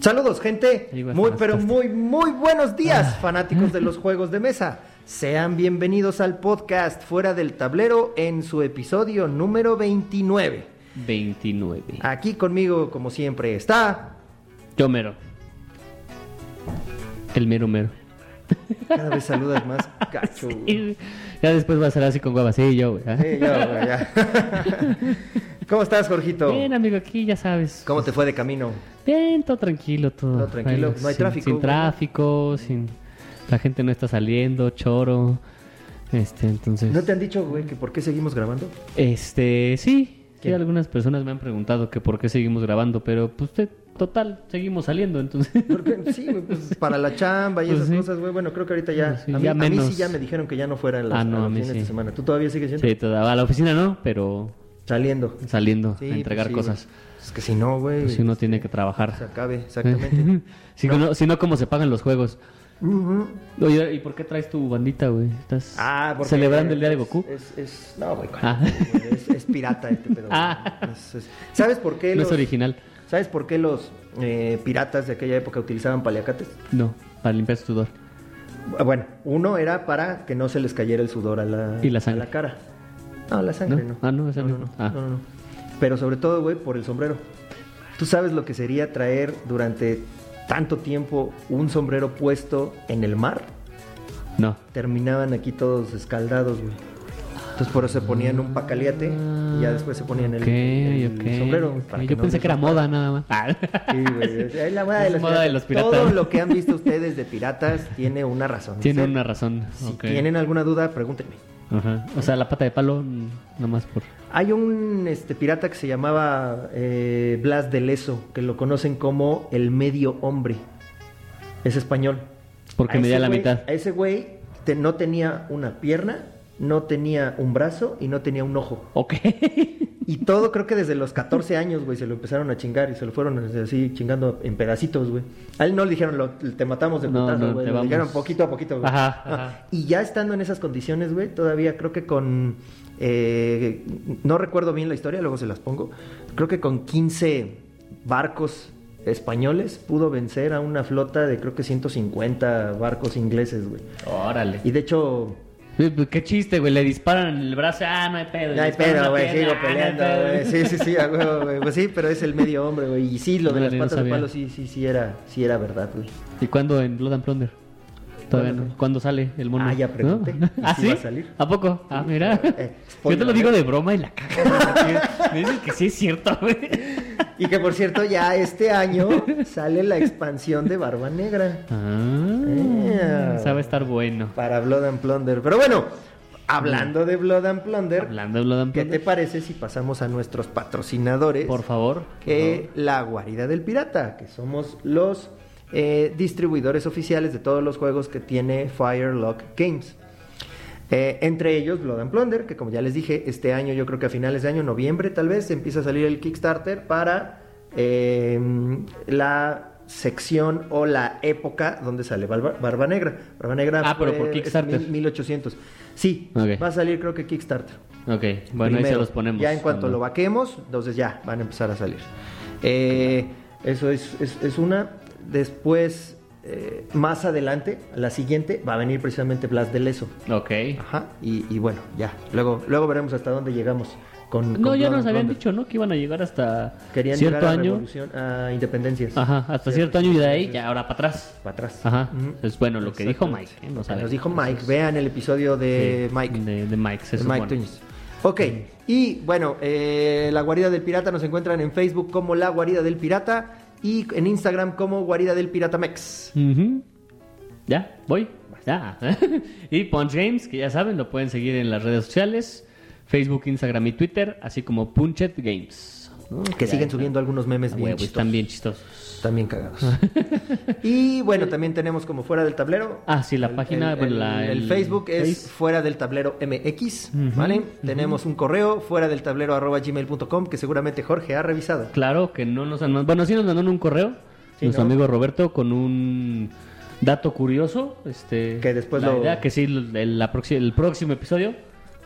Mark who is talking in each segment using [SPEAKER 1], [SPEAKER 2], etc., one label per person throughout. [SPEAKER 1] Saludos gente,
[SPEAKER 2] Igual,
[SPEAKER 1] muy
[SPEAKER 2] buenas
[SPEAKER 1] pero
[SPEAKER 2] tardes.
[SPEAKER 1] muy muy buenos días fanáticos de los juegos de mesa. Sean bienvenidos al podcast Fuera del Tablero en su episodio número 29.
[SPEAKER 2] 29.
[SPEAKER 1] Aquí conmigo como siempre está,
[SPEAKER 2] Yo mero. El mero mero.
[SPEAKER 1] cada vez saludas más cacho. güey.
[SPEAKER 2] Y ya después va a ser así con guabas. Sí, yo, güey. ¿ah?
[SPEAKER 1] Sí, ya, güey, ya. ¿Cómo estás Jorgito?
[SPEAKER 2] Bien, amigo, aquí ya sabes.
[SPEAKER 1] ¿Cómo te fue de camino?
[SPEAKER 2] Bien, todo tranquilo, todo.
[SPEAKER 1] Todo tranquilo, no hay
[SPEAKER 2] sin,
[SPEAKER 1] tráfico,
[SPEAKER 2] Sin
[SPEAKER 1] güey.
[SPEAKER 2] tráfico, sin. La gente no está saliendo, choro. Este, entonces.
[SPEAKER 1] ¿No te han dicho, güey, que por qué seguimos grabando?
[SPEAKER 2] Este, sí. Sí,
[SPEAKER 1] ¿Qué?
[SPEAKER 2] algunas personas me han preguntado que por qué seguimos grabando, pero pues te- total, seguimos saliendo, entonces.
[SPEAKER 1] Porque, sí, güey, pues, para la chamba y
[SPEAKER 2] Pues
[SPEAKER 1] esas
[SPEAKER 2] sí.
[SPEAKER 1] cosas, güey. Bueno, creo que ahorita ya.
[SPEAKER 2] Pues sí,
[SPEAKER 1] a, mí,
[SPEAKER 2] ya
[SPEAKER 1] a mí sí
[SPEAKER 2] menos.
[SPEAKER 1] ya me dijeron que ya no fuera en los,
[SPEAKER 2] Ah, no,
[SPEAKER 1] a los
[SPEAKER 2] a mí
[SPEAKER 1] fines de
[SPEAKER 2] sí.
[SPEAKER 1] semana. ¿Tú todavía sigues yendo?
[SPEAKER 2] Sí, toda- a la oficina no, pero
[SPEAKER 1] Saliendo.
[SPEAKER 2] saliendo
[SPEAKER 1] Sí,
[SPEAKER 2] a entregar
[SPEAKER 1] pues sí,
[SPEAKER 2] cosas.
[SPEAKER 1] güey. Es que si no, güey.
[SPEAKER 2] Pues, si uno tiene que trabajar.
[SPEAKER 1] Se acabe, Este, exactamente.
[SPEAKER 2] si, no. si no, ¿cómo se pagan los juegos?
[SPEAKER 1] Ujú.
[SPEAKER 2] Oye, ¿y por qué traes tu bandita, güey? ¿Estás
[SPEAKER 1] Ah, porque-
[SPEAKER 2] celebrando el día de Goku?
[SPEAKER 1] Es, es- no, güey. ¿cuál?
[SPEAKER 2] Ah.
[SPEAKER 1] Es, es pirata este pedo. güey.
[SPEAKER 2] Ah.
[SPEAKER 1] Es- es- ¿Sabes por qué?
[SPEAKER 2] No es
[SPEAKER 1] los-
[SPEAKER 2] original.
[SPEAKER 1] ¿Sabes por qué los eh, piratas de aquella época utilizaban paliacates?
[SPEAKER 2] No, para limpiar su sudor.
[SPEAKER 1] Bueno, uno era para que no se les cayera el sudor a la,
[SPEAKER 2] Y la
[SPEAKER 1] a
[SPEAKER 2] sangre.
[SPEAKER 1] cara. No, la sangre no.
[SPEAKER 2] ¿No? Ah, no, esa no. Ah.
[SPEAKER 1] no, no, no. Pero sobre todo, güey, por el sombrero. Tú sabes lo que sería traer durante tanto tiempo un sombrero puesto en el mar.
[SPEAKER 2] No.
[SPEAKER 1] Terminaban aquí todos escaldados, güey. Entonces por eso se ponían un pacaliate y ya después se ponían el,
[SPEAKER 2] Ok,
[SPEAKER 1] el
[SPEAKER 2] ok,
[SPEAKER 1] sombrero. güey,
[SPEAKER 2] ok.
[SPEAKER 1] para que
[SPEAKER 2] Yo
[SPEAKER 1] no
[SPEAKER 2] pensé
[SPEAKER 1] les-
[SPEAKER 2] que era moda nada más.
[SPEAKER 1] Sí, güey. Es la moda de
[SPEAKER 2] Es
[SPEAKER 1] los
[SPEAKER 2] moda de los piratas.
[SPEAKER 1] Todo lo que han visto ustedes de piratas tiene una razón.
[SPEAKER 2] Tiene
[SPEAKER 1] Sí.
[SPEAKER 2] una razón.
[SPEAKER 1] Si
[SPEAKER 2] ok.
[SPEAKER 1] tienen alguna duda, pregúntenme.
[SPEAKER 2] Ajá. O sea, la pata de palo, mm, nada más por.
[SPEAKER 1] Hay un este, pirata que se llamaba eh, Blas de Leso, que lo conocen como el medio hombre. Es español.
[SPEAKER 2] Porque
[SPEAKER 1] A
[SPEAKER 2] medía
[SPEAKER 1] ese
[SPEAKER 2] la
[SPEAKER 1] güey-
[SPEAKER 2] mitad.
[SPEAKER 1] a Ese güey te- no tenía una pierna, no tenía un brazo y no tenía un ojo.
[SPEAKER 2] Ok.
[SPEAKER 1] Y todo creo que desde los 14 años, güey, se lo empezaron a chingar y se lo fueron así chingando en pedacitos, güey. A él no le dijeron, lo- te matamos de
[SPEAKER 2] No,
[SPEAKER 1] putazo,
[SPEAKER 2] no,
[SPEAKER 1] güey.
[SPEAKER 2] te
[SPEAKER 1] le
[SPEAKER 2] vamos.
[SPEAKER 1] dijeron poquito a poquito, güey.
[SPEAKER 2] Ajá, ajá.
[SPEAKER 1] Y ya estando en esas condiciones, güey, todavía creo que con... eh, no recuerdo bien la historia, luego se las pongo. Creo que con 15 barcos españoles pudo vencer a una flota de creo que 150 barcos ingleses, güey.
[SPEAKER 2] Órale.
[SPEAKER 1] Y de hecho...
[SPEAKER 2] Eh, pues, Qué chiste, güey. Le disparan en el brazo. Ah, no hay pedo. Le
[SPEAKER 1] Ay,
[SPEAKER 2] disparan en
[SPEAKER 1] pero,
[SPEAKER 2] la
[SPEAKER 1] güey,
[SPEAKER 2] pierna.
[SPEAKER 1] sigo
[SPEAKER 2] Ah, no hay
[SPEAKER 1] peleando,
[SPEAKER 2] pedo.
[SPEAKER 1] güey. Sí, sí, sí, a huevo, güey. Pues sí, pero es el medio hombre, güey. Y sí, lo de las
[SPEAKER 2] Órale, no
[SPEAKER 1] patas de
[SPEAKER 2] sabía.
[SPEAKER 1] palo sí, sí, sí era, sí era verdad, güey.
[SPEAKER 2] ¿Y cuándo en Blood and Plunder? Todavía no. ¿Cuándo sale el mono?
[SPEAKER 1] Ah, ya
[SPEAKER 2] ¿No?
[SPEAKER 1] pregunté. ¿Y
[SPEAKER 2] ¿Ah,
[SPEAKER 1] si
[SPEAKER 2] sí?
[SPEAKER 1] va a salir?
[SPEAKER 2] ¿A poco? Ah, mira.
[SPEAKER 1] Eh,
[SPEAKER 2] Yo te
[SPEAKER 1] spoiler,
[SPEAKER 2] lo digo
[SPEAKER 1] ¿eh?
[SPEAKER 2] de broma y la cago. güey. Me dices que sí es cierto, güey.
[SPEAKER 1] Y que por cierto, ya este año sale la expansión de Barba Negra.
[SPEAKER 2] Ah,
[SPEAKER 1] Eh.
[SPEAKER 2] o sea, va a estar bueno.
[SPEAKER 1] Para Blood and Plunder. Pero bueno, hablando de Blood and Plunder,
[SPEAKER 2] Hablando de Blood and
[SPEAKER 1] ¿qué te
[SPEAKER 2] Plunder,
[SPEAKER 1] parece si pasamos a nuestros patrocinadores?
[SPEAKER 2] por favor.
[SPEAKER 1] Que la guarida del pirata, que somos los eh, distribuidores oficiales de todos los juegos que tiene Firelock Games. Eh, entre ellos Blood and Plunder, que como ya les dije, este año, yo creo que a finales de año, noviembre tal vez, empieza a salir el Kickstarter para eh, la sección o la época donde sale Barba, Barba Negra. Barba Negra
[SPEAKER 2] Ah, pero
[SPEAKER 1] fue-
[SPEAKER 2] por
[SPEAKER 1] es
[SPEAKER 2] Kickstarter.
[SPEAKER 1] mil- 1800. Sí,
[SPEAKER 2] Ok.
[SPEAKER 1] va a salir creo que Kickstarter.
[SPEAKER 2] Ok, bueno, ahí
[SPEAKER 1] Primero.
[SPEAKER 2] se los ponemos.
[SPEAKER 1] Ya en cuanto
[SPEAKER 2] Cuando-
[SPEAKER 1] lo vaquemos, entonces ya van a empezar a salir. Eh, Eso es, es- es una. Después, eh, más adelante, la siguiente, va a venir precisamente Blas de Leso.
[SPEAKER 2] Ok.
[SPEAKER 1] Ajá. Y, y bueno, ya. Luego, luego veremos hasta dónde llegamos con.
[SPEAKER 2] No,
[SPEAKER 1] con
[SPEAKER 2] ya
[SPEAKER 1] Blood
[SPEAKER 2] nos
[SPEAKER 1] and
[SPEAKER 2] habían
[SPEAKER 1] Plunder.
[SPEAKER 2] dicho, ¿no? Que iban a llegar hasta
[SPEAKER 1] Querían
[SPEAKER 2] cierto
[SPEAKER 1] llegar a
[SPEAKER 2] año.
[SPEAKER 1] revolución, a independencias.
[SPEAKER 2] Ajá, hasta cierto año y de ahí ya ahora para atrás.
[SPEAKER 1] Para atrás.
[SPEAKER 2] Ajá.
[SPEAKER 1] Ujú.
[SPEAKER 2] Es bueno lo que dijo Mike. ¿eh? No
[SPEAKER 1] Lo que
[SPEAKER 2] sabe.
[SPEAKER 1] Nos dijo Mike. Vean el episodio de
[SPEAKER 2] Sí,
[SPEAKER 1] Mike.
[SPEAKER 2] De, de Mike, se
[SPEAKER 1] El Mike
[SPEAKER 2] supone.
[SPEAKER 1] Tuñes. Ok, y bueno, eh, La Guarida del Pirata nos encuentran en Facebook como La Guarida del Pirata y en Instagram como Guarida del Pirata Mex.
[SPEAKER 2] Ujú. Ya, voy. Ya. y Punch Games, que ya saben, lo pueden seguir en las redes sociales: Facebook, Instagram y Twitter, así como Punchet Games. ¿no?
[SPEAKER 1] Que
[SPEAKER 2] Mm, Ya
[SPEAKER 1] siguen
[SPEAKER 2] está.
[SPEAKER 1] subiendo algunos memes
[SPEAKER 2] Ah,
[SPEAKER 1] bien
[SPEAKER 2] huevo,
[SPEAKER 1] chistosos.
[SPEAKER 2] están bien chistosos.
[SPEAKER 1] También cagados. y bueno, también tenemos como Fuera del Tablero.
[SPEAKER 2] Ah, sí, la página,
[SPEAKER 1] el,
[SPEAKER 2] bueno, la-
[SPEAKER 1] el- el
[SPEAKER 2] el
[SPEAKER 1] Facebook es
[SPEAKER 2] Face.
[SPEAKER 1] Fuera del Tablero MX, ¿vale? Tenemos un correo, fuera del tablero arroba gmail.com, que seguramente Jorge ha revisado.
[SPEAKER 2] Claro que no nos han mandado. Bueno, sí nos mandaron un correo,
[SPEAKER 1] Sí,
[SPEAKER 2] nuestro
[SPEAKER 1] ¿no?
[SPEAKER 2] amigo Roberto, con un dato curioso. Este,
[SPEAKER 1] Que después
[SPEAKER 2] la
[SPEAKER 1] lo-
[SPEAKER 2] idea que sí, lo- el, la proxi- el próximo episodio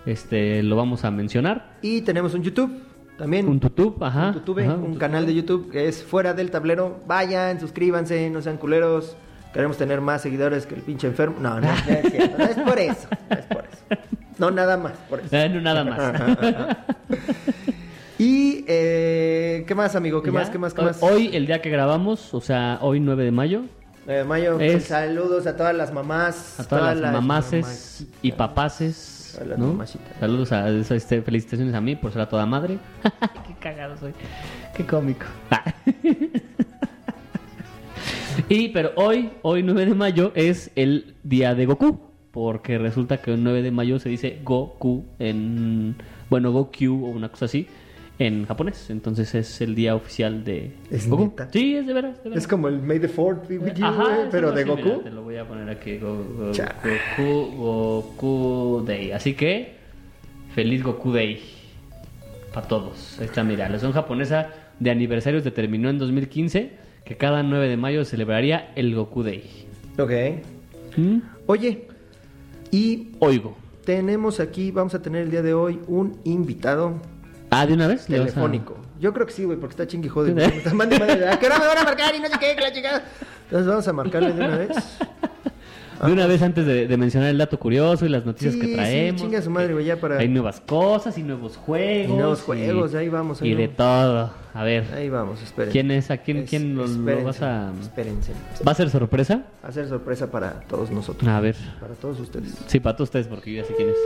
[SPEAKER 2] este, lo vamos a mencionar.
[SPEAKER 1] Y tenemos un YouTube. también.
[SPEAKER 2] Un tutub, ajá.
[SPEAKER 1] Un tutube,
[SPEAKER 2] ajá,
[SPEAKER 1] un,
[SPEAKER 2] tutub.
[SPEAKER 1] canal de YouTube que es fuera del tablero. Vayan, suscríbanse, no sean culeros. Queremos tener más seguidores que el pinche enfermo. No, no, no es cierto. No es por eso. No es por eso. No, nada más. Por eso.
[SPEAKER 2] Eh, no, nada
[SPEAKER 1] Ajá,
[SPEAKER 2] más.
[SPEAKER 1] ajá. Y, eh, ¿qué más, amigo? ¿Qué
[SPEAKER 2] ¿Ya?
[SPEAKER 1] más? ¿Qué más? ¿Qué
[SPEAKER 2] Hoy-
[SPEAKER 1] más?
[SPEAKER 2] Hoy, el día que grabamos, o sea, hoy 9 de mayo,
[SPEAKER 1] Eh, Mayo,
[SPEAKER 2] Es-
[SPEAKER 1] saludos a todas las mamás.
[SPEAKER 2] a todas las mamaces y papaces.
[SPEAKER 1] A las
[SPEAKER 2] ¿no?
[SPEAKER 1] mamacitas.
[SPEAKER 2] Saludos a, a- este, felicitaciones a mí por ser a toda madre. Qué cagado soy. Qué cómico. Ah. y pero hoy, hoy 9 de mayo es el día de Goku, porque resulta que el 9 de mayo se dice Goku en bueno, Goku o una cosa así en japonés, entonces es el día oficial de
[SPEAKER 1] ¿Es
[SPEAKER 2] Goku.
[SPEAKER 1] neta?
[SPEAKER 2] Sí, es de veras, de veras.
[SPEAKER 1] Es como el May the Fourth be with you,
[SPEAKER 2] Ajá,
[SPEAKER 1] güey,
[SPEAKER 2] es
[SPEAKER 1] pero
[SPEAKER 2] algo
[SPEAKER 1] de
[SPEAKER 2] así,
[SPEAKER 1] Goku.
[SPEAKER 2] mira, te lo voy a poner aquí. Go- go-
[SPEAKER 1] Cha.
[SPEAKER 2] Goku, Goku Day. Así que, feliz Goku Day. Para todos. Ahí está, mira. La son japonesa de aniversarios determinó en 2015 que cada 9 de mayo celebraría el Goku Day.
[SPEAKER 1] Ok.
[SPEAKER 2] ¿Mm?
[SPEAKER 1] Oye, y
[SPEAKER 2] Oigo.
[SPEAKER 1] tenemos aquí, vamos a tener el día de hoy un invitado
[SPEAKER 2] Ah, de una vez. le vas a-
[SPEAKER 1] telefónico. Yo creo que sí, güey, porque está chingui jode. güey. Me está mande, mande, ¿A qué hora me van a marcar? Y no sé qué, que la chingada. Entonces vamos a marcarle de una vez.
[SPEAKER 2] De una vez antes de, de mencionar el dato curioso y las noticias
[SPEAKER 1] Ah. Sí,
[SPEAKER 2] que
[SPEAKER 1] sí,
[SPEAKER 2] traemos.
[SPEAKER 1] chinga su madre, güey, ya para-
[SPEAKER 2] Hay nuevas cosas y nuevos juegos.
[SPEAKER 1] Y nuevos juegos, ahí vamos, ahí
[SPEAKER 2] y de
[SPEAKER 1] vamos.
[SPEAKER 2] todo. A ver.
[SPEAKER 1] Ahí vamos, esperen.
[SPEAKER 2] ¿Quién es? ¿A quién- quién lo- lo
[SPEAKER 1] espérense,
[SPEAKER 2] vas a-
[SPEAKER 1] Espérense.
[SPEAKER 2] ¿Va a ser sorpresa?
[SPEAKER 1] Va a ser sorpresa para todos nosotros.
[SPEAKER 2] A ver.
[SPEAKER 1] Para todos ustedes.
[SPEAKER 2] Sí, para todos ustedes, porque yo ya sé quién es.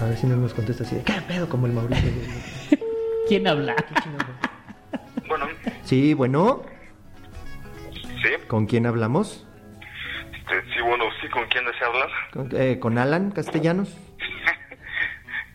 [SPEAKER 1] A ver si no nos contesta así de qué pedo como el Mauricio. güey?
[SPEAKER 2] ¿Quién habla?
[SPEAKER 3] Bueno,
[SPEAKER 1] sí, bueno,
[SPEAKER 3] sí,
[SPEAKER 1] ¿con quién hablamos?
[SPEAKER 3] este, sí, bueno, sí, ¿con quién desea hablar?
[SPEAKER 1] ¿Con, eh, con Alan Castellanos?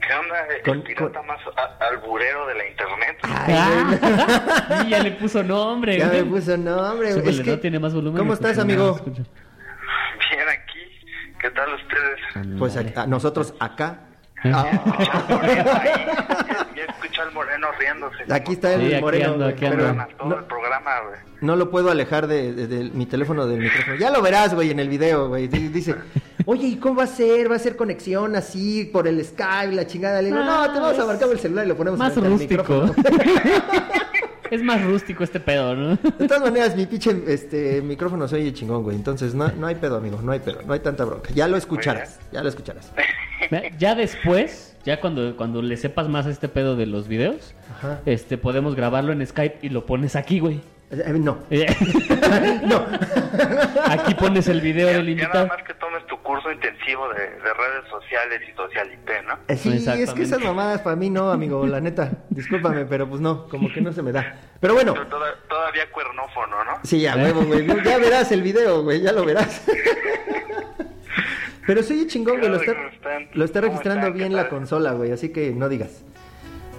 [SPEAKER 3] ¿Qué onda? El
[SPEAKER 1] Con-
[SPEAKER 3] pirata
[SPEAKER 1] con-
[SPEAKER 3] más a- alburero de la internet.
[SPEAKER 1] güey, no.
[SPEAKER 2] Ah, y ya le puso nombre.
[SPEAKER 1] Ya
[SPEAKER 2] güey.
[SPEAKER 1] me puso nombre. güey.
[SPEAKER 2] Súbele,
[SPEAKER 1] Es que-
[SPEAKER 2] ¿no? Tiene más volumen.
[SPEAKER 1] ¿Cómo
[SPEAKER 2] porque
[SPEAKER 1] estás,
[SPEAKER 2] no
[SPEAKER 1] amigo?
[SPEAKER 2] escucho.
[SPEAKER 3] Bien aquí, ¿qué tal ustedes?
[SPEAKER 1] Pues a- a nosotros acá. Ah.
[SPEAKER 3] Escucha al Moreno ahí. Ya escucho al moreno riéndose.
[SPEAKER 1] Aquí está
[SPEAKER 2] Sí,
[SPEAKER 1] el
[SPEAKER 2] aquí
[SPEAKER 1] moreno.
[SPEAKER 2] ando,
[SPEAKER 1] güey,
[SPEAKER 2] aquí
[SPEAKER 1] pero
[SPEAKER 2] ando.
[SPEAKER 3] Todo el
[SPEAKER 1] no,
[SPEAKER 3] programa, güey.
[SPEAKER 1] no lo puedo alejar de, de- de mi teléfono del micrófono. Ya lo verás, güey, en el video, güey. Di- Dice, oye, ¿y cómo va a ser? ¿Va a ser conexión así por el Skype, la chingada? Le digo, no, te vamos a marcar el celular y lo ponemos
[SPEAKER 2] Más
[SPEAKER 1] frente al
[SPEAKER 2] rústico.
[SPEAKER 1] micrófono".
[SPEAKER 2] es más rústico este pedo, ¿no?
[SPEAKER 1] De todas maneras, mi pinche este, micrófono se oye chingón, güey. Entonces, no, no hay pedo, amigo, no hay pedo, no hay tanta bronca. Ya lo escucharás, ya lo escucharás.
[SPEAKER 2] Ya después, ya cuando, cuando le sepas más a este pedo de los videos,
[SPEAKER 1] Ajá.
[SPEAKER 2] este podemos grabarlo en Skype y lo pones aquí, güey.
[SPEAKER 1] Eh, no,
[SPEAKER 2] Eh,
[SPEAKER 1] no.
[SPEAKER 2] aquí pones el video
[SPEAKER 3] Ya,
[SPEAKER 2] del
[SPEAKER 3] ya
[SPEAKER 2] invitado.
[SPEAKER 3] nada más que tomes tu curso intensivo de, de redes sociales y social IP, ¿no?
[SPEAKER 1] Eh, Sí, es que
[SPEAKER 2] Exactamente.
[SPEAKER 1] esas mamadas para mí no, amigo, la neta. Discúlpame, pero pues no, como que no se me da. Pero bueno,
[SPEAKER 3] Pero toda- todavía cuernófono, ¿no?
[SPEAKER 1] sí, ya, huevo, güey. Ya verás el video, güey, ya lo verás. Pero sí, chingón, güey, lo está, lo está registrando bien la consola, güey, así que no digas.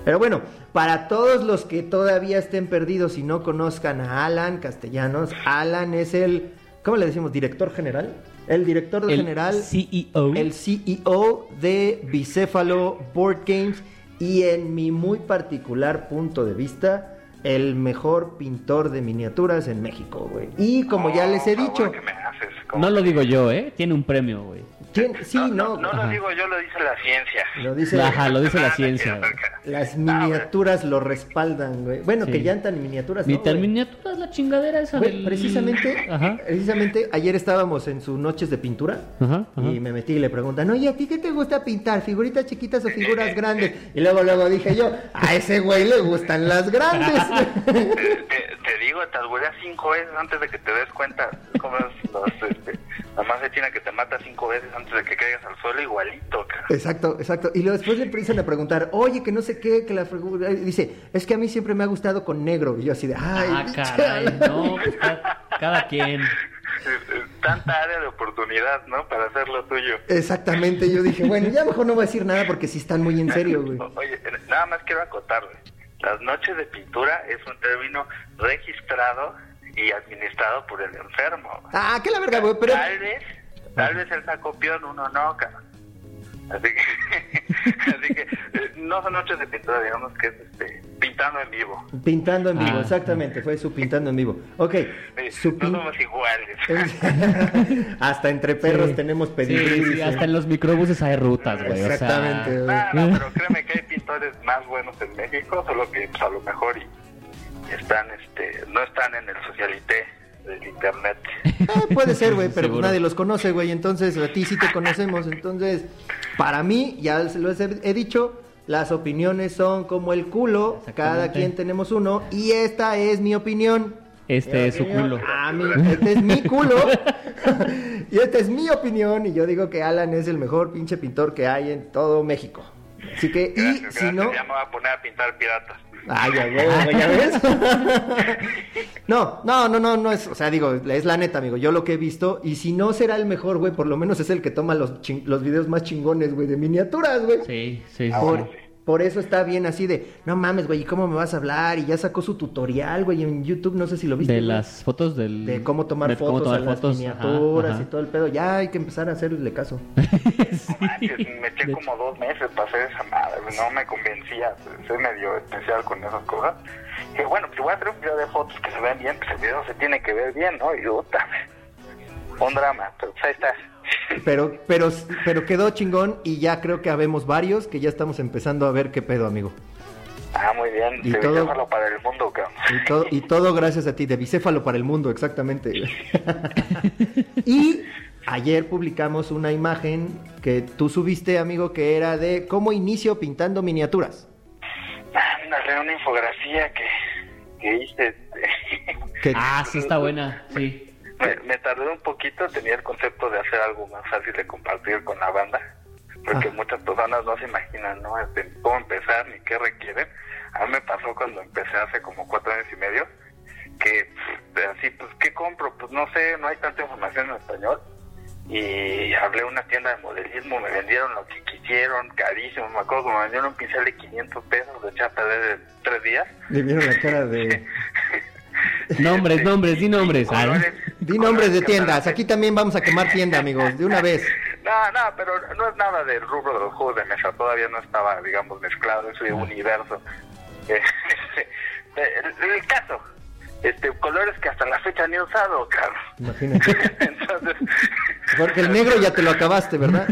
[SPEAKER 1] Pero bueno, para todos los que todavía estén perdidos y no conozcan a Alan Castellanos, Alan es el, ¿cómo le decimos? ¿Director general? El director
[SPEAKER 2] El E
[SPEAKER 1] general.
[SPEAKER 2] CEO.
[SPEAKER 1] el CEO de Bicéfalo Board Games y en mi muy particular punto de vista, el mejor pintor de miniaturas en México, güey. Y como ya les he
[SPEAKER 3] Por favor,
[SPEAKER 1] dicho,
[SPEAKER 3] ¿qué me haces?
[SPEAKER 1] E
[SPEAKER 3] ¿Cómo?
[SPEAKER 2] No lo digo yo, ¿eh? Tiene un premio, güey.
[SPEAKER 1] ¿quién? sí, no,
[SPEAKER 3] No, no, no
[SPEAKER 2] Ajá.
[SPEAKER 3] lo digo yo, lo dice la ciencia.
[SPEAKER 1] lo dice,
[SPEAKER 2] Ajá, lo dice la
[SPEAKER 3] Ah,
[SPEAKER 2] ciencia.
[SPEAKER 3] no
[SPEAKER 2] güey.
[SPEAKER 3] quiero ser cara.
[SPEAKER 1] las miniaturas lo respaldan, güey. Bueno,
[SPEAKER 2] Sí.
[SPEAKER 1] que ya están miniaturas,
[SPEAKER 2] Ni
[SPEAKER 1] ¿no, güey?
[SPEAKER 2] tan miniatura es la chingadera esa
[SPEAKER 1] Güey,
[SPEAKER 2] del...
[SPEAKER 1] precisamente,
[SPEAKER 2] Ajá.
[SPEAKER 1] precisamente ayer estábamos en sus noches de pintura
[SPEAKER 2] Ajá, ajá.
[SPEAKER 1] y me metí y le preguntan, oye, ¿a ti qué te gusta pintar? ¿Figuritas chiquitas o figuras grandes? Y luego, luego dije yo, a ese güey le gustan las grandes.
[SPEAKER 3] Te, te- te digo, te alburea cinco veces antes de que te des cuenta. Como es los, este, la macetina que te mata cinco veces antes de que caigas al suelo, igualito, cara.
[SPEAKER 1] exacto, exacto. Y luego después le empiezan a preguntar, oye, que no sé qué, que la figura... y Dice, es que a mí siempre me ha gustado con negro. Y yo así de, ay,
[SPEAKER 2] Ah,
[SPEAKER 1] pinche
[SPEAKER 2] caray,
[SPEAKER 1] Alan".
[SPEAKER 2] no, pues, cada, cada quien.
[SPEAKER 3] Eh, eh, Tanta área de oportunidad, ¿no? Para hacer lo tuyo.
[SPEAKER 1] Exactamente, yo dije, bueno, ya mejor no voy a decir nada porque sí están muy en serio, güey.
[SPEAKER 3] O- Oye, eh, nada más quiero acotarle. Las noches de pintura es un término registrado y administrado por el enfermo.
[SPEAKER 1] Ah, qué la verga, güey, pero...
[SPEAKER 3] Tal vez, tal vez él sacó pión, uno no, cara. Así que, así que eh, no son noches de pintura, digamos que es este, pintando en vivo.
[SPEAKER 1] Pintando en vivo,
[SPEAKER 2] Ah.
[SPEAKER 1] exactamente, fue su pintando en vivo. Ok,
[SPEAKER 3] Sí,
[SPEAKER 1] su
[SPEAKER 3] no
[SPEAKER 1] pin-
[SPEAKER 3] somos iguales.
[SPEAKER 1] Eh, hasta entre perros
[SPEAKER 2] Sí.
[SPEAKER 1] tenemos
[SPEAKER 2] Sí,
[SPEAKER 1] pedigrí.
[SPEAKER 2] sí,
[SPEAKER 1] dice.
[SPEAKER 2] hasta en los microbuses hay rutas, güey. o sea,
[SPEAKER 1] Exactamente.
[SPEAKER 3] No, no, pero créeme que hay pintores jugadores más buenos en México, solo que pues, a lo mejor y, y están, este, no están en el socialité del internet.
[SPEAKER 1] Eh, puede ser, güey, pero pues
[SPEAKER 2] Seguro.
[SPEAKER 1] nadie los conoce, güey. Entonces, a ti sí te conocemos. Entonces, para mí, ya se los he, he dicho, las opiniones son como el culo. Cada
[SPEAKER 2] Exactamente.
[SPEAKER 1] quien tenemos uno. Y esta es mi opinión.
[SPEAKER 2] Este
[SPEAKER 1] Mi
[SPEAKER 2] es su
[SPEAKER 1] opinión.
[SPEAKER 2] culo.
[SPEAKER 1] Ah, mi- este es mi culo. y esta es mi opinión. Y yo digo que Alan es el mejor pinche pintor que hay en todo México. Así que, y
[SPEAKER 3] Gracias,
[SPEAKER 1] si
[SPEAKER 3] gracias.
[SPEAKER 1] no.
[SPEAKER 3] Ya me voy a poner a pintar piratas.
[SPEAKER 1] Ay, ya, huevo, güey, ¿ya ves? No, no, no, no, no es, o sea, digo, es la neta, amigo, yo lo que he visto, y si no será el mejor, güey, por lo menos es el que toma los, chin- los videos más chingones, güey, de miniaturas, güey.
[SPEAKER 2] Sí, Ah, sí, sí.
[SPEAKER 1] Por,
[SPEAKER 3] bueno, sí.
[SPEAKER 1] por eso está bien así de, no mames, güey, ¿y cómo me vas a hablar? Y ya sacó su tutorial, güey, en YouTube, no sé si lo viste.
[SPEAKER 2] De
[SPEAKER 1] güey,
[SPEAKER 2] las fotos del...
[SPEAKER 1] De cómo tomar
[SPEAKER 2] de
[SPEAKER 1] fotos
[SPEAKER 2] cómo tomar
[SPEAKER 1] a las
[SPEAKER 2] fotos, ajá,
[SPEAKER 1] miniaturas
[SPEAKER 2] ajá.
[SPEAKER 1] y todo el pedo, ya hay que empezar a hacerle caso.
[SPEAKER 3] Manches, me eché
[SPEAKER 2] De
[SPEAKER 3] como dos meses para hacer esa madre, güey, no me convencía, pues, soy medio especial con esas cosas. Y bueno, pues voy a hacer un video de fotos que se vean bien, pues el video se tiene que ver bien, ¿no? Y puta, un drama, pero pues ahí está.
[SPEAKER 1] Pero, pero, pero quedó chingón y ya creo que habemos varios que ya estamos empezando a ver qué pedo, amigo.
[SPEAKER 3] Ah, muy bien,
[SPEAKER 1] Y
[SPEAKER 3] se
[SPEAKER 1] todo-
[SPEAKER 3] todo... para el mundo, cabrón.
[SPEAKER 1] Y todo, y todo gracias a ti, de bicéfalo para el mundo, exactamente. y ayer publicamos una imagen que tú subiste, amigo, que era de cómo inicio pintando miniaturas.
[SPEAKER 3] Ándale, Ah, una infografía que, que hice, este,
[SPEAKER 1] Que-
[SPEAKER 2] Ah, sí está buena, sí.
[SPEAKER 3] Me, me tardé un poquito, tenía el concepto de hacer algo más fácil de compartir con la banda, porque
[SPEAKER 1] Ah.
[SPEAKER 3] muchas personas no se imaginan, ¿no? Este, cómo empezar ni qué requieren. A mí me pasó cuando empecé hace como cuatro años y medio, que pff, así, pues, ¿qué compro? Pues no sé, no hay tanta información en español. Y hablé a una tienda de modelismo, me vendieron lo que quisieron, carísimo. Me acuerdo que me vendieron un pincel de 500 pesos, de chapa de tres días.
[SPEAKER 1] Le vieron la cara de...
[SPEAKER 2] Nombres, Pues nombres, di nombres. Ah,
[SPEAKER 3] Colores-
[SPEAKER 1] Di nombres de
[SPEAKER 3] colores que
[SPEAKER 1] tiendas,
[SPEAKER 3] para-
[SPEAKER 1] aquí también vamos a quemar tienda, amigos, de una vez.
[SPEAKER 3] No, no, pero no es nada del rubro de los juegos de mesa, todavía no estaba, digamos, mezclado en su
[SPEAKER 1] Ah.
[SPEAKER 3] universo. Eh, el, el caso, este, colores que hasta la fecha han usado, cabrón.
[SPEAKER 1] Imagínate.
[SPEAKER 3] Entonces,
[SPEAKER 1] Porque el negro ya te lo acabaste, ¿verdad?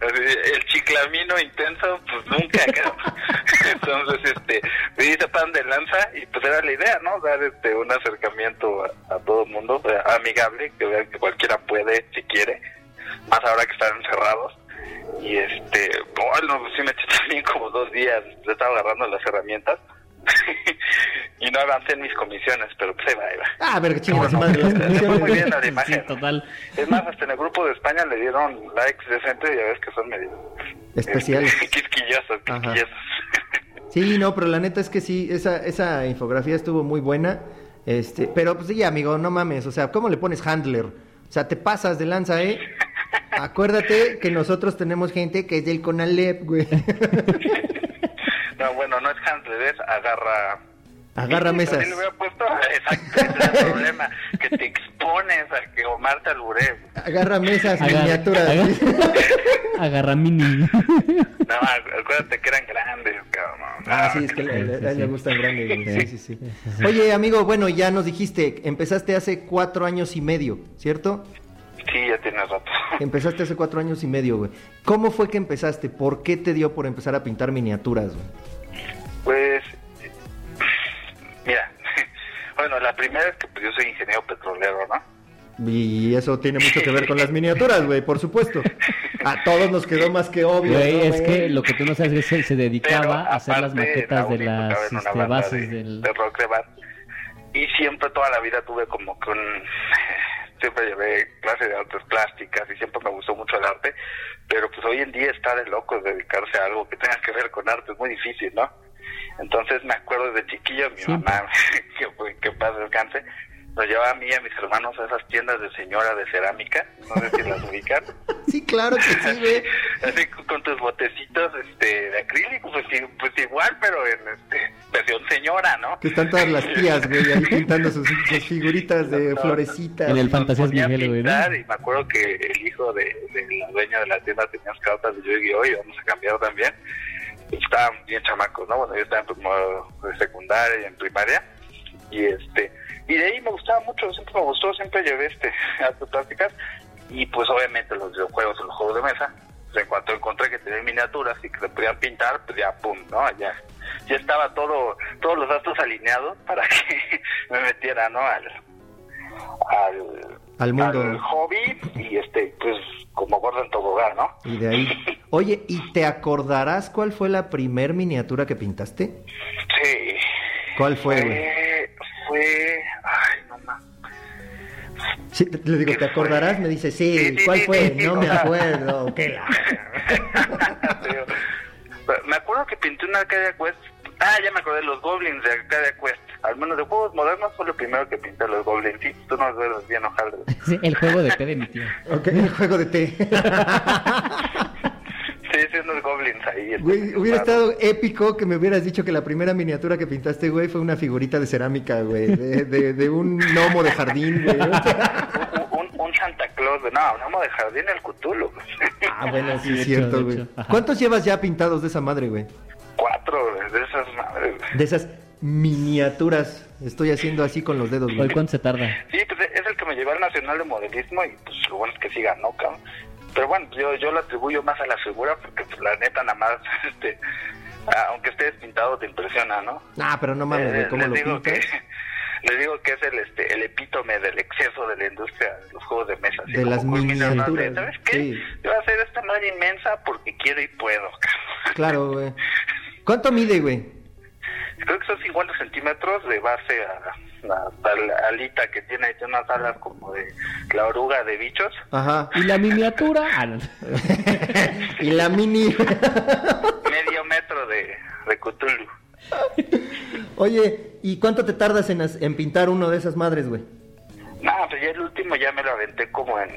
[SPEAKER 3] el chiclamino intenso, pues nunca, cabrón. Entonces, este, me hice pan de lanza y pues era la idea, ¿no? Dar este, un acercamiento a, a todo el mundo, eh, amigable, que vean que cualquiera puede, si quiere, más ahora que están encerrados. Y este, bueno, pues sí me eché también como dos días, yo estaba agarrando las herramientas y no avancé en mis comisiones, pero pues ahí va, ahí va.
[SPEAKER 1] Ah, verga, chingas
[SPEAKER 3] No,
[SPEAKER 1] madre.
[SPEAKER 3] no,
[SPEAKER 1] las
[SPEAKER 3] no, no,
[SPEAKER 1] comisiones.
[SPEAKER 3] muy bien la de
[SPEAKER 2] Sí,
[SPEAKER 3] imagen.
[SPEAKER 2] total.
[SPEAKER 3] Es más, hasta en el grupo de España le dieron likes decentes y ya ves que son medio...
[SPEAKER 1] Especiales.
[SPEAKER 3] este, Quisquillosos,
[SPEAKER 1] Ajá.
[SPEAKER 3] quisquillosos.
[SPEAKER 1] Sí, no, pero la neta es que sí, esa, esa infografía estuvo muy buena. Este, pero pues sí, amigo, no mames, o sea, ¿cómo le pones handler? O sea, te pasas de lanza, ¿eh? Acuérdate que nosotros tenemos gente que es del Conalep, güey.
[SPEAKER 3] No, bueno, no es Hansler, es agarra...
[SPEAKER 1] Agarra
[SPEAKER 3] Sí,
[SPEAKER 1] mesas.
[SPEAKER 3] también le hubiera puesto- Exacto, ese es el problema, que te expones a que Omar te alburee.
[SPEAKER 1] Agarra mesas,
[SPEAKER 2] Agarra-
[SPEAKER 1] miniaturas.
[SPEAKER 2] agarra- agarra mini.
[SPEAKER 3] No, acu- acuérdate que eran grandes, cabrón.
[SPEAKER 1] Ah, sí, es que le, le-
[SPEAKER 2] Sí,
[SPEAKER 1] a él
[SPEAKER 2] sí,
[SPEAKER 1] le
[SPEAKER 2] sí.
[SPEAKER 1] gustan grandes. güey. Sí,
[SPEAKER 2] Sí.
[SPEAKER 1] sí, sí. Oye, amigo, bueno, ya nos dijiste, empezaste hace cuatro años y medio, ¿cierto?
[SPEAKER 3] Sí, ya tienes rato.
[SPEAKER 1] Empezaste hace cuatro años y medio, güey. ¿Cómo fue que empezaste? ¿Por qué te dio por empezar a pintar miniaturas, güey?
[SPEAKER 3] Pues, mira, bueno, la primera es que pues, yo soy ingeniero petrolero, ¿no?
[SPEAKER 1] Y eso tiene mucho que ver con las miniaturas, güey, por supuesto. A todos nos quedó más que obvio.
[SPEAKER 2] Güey,
[SPEAKER 1] ¿no,
[SPEAKER 2] es
[SPEAKER 1] güey?
[SPEAKER 2] que lo que tú no sabes es que él se dedicaba
[SPEAKER 3] Pero,
[SPEAKER 2] a hacer las
[SPEAKER 3] aparte,
[SPEAKER 2] maquetas de
[SPEAKER 3] Raúl tocaba
[SPEAKER 2] las
[SPEAKER 3] en una
[SPEAKER 2] este,
[SPEAKER 3] banda
[SPEAKER 2] bases
[SPEAKER 3] de,
[SPEAKER 2] del...
[SPEAKER 3] de rock de bar. Y siempre, toda la vida tuve como que un... Siempre llevé clases de artes plásticas y siempre me gustó mucho el arte. Pero pues hoy en día está de locos dedicarse a algo que tenga que ver con arte. Es muy difícil, ¿no? Entonces me acuerdo de chiquillo, mi
[SPEAKER 2] Siempre.
[SPEAKER 3] mamá, que, fue- que en paz descanse, nos llevaba a mí y a mis hermanos a esas tiendas de señora de cerámica. No sé si las ubican.
[SPEAKER 1] Sí, claro que sí, güey.
[SPEAKER 3] Así con- con tus botecitos este, de acrílico, pues, i- pues igual, pero en este, versión señora, ¿no?
[SPEAKER 1] Que están todas las tías, güey, ahí pintando sus, sus figuritas de
[SPEAKER 3] No,
[SPEAKER 1] florecitas.
[SPEAKER 2] en el-
[SPEAKER 3] Nos
[SPEAKER 2] Fantasías
[SPEAKER 3] ponía a
[SPEAKER 2] Miguel, güey, ¿no?
[SPEAKER 3] pintar Y me acuerdo que el hijo de, de la dueña de la tienda tenía unas cartas de Yu-Gi-Oh! y vamos a cambiar también. Estaban bien chamacos, ¿no? Bueno, yo estaba en primero de secundaria y en primaria. Y este y de ahí me gustaba mucho, siempre me gustó, siempre llevé este artes plásticas. Y pues obviamente los videojuegos, los juegos de mesa. Pues, en cuanto encontré que tenía miniaturas y que se podían pintar, pues ya, pum, ¿no? Ya, ya estaba todo, todos los datos alineados para que me metiera, ¿no? Al, al,
[SPEAKER 1] Al mundo.
[SPEAKER 3] hobby y este, pues como gordo en tobogán, ¿no?
[SPEAKER 1] Y de ahí. Oye, ¿y te acordarás cuál fue la primer miniatura que pintaste?
[SPEAKER 3] Sí.
[SPEAKER 1] ¿Cuál fue, güey?
[SPEAKER 3] Fue, ay, mamá.
[SPEAKER 1] Sí, te- le digo,
[SPEAKER 3] ¿Qué
[SPEAKER 1] ¿te acordarás?
[SPEAKER 3] fue?
[SPEAKER 1] Me dice,
[SPEAKER 3] Sí,
[SPEAKER 1] sí,
[SPEAKER 3] sí,
[SPEAKER 1] ¿cuál
[SPEAKER 3] sí,
[SPEAKER 1] fue?
[SPEAKER 3] sí, sí,
[SPEAKER 1] No
[SPEAKER 3] o
[SPEAKER 1] me
[SPEAKER 3] sea.
[SPEAKER 1] acuerdo. Qué la-
[SPEAKER 3] Pero me acuerdo que pinté una Arcadia Quest. Ah, ya me acordé, los Goblins de Arcadia Quest. Al menos de juegos modernos fue lo primero que pinté los Goblins. Sí, tú no ves bien ojalá.
[SPEAKER 4] Sí, el juego de té de mi tío.
[SPEAKER 1] Ok, el juego de té.
[SPEAKER 3] Sí, sí, unos Goblins ahí.
[SPEAKER 1] Güey,
[SPEAKER 3] este,
[SPEAKER 1] hubiera
[SPEAKER 3] claro.
[SPEAKER 1] estado épico que me hubieras dicho que la primera miniatura que pintaste, güey, fue una figurita de cerámica, güey, de, de- de un gnomo de jardín, güey.
[SPEAKER 3] Un, un- un Santa Claus, de, no, un amo de jardín el Cthulhu.
[SPEAKER 1] Ah, bueno, sí,
[SPEAKER 2] de
[SPEAKER 1] es
[SPEAKER 2] hecho,
[SPEAKER 1] cierto,
[SPEAKER 2] de
[SPEAKER 1] güey.
[SPEAKER 2] hecho. Ajá.
[SPEAKER 1] ¿Cuántos llevas ya pintados de esa madre, güey?
[SPEAKER 3] Cuatro de esas madres.
[SPEAKER 1] De esas miniaturas. Estoy haciendo así con los dedos,
[SPEAKER 2] ¿Hoy
[SPEAKER 1] güey.
[SPEAKER 2] cuánto se tarda?
[SPEAKER 3] Sí, pues es el que me llevó al Nacional de Modelismo y pues lo bueno es que sí ganó, cabrón. Pero bueno, yo, yo lo atribuyo más a la figura porque pues, la neta nada más, este, ah, aunque esté despintado te impresiona, ¿no?
[SPEAKER 1] Ah, pero no mames,
[SPEAKER 3] Eh,
[SPEAKER 1] güey, ¿cómo
[SPEAKER 3] les
[SPEAKER 1] lo
[SPEAKER 3] digo que
[SPEAKER 1] pintas?
[SPEAKER 3] les digo que es el este el epítome del exceso de la industria de los juegos de mesa. así
[SPEAKER 1] De las
[SPEAKER 3] como culminan más de,
[SPEAKER 1] miniaturas,
[SPEAKER 3] ¿Sabes qué?
[SPEAKER 1] sí.
[SPEAKER 3] Yo voy a hacer esta madre inmensa porque quiero y puedo. cabrón.
[SPEAKER 1] Claro, güey. ¿Cuánto mide, güey?
[SPEAKER 3] Creo que son 50 centímetros de base a la, a la alita que tiene, tiene unas alas como de la oruga de bichos.
[SPEAKER 1] Ajá.
[SPEAKER 2] ¿Y la miniatura? Ah, no.
[SPEAKER 1] y la mini.
[SPEAKER 3] medio metro de, de Cthulhu.
[SPEAKER 1] Oye, ¿y cuánto te tardas en, as- en pintar uno de esas madres, güey?
[SPEAKER 3] No, pues ya el último ya me lo aventé como en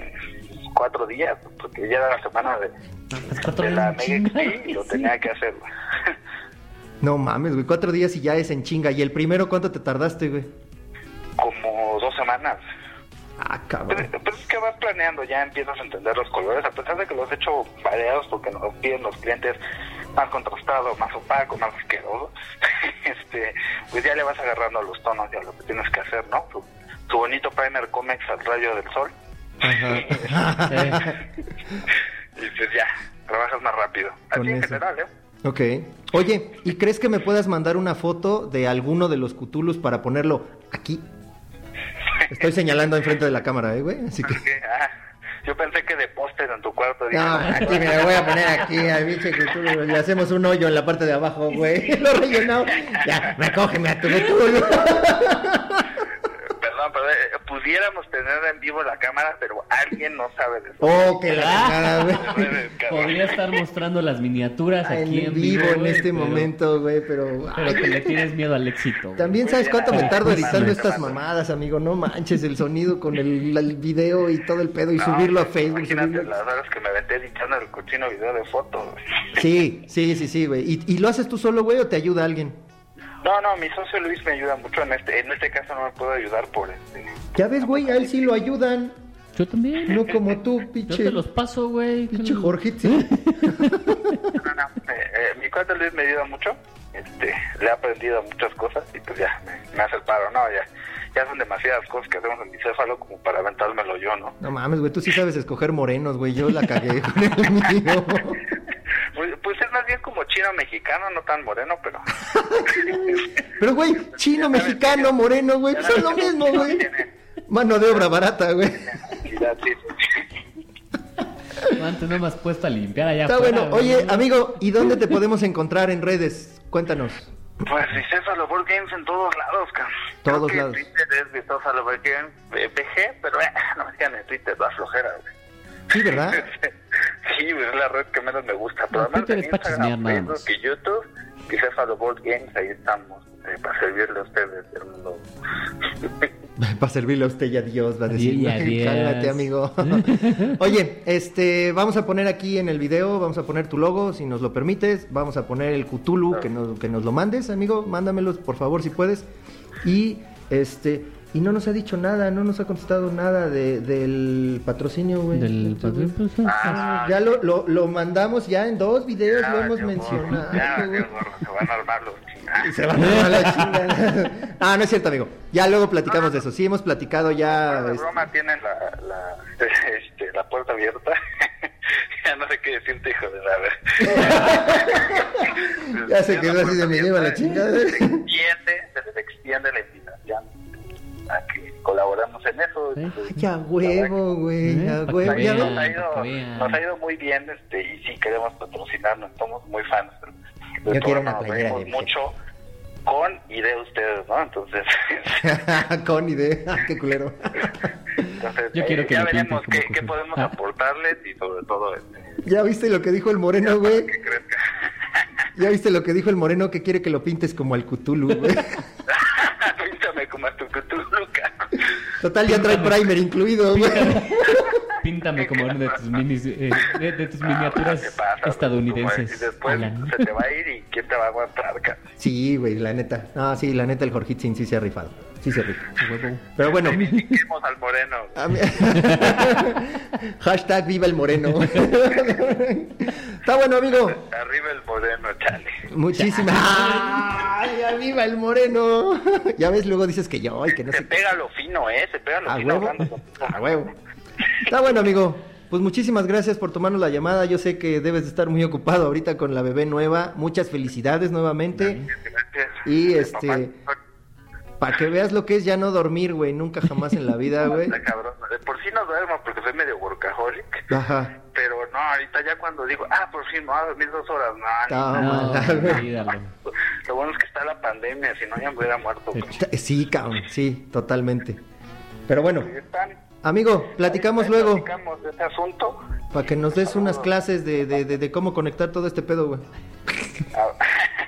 [SPEAKER 3] cuatro días, porque ya era la semana de,
[SPEAKER 2] Las cuatro
[SPEAKER 3] de
[SPEAKER 2] de
[SPEAKER 3] la
[SPEAKER 2] la
[SPEAKER 3] Mega
[SPEAKER 2] chingada,
[SPEAKER 3] XP y lo
[SPEAKER 2] sí.
[SPEAKER 3] tenía que hacer.
[SPEAKER 1] No mames, güey. Cuatro días y ya es en chinga. ¿Y el primero cuánto te tardaste, güey?
[SPEAKER 3] Como dos semanas.
[SPEAKER 1] Ah,
[SPEAKER 3] Pues,
[SPEAKER 1] cabrón.
[SPEAKER 3] pues es que vas planeando, ya empiezas a entender los colores, a pesar de que los he hecho variados porque nos piden los clientes más contrastado, más opaco, más asqueroso. este, pues ya le vas agarrando los tonos y a lo que tienes que hacer, ¿no? Tu, tu bonito primer cómics al rayo del sol.
[SPEAKER 1] Ajá.
[SPEAKER 3] Y pues ya, trabajas más rápido. Así
[SPEAKER 1] Con
[SPEAKER 3] en
[SPEAKER 1] eso.
[SPEAKER 3] general, ¿eh?
[SPEAKER 1] ok. Oye, ¿y crees que me puedas mandar una foto de alguno de los cutulus para ponerlo aquí? Estoy señalando enfrente de la cámara, ¿eh, güey? Así que...
[SPEAKER 3] Porque, ah, yo pensé que de póster en tu cuarto. dije, "Ah,
[SPEAKER 1] No, aquí me lo voy a poner aquí al bicho Cthulhu. Le hacemos un hoyo en la parte de abajo, güey. Lo rellenamos. Ya, recógeme a tu Cthulhu.
[SPEAKER 3] Perdón, pero eh, pudiéramos tener en vivo la cámara, pero alguien no sabe de eso.
[SPEAKER 1] Oh, que la chingada, güey.
[SPEAKER 2] Podría estar mostrando las miniaturas aquí
[SPEAKER 1] Ah, En
[SPEAKER 2] en
[SPEAKER 1] vivo en
[SPEAKER 2] güey,
[SPEAKER 1] este
[SPEAKER 2] pero-
[SPEAKER 1] momento, güey, pero... ah,
[SPEAKER 2] Pero que le tienes miedo al éxito. güey.
[SPEAKER 1] También sabes cuánto me tardo editando
[SPEAKER 3] Sí.
[SPEAKER 1] estas mamadas, amigo. No manches el sonido con el, el video y todo el pedo y
[SPEAKER 3] No,
[SPEAKER 1] subirlo a
[SPEAKER 3] pues,
[SPEAKER 1] Facebook.
[SPEAKER 3] Imagínate
[SPEAKER 1] subirlo-
[SPEAKER 3] las horas que me aventé editando el cochino video de fotos.
[SPEAKER 1] Sí, sí, sí, sí, güey. ¿Y, y lo haces tú solo, güey, o te ayuda alguien?
[SPEAKER 3] No, no, mi socio Luis me ayuda mucho en este. En este caso no me puedo ayudar por este.
[SPEAKER 1] Ya ves, güey, a él sí lo ayudan.
[SPEAKER 2] Yo también.
[SPEAKER 1] No como tú,
[SPEAKER 2] Yo
[SPEAKER 1] pinche.
[SPEAKER 2] te los paso, güey.
[SPEAKER 1] Pinche Jorgito.
[SPEAKER 3] No, no, eh, eh, mi cuate Luis me ayuda mucho. Este, le he aprendido muchas cosas y pues ya, me, me hace el paro, ¿no? Ya, ya son demasiadas cosas que hacemos en bicéfalo como para aventármelo yo, ¿no?
[SPEAKER 1] No mames, güey, tú sí sabes escoger morenos, güey. Yo la cagué con el mío.
[SPEAKER 3] Pues, pues es más bien como chino mexicano, no tan moreno, pero.
[SPEAKER 1] Pero, güey, chino, mexicano, moreno, güey, pues es lo mismo, güey. Mano de obra barata, güey.
[SPEAKER 3] Y ya, sí.
[SPEAKER 2] No, Antes no me has puesto a limpiar allá.
[SPEAKER 1] Está
[SPEAKER 2] afuera,
[SPEAKER 1] bueno.
[SPEAKER 2] güey.
[SPEAKER 1] Oye, amigo, ¿y dónde te podemos encontrar en redes? Cuéntanos.
[SPEAKER 3] Pues Bicéfalo Board Games en todos lados, cabrón.
[SPEAKER 1] Todos
[SPEAKER 3] Creo que
[SPEAKER 1] lados.
[SPEAKER 3] Twitter es Bicéfalo Board Games eh, PG, pero eh, no me digan en Twitter, da flojera, güey.
[SPEAKER 1] Sí, ¿verdad?
[SPEAKER 3] Sí, güey, es la red que menos me gusta. Pero
[SPEAKER 2] No,
[SPEAKER 3] además
[SPEAKER 2] Twitter es
[SPEAKER 3] en
[SPEAKER 2] pa' chismear
[SPEAKER 3] Instagram,
[SPEAKER 2] nada
[SPEAKER 3] Facebook
[SPEAKER 2] más.
[SPEAKER 3] y YouTube, Bicéfalo Board Games, ahí estamos, eh, para servirle a ustedes, hermano.
[SPEAKER 1] Para servirle a usted y a Dios, va a decir.
[SPEAKER 2] Y a
[SPEAKER 1] "Ay,
[SPEAKER 2] Dios".
[SPEAKER 1] Cálmate, amigo. Oye, este, vamos a poner aquí en el video, vamos a poner tu logo, si nos lo permites. Vamos a poner el Cthulhu, que nos, que nos lo mandes, amigo. Mándamelos, por favor, si puedes. Y, este, y no nos ha dicho nada, no nos ha contestado nada de- del patrocinio, güey.
[SPEAKER 2] Del
[SPEAKER 1] Entonces, güey,
[SPEAKER 2] pues,
[SPEAKER 3] Ah,
[SPEAKER 1] Ya lo, lo, lo mandamos ya en dos videos,
[SPEAKER 3] ya,
[SPEAKER 1] lo hemos
[SPEAKER 3] Ah, qué gorro,
[SPEAKER 1] mencionado.
[SPEAKER 3] Ya,
[SPEAKER 1] güey.
[SPEAKER 3] qué gorro, se van a armar los chingados.
[SPEAKER 1] Y se van a la chingada. Ah, no es cierto, amigo. Ya luego platicamos de eso. Sí, hemos platicado ya.
[SPEAKER 3] Bueno, de
[SPEAKER 1] este,
[SPEAKER 3] broma tienen la, la, este, la puerta abierta. ya no no sé qué decirte, hijo de la ver.
[SPEAKER 1] Ya se quedó así de me lleva la chingada. ¿eh?
[SPEAKER 3] Se les extiende, se les extiende la invitación a que colaboramos en eso. Este,
[SPEAKER 2] Sí.
[SPEAKER 3] Entonces,
[SPEAKER 1] Ya huevo, güey, a
[SPEAKER 2] Para que
[SPEAKER 1] huevo. Ya ves.
[SPEAKER 2] vean.
[SPEAKER 3] También nos ha, ido,
[SPEAKER 2] que vean.
[SPEAKER 3] nos ha ido muy bien este, y sí queremos patrocinarnos, somos muy fans. De
[SPEAKER 1] Yo
[SPEAKER 3] todo,
[SPEAKER 1] quiero una
[SPEAKER 3] nos
[SPEAKER 1] playera
[SPEAKER 3] reímos
[SPEAKER 1] de
[SPEAKER 3] mucho con y de ustedes, ¿no? Entonces,
[SPEAKER 1] Con idea, qué culero.
[SPEAKER 3] entonces
[SPEAKER 2] Yo
[SPEAKER 3] eh,
[SPEAKER 2] quiero que
[SPEAKER 3] ya
[SPEAKER 2] me pinten
[SPEAKER 3] veremos
[SPEAKER 2] como
[SPEAKER 3] qué, qué
[SPEAKER 2] Cruz
[SPEAKER 3] podemos
[SPEAKER 2] Azul. Ah.
[SPEAKER 3] aportarles y sobre todo este,
[SPEAKER 1] ¿Ya viste lo que dijo el moreno, güey?
[SPEAKER 3] que crezca.
[SPEAKER 1] ¿Ya viste lo que dijo el moreno que quiere que lo pintes como al Cthulhu, güey?
[SPEAKER 3] Píntame como a tu Ah, Lucas.
[SPEAKER 1] Total, ya trae primer incluido, güey.
[SPEAKER 2] Píntame como una de tus minis, eh, de, de
[SPEAKER 3] Ah, pues,
[SPEAKER 2] tus miniaturas
[SPEAKER 3] Y
[SPEAKER 2] estadounidenses.
[SPEAKER 3] después
[SPEAKER 2] Alan.
[SPEAKER 3] se te va a ir y quién te va a aguantar, cara.
[SPEAKER 1] Sí, güey, la neta. Ah, sí, la neta, el Jorgitsin sí se ha rifado. Sí se rifa.
[SPEAKER 2] Huevo.
[SPEAKER 1] Pero bueno.
[SPEAKER 3] Critiquemos al moreno.
[SPEAKER 1] a mí- Hashtag viva el moreno. Está bueno, amigo.
[SPEAKER 3] Arriba el moreno, chale.
[SPEAKER 1] Muchísimas. ¡Ay, ya viva el moreno! Ya ves, luego dices que yo, y que no
[SPEAKER 3] Se
[SPEAKER 1] sé qué.
[SPEAKER 3] pega lo fino, ¿eh? Se pega lo
[SPEAKER 1] A
[SPEAKER 3] fino
[SPEAKER 1] huevo.
[SPEAKER 3] hablando contigo.
[SPEAKER 1] A huevo. Está bueno, amigo. Pues muchísimas gracias por tomarnos la llamada. Yo sé que debes de estar muy ocupado ahorita con la bebé nueva. Muchas felicidades nuevamente.
[SPEAKER 3] Gracias.
[SPEAKER 1] Y,
[SPEAKER 3] Mi
[SPEAKER 1] este,
[SPEAKER 3] papá,
[SPEAKER 1] Para que veas lo que es ya no dormir, güey. Nunca jamás en la vida, güey.
[SPEAKER 3] está cabrón. De por sí no duermo porque soy medio workaholic.
[SPEAKER 1] Ajá.
[SPEAKER 3] Pero no, ahorita ya cuando digo, ah, por fin me voy a dormir dos horas, no.
[SPEAKER 1] No,
[SPEAKER 2] No,
[SPEAKER 1] mala, güey.
[SPEAKER 2] olvídalo.
[SPEAKER 3] no. Lo bueno es que está la pandemia, si no ya me hubiera muerto.
[SPEAKER 2] Sí.
[SPEAKER 3] cabrón.
[SPEAKER 1] Sí, cabrón. Sí, totalmente. Pero bueno,
[SPEAKER 3] Ahí están.
[SPEAKER 1] amigo, platicamos luego.
[SPEAKER 3] Platicamos de este asunto.
[SPEAKER 1] Para que nos des unas clases de, de, de, de cómo conectar todo este pedo, güey.
[SPEAKER 3] A-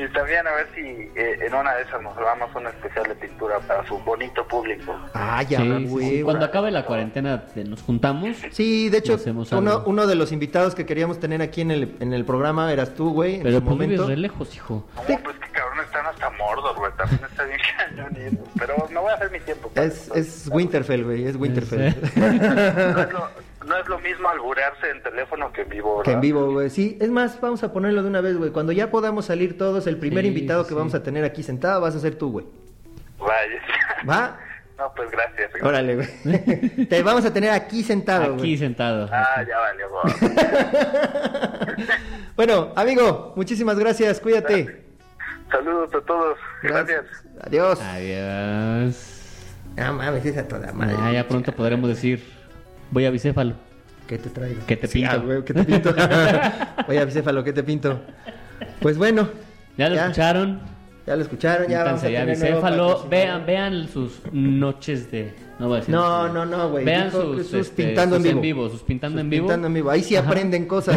[SPEAKER 3] y también a ver si eh, en una de esas nos grabamos un especial de pintura para su bonito público.
[SPEAKER 1] Ah, ya,
[SPEAKER 2] Sí, sí, sí.
[SPEAKER 1] güey.
[SPEAKER 2] Cuando acabe la cuarentena te- nos juntamos.
[SPEAKER 1] Sí, de hecho,
[SPEAKER 2] Hacemos
[SPEAKER 1] uno,
[SPEAKER 2] algo.
[SPEAKER 1] uno de los invitados que queríamos tener aquí en el, en el programa eras tú, güey. En
[SPEAKER 2] Pero
[SPEAKER 1] su
[SPEAKER 2] pues vives
[SPEAKER 1] momento.
[SPEAKER 2] re lejos, hijo.
[SPEAKER 3] No, pues que cabrón están hasta mordos, güey. También está bien cañón y eso. Pero me voy a hacer mi tiempo. para
[SPEAKER 1] Es,
[SPEAKER 3] eso.
[SPEAKER 1] es Winterfell, güey. Es Winterfell.
[SPEAKER 3] No es, lo, no es lo mismo alburearse en teléfono que en vivo, ¿verdad?
[SPEAKER 1] Que en vivo, güey. Sí, es más, vamos a ponerlo de una vez, güey. Cuando ya podamos salir todos, el primer
[SPEAKER 2] Sí,
[SPEAKER 1] invitado
[SPEAKER 2] sí,
[SPEAKER 1] que
[SPEAKER 2] sí.
[SPEAKER 1] vamos a tener aquí sentado vas a ser tú, güey.
[SPEAKER 3] Vaya.
[SPEAKER 1] ¿Va?
[SPEAKER 3] No, pues gracias. güey.
[SPEAKER 1] Órale, güey. Te vamos a tener aquí sentado,
[SPEAKER 2] Aquí
[SPEAKER 1] güey.
[SPEAKER 2] sentado.
[SPEAKER 3] Ah, ya valió. güey.
[SPEAKER 1] Bueno, amigo, muchísimas gracias. Cuídate.
[SPEAKER 3] Saludos a todos. gracias.
[SPEAKER 1] Adiós.
[SPEAKER 3] pues.
[SPEAKER 2] Adiós.
[SPEAKER 1] No mames, es a toda madre.
[SPEAKER 2] Ah, ya pronto podremos decir, voy a bicéfalo.
[SPEAKER 1] ¿Qué te traigo?
[SPEAKER 2] ¿Qué te
[SPEAKER 1] Sí,
[SPEAKER 2] pinto?
[SPEAKER 1] ah, güey, ¿Qué te pinto? Oye, Bicéfalo, ¿qué te pinto? Pues bueno.
[SPEAKER 2] ¿Ya lo escucharon?
[SPEAKER 1] Ya lo escucharon, ya vamos a
[SPEAKER 2] Píntanse ya
[SPEAKER 1] tener nuevo
[SPEAKER 2] bicéfalo.
[SPEAKER 1] patrocinador.
[SPEAKER 2] Vean, vean sus noches de... No, voy a decir
[SPEAKER 1] No,
[SPEAKER 2] noches de-
[SPEAKER 1] no, no, güey.
[SPEAKER 2] Vean
[SPEAKER 1] Dijo
[SPEAKER 2] sus,
[SPEAKER 1] que sus
[SPEAKER 2] este,
[SPEAKER 1] pintando
[SPEAKER 2] sus
[SPEAKER 1] en vivo.
[SPEAKER 2] Sus pintando
[SPEAKER 1] Sus
[SPEAKER 2] en vivo.
[SPEAKER 1] Pintando en vivo. Ahí sí aprenden cosas.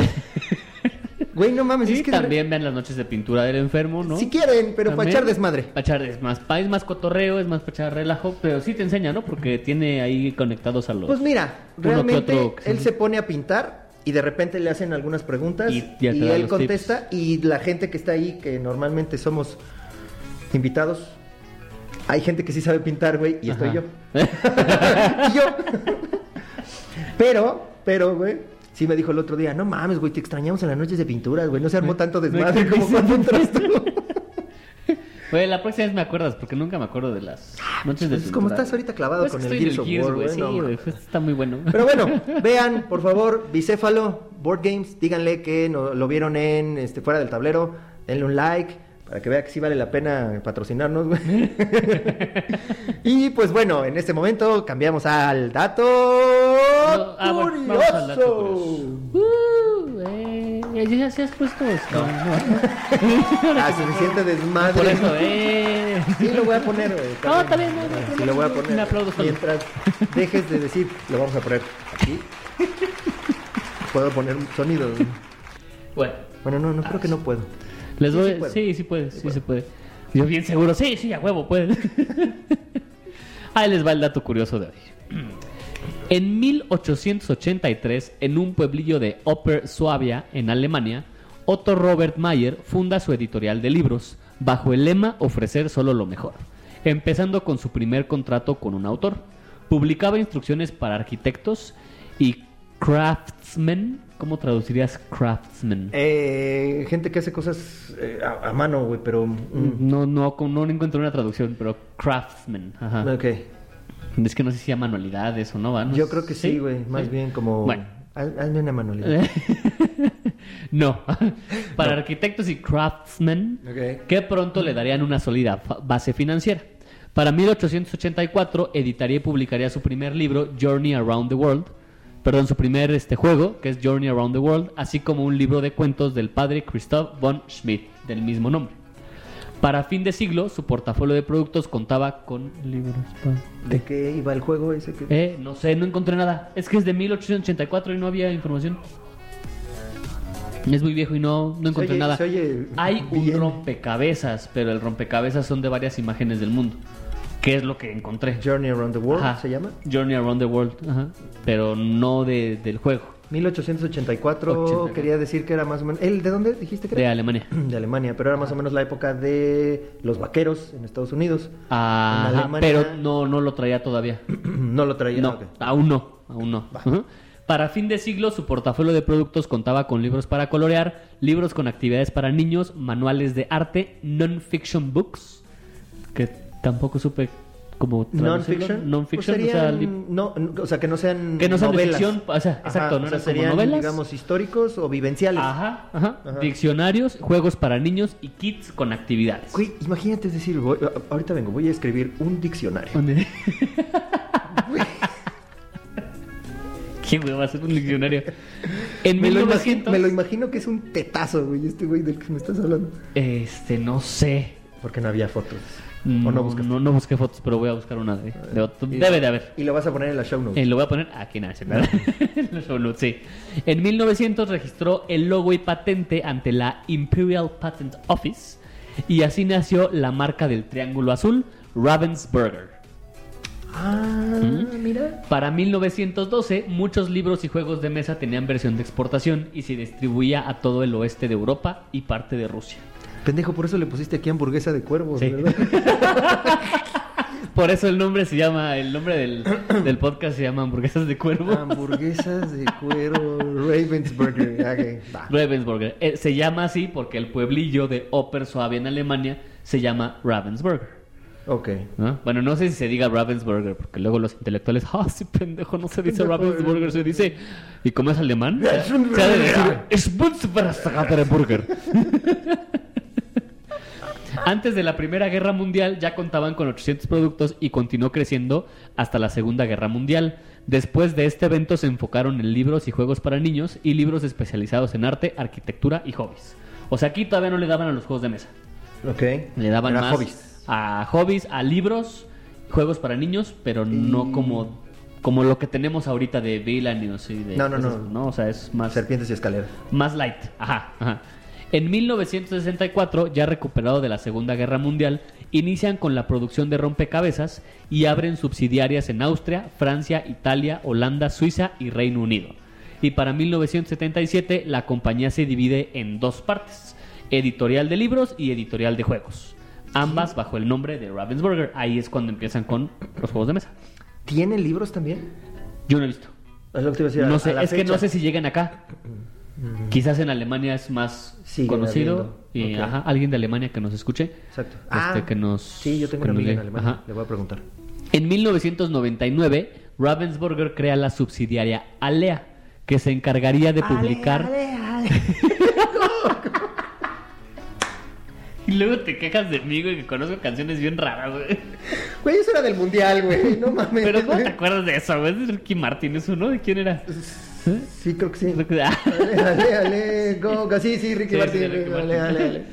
[SPEAKER 1] Güey, no mames,
[SPEAKER 2] Y
[SPEAKER 1] es que de
[SPEAKER 2] también vean las noches de pintura del enfermo, ¿no?
[SPEAKER 1] Si quieren, pero para echar desmadre.
[SPEAKER 2] Para echar es más, pa- es más cotorreo, es más para echar relajo, pero sí te enseña, ¿no? Porque tiene ahí conectados a los...
[SPEAKER 1] Pues mira,
[SPEAKER 2] Uno que
[SPEAKER 1] realmente
[SPEAKER 2] otro que
[SPEAKER 1] él
[SPEAKER 2] sí.
[SPEAKER 1] se pone a pintar y de repente le hacen algunas preguntas
[SPEAKER 2] Y
[SPEAKER 1] y,
[SPEAKER 2] ya te da
[SPEAKER 1] él
[SPEAKER 2] los
[SPEAKER 1] contesta y la gente que está ahí, que normalmente somos invitados, hay gente que sí sabe pintar, güey, y estoy
[SPEAKER 2] Ajá.
[SPEAKER 1] yo. y yo. pero, pero, güey. Sí me dijo el otro día, no mames, güey, te extrañamos en las noches de pinturas, güey, no se armó tanto
[SPEAKER 2] me
[SPEAKER 1] desmadre como
[SPEAKER 2] extrañas.
[SPEAKER 1] cuando entras tú.
[SPEAKER 2] Güey, la próxima vez me acuerdas, porque nunca me acuerdo de las noches de
[SPEAKER 1] Pues, como
[SPEAKER 2] pintura.
[SPEAKER 1] estás ahorita clavado
[SPEAKER 2] Pues
[SPEAKER 1] con
[SPEAKER 2] que
[SPEAKER 1] el
[SPEAKER 2] estoy en
[SPEAKER 1] Gears of War, güey,
[SPEAKER 2] Sí,
[SPEAKER 1] no
[SPEAKER 2] güey,
[SPEAKER 1] mames.
[SPEAKER 2] pues, está muy bueno.
[SPEAKER 1] Pero bueno, vean, por favor, Bicéfalo, Board Games, díganle que no- lo vieron en este fuera del tablero, denle un like para que vea que sí vale la pena patrocinarnos, güey. y pues bueno, en este momento cambiamos al dato
[SPEAKER 2] No, ah, bueno, vamos al dato
[SPEAKER 1] curioso.
[SPEAKER 2] Uh, eh, ya se has puesto esto.
[SPEAKER 1] Ah, suficiente desmadre.
[SPEAKER 2] Por eso, eh.
[SPEAKER 1] Sí lo voy a poner, güey.
[SPEAKER 2] No, está bien, no, no,
[SPEAKER 1] Sí lo voy a poner.
[SPEAKER 2] me aplaudo solo.
[SPEAKER 1] Mientras dejes de decir, lo vamos a poner aquí. Puedo poner un sonido. güey.
[SPEAKER 2] Bueno,
[SPEAKER 1] Bueno, no, no creo que no puedo.
[SPEAKER 2] les
[SPEAKER 1] Sí,
[SPEAKER 2] voy.
[SPEAKER 1] sí puedo.
[SPEAKER 2] Sí, sí puede, sí, se puede. Yo bien seguro, sí, sí, a huevo puede. Ahí les va el dato curioso de hoy. En 1883, en un pueblillo de Upper Suabia, en Alemania, Otto Robert Mayer funda su editorial de libros, bajo el lema Ofrecer solo lo mejor, empezando con su primer contrato con un autor. Publicaba instrucciones para arquitectos y craftsmen. ¿Cómo traducirías craftsmen?
[SPEAKER 1] Eh, gente que hace cosas eh, a, a mano, güey, pero... mm,
[SPEAKER 2] No, no, con- no encuentro una traducción, pero craftsmen. Ajá.
[SPEAKER 1] ok.
[SPEAKER 2] Es que no sé si sea manualidades o no, ¿va? No
[SPEAKER 1] Yo
[SPEAKER 2] sé.
[SPEAKER 1] creo que sí, güey. Más
[SPEAKER 2] ¿Sí?
[SPEAKER 1] bien como
[SPEAKER 2] Bueno. Eh.
[SPEAKER 1] Haz- Hazme una manualidad.
[SPEAKER 2] no. Para arquitectos y craftsmen,
[SPEAKER 1] Ok.
[SPEAKER 2] que pronto le darían una sólida fa- base financiera. Para 1884 editaría y publicaría su primer libro, Journey Around the World, perdón, su primer este juego, que es Journey Around the World, así como un libro de cuentos del padre Christoph von Schmidt, del mismo nombre. Para fin de siglo, su portafolio de productos contaba con libros. pa-
[SPEAKER 1] ¿De qué iba el juego ese? Que...
[SPEAKER 2] eh, no sé, no encontré nada. Es que es de 1884 y no había información. Es muy viejo y no, no encontré
[SPEAKER 1] oye-
[SPEAKER 2] nada.
[SPEAKER 1] se oye
[SPEAKER 2] Hay
[SPEAKER 1] bien.
[SPEAKER 2] un rompecabezas, pero el rompecabezas son de varias imágenes del mundo. ¿Qué es lo que encontré?
[SPEAKER 1] Journey Around the World
[SPEAKER 2] Ajá.
[SPEAKER 1] se llama.
[SPEAKER 2] Journey Around the World, ajá. pero no de- del juego,
[SPEAKER 1] 1884
[SPEAKER 2] 84.
[SPEAKER 1] quería decir que era más o menos... ¿El de dónde dijiste que
[SPEAKER 2] de
[SPEAKER 1] era?
[SPEAKER 2] Alemania.
[SPEAKER 1] De Alemania, pero era más o menos la época de los vaqueros en Estados Unidos.
[SPEAKER 2] Ajá,
[SPEAKER 1] En Alemania-
[SPEAKER 2] pero no, no lo traía todavía.
[SPEAKER 1] no lo traía.
[SPEAKER 2] No,
[SPEAKER 1] ok.
[SPEAKER 2] aún no, aún no. Ujú. Para fin de siglo, su portafolio de productos contaba con libros para colorear, libros con actividades para niños, manuales de arte, non-fiction books, que tampoco supe cómo traducirlo.
[SPEAKER 1] Non-fiction.
[SPEAKER 2] Non-fiction,
[SPEAKER 1] Pues
[SPEAKER 2] o sea,
[SPEAKER 1] serían-
[SPEAKER 2] li-
[SPEAKER 1] no, no, o sea, que no sean
[SPEAKER 2] Que no sean de
[SPEAKER 1] novelas.
[SPEAKER 2] ficción, o sea, exacto, no
[SPEAKER 1] o sea,
[SPEAKER 2] eran como
[SPEAKER 1] serían,
[SPEAKER 2] novelas.
[SPEAKER 1] digamos, históricos o vivenciales.
[SPEAKER 2] Ajá, ajá,
[SPEAKER 1] Ajá.
[SPEAKER 2] Diccionarios, juegos para niños y kits con actividades.
[SPEAKER 1] Güey, imagínate decir, voy- a- ahorita vengo, voy a escribir un diccionario.
[SPEAKER 2] ¿Dónde? ¿Qué güey va a ser un diccionario? En
[SPEAKER 1] Me lo, imagi-
[SPEAKER 2] 1900,
[SPEAKER 1] me lo imagino que es un tetazo, güey, este güey del que me estás hablando.
[SPEAKER 2] Este, no sé.
[SPEAKER 1] Porque no había fotos.
[SPEAKER 2] No,
[SPEAKER 1] o no buscaste.
[SPEAKER 2] Mm, no, no busqué fotos, pero voy a buscar una de, de otro-
[SPEAKER 1] Y-
[SPEAKER 2] Debe de haber.
[SPEAKER 1] Y lo vas a poner en la show notes.
[SPEAKER 2] Eh, lo voy a poner aquí, nada, ¿verdad? sí. En 1900 registró el logo y patente ante la Imperial Patent Office y así nació la marca del triángulo azul, Ravensburger.
[SPEAKER 1] Ah, mira.
[SPEAKER 2] Para 1912, muchos libros y juegos de mesa tenían versión de exportación y se distribuía a todo el oeste de Europa y parte de Rusia.
[SPEAKER 1] Pendejo, por eso le pusiste aquí hamburguesa de cuervos,
[SPEAKER 2] Sí.
[SPEAKER 1] ¿verdad?
[SPEAKER 2] Por eso el nombre se llama, el nombre del, del podcast se llama Hamburguesas de Cuervo.
[SPEAKER 1] Hamburguesas de cuero Ravensburger. Ok, va.
[SPEAKER 2] Ravensburger. Eh, se llama así porque el pueblillo de Operswabia en Alemania se llama Ravensburger.
[SPEAKER 1] Ok.
[SPEAKER 2] ¿no? Bueno, no sé si se diga Ravensburger, porque luego los intelectuales, ah, sí, pendejo, no se dice Ravensburger, se dice. ¿Y cómo es alemán? Se se ha de decir Schmutzbrastgaterburger. Antes de la Primera Guerra Mundial ya contaban con 800 productos y continuó creciendo hasta la Segunda Guerra Mundial. Después de este evento se enfocaron en libros y juegos para niños y libros especializados en arte, arquitectura y hobbies. O sea, aquí todavía no le daban a los juegos de mesa.
[SPEAKER 1] Ok.
[SPEAKER 2] Le daban
[SPEAKER 1] Era
[SPEAKER 2] más
[SPEAKER 1] hobbies.
[SPEAKER 2] a hobbies, a libros, juegos para niños, pero
[SPEAKER 1] Mm.
[SPEAKER 2] no como, como lo que tenemos ahorita de Villanews y de
[SPEAKER 1] No, no, no.
[SPEAKER 2] no, o sea, es más
[SPEAKER 1] Serpientes y escaleras.
[SPEAKER 2] más light. Ajá, ajá. En 1964, ya recuperado de la Segunda Guerra Mundial, inician con la producción de rompecabezas y abren subsidiarias en Austria, Francia, Italia, Holanda, Suiza y Reino Unido. Y para 1977 la compañía se divide en dos partes, editorial de libros y editorial de juegos, ambas bajo el nombre de Ravensburger. Ahí es cuando empiezan con los juegos de mesa.
[SPEAKER 1] ¿Tiene libros también?
[SPEAKER 2] Yo no he visto.
[SPEAKER 1] Es lo que te iba a decir, a-
[SPEAKER 2] No
[SPEAKER 1] a
[SPEAKER 2] sé,
[SPEAKER 1] la
[SPEAKER 2] es que
[SPEAKER 1] fecha.
[SPEAKER 2] no sé si llegan acá. Quizás en Alemania es más
[SPEAKER 1] Siguen
[SPEAKER 2] conocido.
[SPEAKER 1] habiendo,
[SPEAKER 2] Y
[SPEAKER 1] ok.
[SPEAKER 2] ajá, alguien de Alemania que nos escuche.
[SPEAKER 1] Exacto.
[SPEAKER 2] Este,
[SPEAKER 1] Ah,
[SPEAKER 2] que nos,
[SPEAKER 1] Sí, yo tengo
[SPEAKER 2] que
[SPEAKER 1] una
[SPEAKER 2] nos
[SPEAKER 1] amiga en
[SPEAKER 2] diga.
[SPEAKER 1] Alemania.
[SPEAKER 2] Ajá.
[SPEAKER 1] Le voy a preguntar.
[SPEAKER 2] En 1999, Ravensburger crea la subsidiaria Alea, que se encargaría de publicar. Y luego te quejas de mí, güey, que conozco canciones bien raras, güey.
[SPEAKER 1] Güey, eso era del mundial, güey. No mames.
[SPEAKER 2] Pero ¿cómo te acuerdas de eso, güey? Es de Ricky Martin, ¿eso no? ¿De quién era? Ah.
[SPEAKER 1] Sí, creo que sí.
[SPEAKER 2] Creo que-
[SPEAKER 1] Ale, ale, ale, go, go. Sí, sí, Ricky
[SPEAKER 2] Sí,
[SPEAKER 1] Martin.
[SPEAKER 2] sí, Ricky Martin.
[SPEAKER 1] Ale, ale, ale.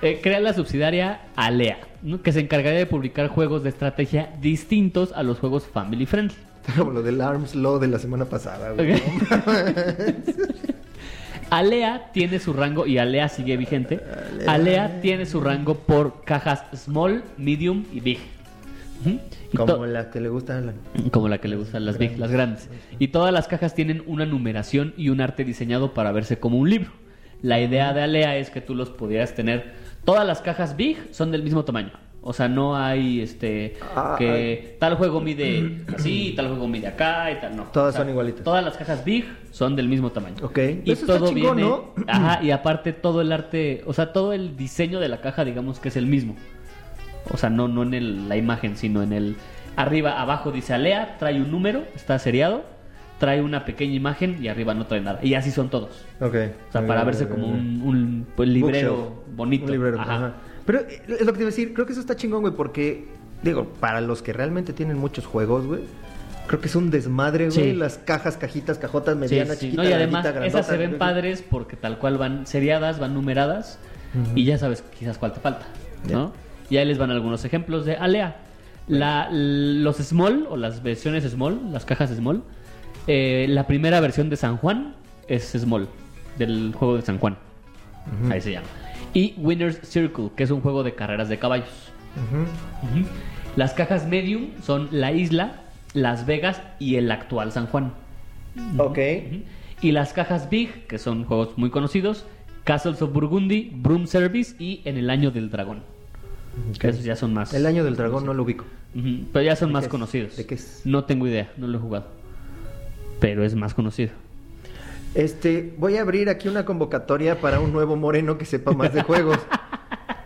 [SPEAKER 2] Eh, crea la subsidiaria Alea, ¿no? que se encargaría de publicar juegos de estrategia distintos a los juegos family friendly.
[SPEAKER 1] Está Como lo del Arms Law de la semana pasada, güey.
[SPEAKER 2] Ok. Alea tiene su rango, y Alea sigue vigente, Alea tiene su rango por cajas small, medium y big. Ujú. Y
[SPEAKER 1] Como
[SPEAKER 2] to-
[SPEAKER 1] la que le gusta a Alan.
[SPEAKER 2] como la que le gustan las big, las grandes. Y todas las cajas tienen una numeración y un arte diseñado para verse como un libro. La idea de Alea es que tú los pudieras tener. Todas las cajas big son del mismo tamaño. O sea, no hay este
[SPEAKER 1] Ah,
[SPEAKER 2] que tal juego mide así, tal juego mide acá y tal no.
[SPEAKER 1] Todas
[SPEAKER 2] O sea,
[SPEAKER 1] son igualitas.
[SPEAKER 2] Todas las cajas big son del mismo tamaño.
[SPEAKER 1] Ok. Pues
[SPEAKER 2] Y
[SPEAKER 1] Eso está
[SPEAKER 2] todo
[SPEAKER 1] chingón,
[SPEAKER 2] viene,
[SPEAKER 1] ¿no?
[SPEAKER 2] ajá, y aparte todo el arte, o sea, todo el diseño de la caja, digamos que es el mismo. O sea, no, no en el- la imagen, sino en el. Arriba, abajo dice Alea, trae un número, está seriado. trae una pequeña imagen y arriba no trae nada. Y así son todos.
[SPEAKER 1] Ok.
[SPEAKER 2] O sea, para verse como un, un, pues, librero
[SPEAKER 1] Eh, Bookshelf.
[SPEAKER 2] bonito.
[SPEAKER 1] Un librero,
[SPEAKER 2] Ajá.
[SPEAKER 1] ajá. Pero eh, es lo que te iba a decir, creo que eso está chingón, güey, porque, digo, para los que realmente tienen muchos juegos, güey, creo que es un desmadre, güey,
[SPEAKER 2] Sí.
[SPEAKER 1] las cajas, cajitas, cajotas,
[SPEAKER 2] Sí,
[SPEAKER 1] medianas,
[SPEAKER 2] sí.
[SPEAKER 1] chiquitas,
[SPEAKER 2] No, y además
[SPEAKER 1] grandita,
[SPEAKER 2] esas
[SPEAKER 1] grandota,
[SPEAKER 2] se ven
[SPEAKER 1] güey.
[SPEAKER 2] padres porque tal cual van seriadas, van numeradas y ya sabes quizás cuál te falta, ¿no? Y ahí les van algunos ejemplos de Alea. La, los small o las versiones small, las cajas small, eh, la primera versión de San Juan es small, del juego de San Juan, ahí se llama. Y Winner's Circle, que es un juego de carreras de caballos.
[SPEAKER 1] Ujú.
[SPEAKER 2] Ujú. Las cajas medium son La Isla, Las Vegas y el actual San Juan.
[SPEAKER 1] Ok.
[SPEAKER 2] Ujú. Y las cajas Big, que son juegos muy conocidos, Castles of Burgundy, Broom Service y En el Año del Dragón.
[SPEAKER 1] Ok.
[SPEAKER 2] Esos ya son más.
[SPEAKER 1] El año del dragón no lo ubico.
[SPEAKER 2] Ujú, Pero ya son más
[SPEAKER 1] qué es?
[SPEAKER 2] conocidos.
[SPEAKER 1] ¿De qué es?
[SPEAKER 2] No tengo idea, no lo he jugado. Pero es más conocido.
[SPEAKER 1] Este, voy a abrir aquí una convocatoria para un nuevo moreno que sepa más de juegos.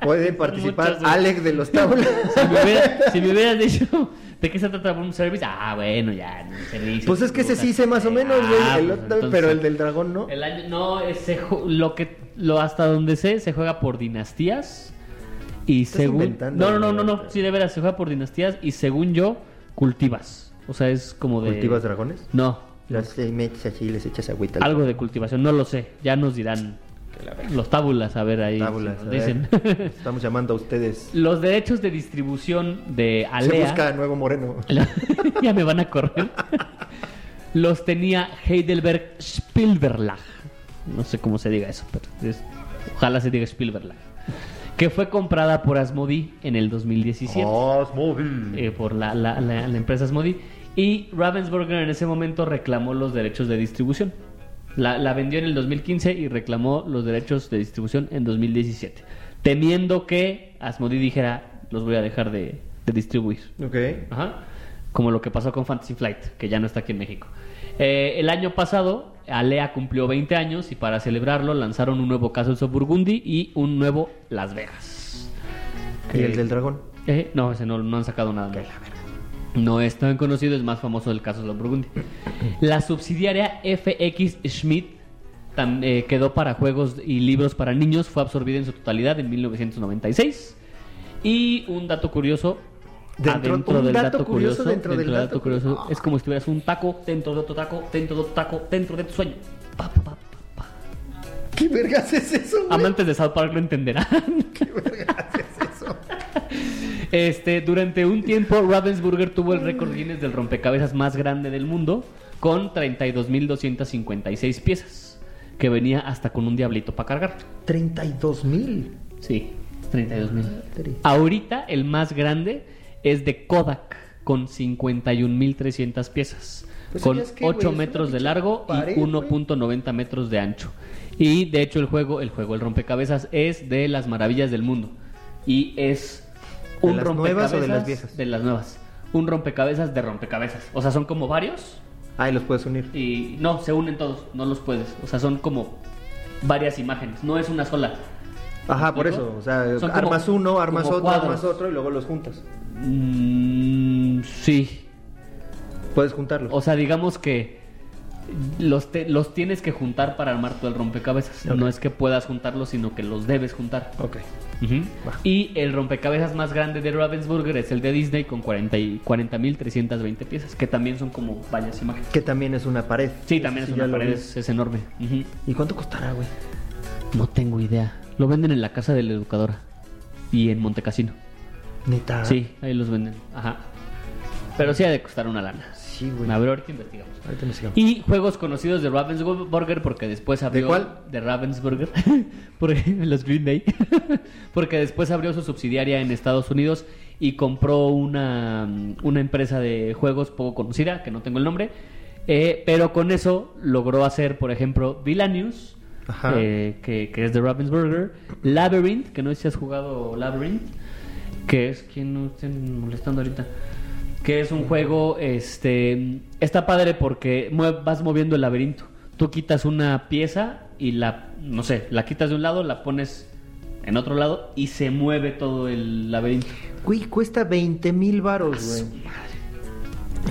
[SPEAKER 1] Puede participar
[SPEAKER 2] Muchas, güey.
[SPEAKER 1] Alex de los Tablas.
[SPEAKER 2] Si me, hubiera- si me hubieras dicho de qué se trata Broom Service, ah, bueno, ya, no, servicio.
[SPEAKER 1] Pues es que ese sí sé más o menos, güey,
[SPEAKER 2] Ah,
[SPEAKER 1] el
[SPEAKER 2] pues
[SPEAKER 1] otro-
[SPEAKER 2] entonces-
[SPEAKER 1] pero el del dragón no.
[SPEAKER 2] El año- no, eh, se ju- lo que lo hasta donde sé se juega por dinastías y
[SPEAKER 1] Estás
[SPEAKER 2] según
[SPEAKER 1] inventando,
[SPEAKER 2] no no no no no
[SPEAKER 1] güey.
[SPEAKER 2] sí de veras se juega por dinastías y según yo cultivas, o sea es como de
[SPEAKER 1] ¿Cultivas dragones?
[SPEAKER 2] No,
[SPEAKER 1] Las eh, metes así y les echas agüita.
[SPEAKER 2] algo de cultivación no lo sé, ya nos dirán los tábulas a ver ahí
[SPEAKER 1] Tábulas,
[SPEAKER 2] si
[SPEAKER 1] a
[SPEAKER 2] nos
[SPEAKER 1] ver.
[SPEAKER 2] dicen
[SPEAKER 1] Estamos llamando a ustedes.
[SPEAKER 2] los derechos de distribución de
[SPEAKER 1] Se
[SPEAKER 2] Alea
[SPEAKER 1] busca Nuevo Moreno.
[SPEAKER 2] ya me van a correr los tenía Heidelberg Spielberg No sé cómo se diga eso, pero es- ojalá se diga Spielberg. Que fue comprada por Asmodi en el 2017.
[SPEAKER 1] Oh. Osmobile.
[SPEAKER 2] eh, por la, la- la- la empresa Asmodi. Y Ravensburger en ese momento reclamó los derechos de distribución. La, la vendió en el 2015 y reclamó los derechos de distribución en 2017. Temiendo que Asmodi dijera, los voy a dejar de- de distribuir.
[SPEAKER 1] Ok.
[SPEAKER 2] Ajá. Como lo que pasó con Fantasy Flight, que ya no está aquí en México. Eh, el año pasado, Alea cumplió 20 años y para celebrarlo lanzaron un nuevo Castles of Burgundy y un nuevo Las Vegas.
[SPEAKER 1] ¿Y
[SPEAKER 2] Eh,
[SPEAKER 1] el del dragón?
[SPEAKER 2] eh, no, ese no, no han sacado nada. nuevo. No es tan conocido, es más famoso el caso de los Burgundy. La subsidiaria FX Schmidt tam- eh, quedó para juegos y libros para niños, fue absorbida en su totalidad en 1996. Y un dato curioso.
[SPEAKER 1] Dentro- un dato curioso dentro del
[SPEAKER 2] del
[SPEAKER 1] dato
[SPEAKER 2] dato curioso,
[SPEAKER 1] curioso.
[SPEAKER 2] es como si tuvieras un taco dentro de otro taco, dentro de otro taco, dentro de tu sueño. Pa, pa, pa, pa, pa.
[SPEAKER 1] ¿Qué vergas es eso, güey?
[SPEAKER 2] Amantes de South Park lo entenderán.
[SPEAKER 1] ¿Qué vergas es eso?
[SPEAKER 2] Este, durante un tiempo, Ravensburger tuvo el récord Guinness del rompecabezas más grande del mundo, con 32.256 piezas, que venía hasta con un diablito para cargar.
[SPEAKER 1] 32 mil.
[SPEAKER 2] Sí, 32.000. Ahorita el más grande es de Kodak, con 51.300 piezas,
[SPEAKER 1] Pues,
[SPEAKER 2] con
[SPEAKER 1] ¿sabías qué, güey?
[SPEAKER 2] 8
[SPEAKER 1] Es una
[SPEAKER 2] metros de
[SPEAKER 1] pinche
[SPEAKER 2] largo
[SPEAKER 1] pared,
[SPEAKER 2] y
[SPEAKER 1] güey.
[SPEAKER 2] 1.90 metros de ancho. Y de hecho el juego, el juego, el rompecabezas es de las maravillas del mundo. Y es
[SPEAKER 1] ¿De
[SPEAKER 2] un
[SPEAKER 1] las nuevas
[SPEAKER 2] rompecabezas
[SPEAKER 1] o de las viejas?
[SPEAKER 2] de las nuevas. Un rompecabezas de rompecabezas. O sea, son como varios
[SPEAKER 1] Ahí los puedes unir.
[SPEAKER 2] y no, se unen todos, no los puedes. O sea, son como varias imágenes, no es una sola.
[SPEAKER 1] Ajá, por
[SPEAKER 2] ¿no?
[SPEAKER 1] eso. O sea,
[SPEAKER 2] Son como-
[SPEAKER 1] armas uno, armas
[SPEAKER 2] como
[SPEAKER 1] otro,
[SPEAKER 2] cuadros.
[SPEAKER 1] armas otro y luego los juntas.
[SPEAKER 2] Mm, sí.
[SPEAKER 1] Puedes juntarlos.
[SPEAKER 2] O sea, digamos que los, te- los tienes que juntar para armar todo el rompecabezas.
[SPEAKER 1] Ok.
[SPEAKER 2] No es que puedas juntarlos, sino que los debes juntar.
[SPEAKER 1] ok.
[SPEAKER 2] Ujú.
[SPEAKER 1] Va.
[SPEAKER 2] Y el rompecabezas más grande de Ravensburger es el de Disney con 40 y- 40.320 piezas, que también son como varias imágenes.
[SPEAKER 1] Que también es una pared.
[SPEAKER 2] Sí, también es
[SPEAKER 1] ya
[SPEAKER 2] una
[SPEAKER 1] lo
[SPEAKER 2] pared,
[SPEAKER 1] vi.
[SPEAKER 2] es, es enorme. Ujú.
[SPEAKER 1] ¿Y cuánto costará, güey?
[SPEAKER 2] No tengo idea. Lo venden en la casa de la educadora y en Montecasino.
[SPEAKER 1] Neta.
[SPEAKER 2] Sí, ahí los venden. Ajá. Pero sí ha de costar una lana.
[SPEAKER 1] Sí, güey.
[SPEAKER 2] A ver, ahorita investigamos.
[SPEAKER 1] Ahorita me sigamos.
[SPEAKER 2] Y juegos conocidos de Ravensburger porque después abrió...
[SPEAKER 1] cuál?
[SPEAKER 2] De Ravensburger. porque los Green Day. porque después abrió su subsidiaria en Estados Unidos y compró una, una empresa de juegos poco conocida, que no tengo el nombre. Eh, pero con eso logró hacer, por ejemplo, Villanius,
[SPEAKER 1] Ajá.
[SPEAKER 2] eh, que, que es de Ravensburger, Labyrinth, que no sé si has jugado Labyrinth, que es quien no estén molestando ahorita, que es un juego, este, está padre porque mue- vas moviendo el laberinto, tú quitas una pieza y la, no sé, la quitas de un lado, la pones en otro lado y se mueve todo el laberinto.
[SPEAKER 1] Güey, cuesta 20 mil varos, güey.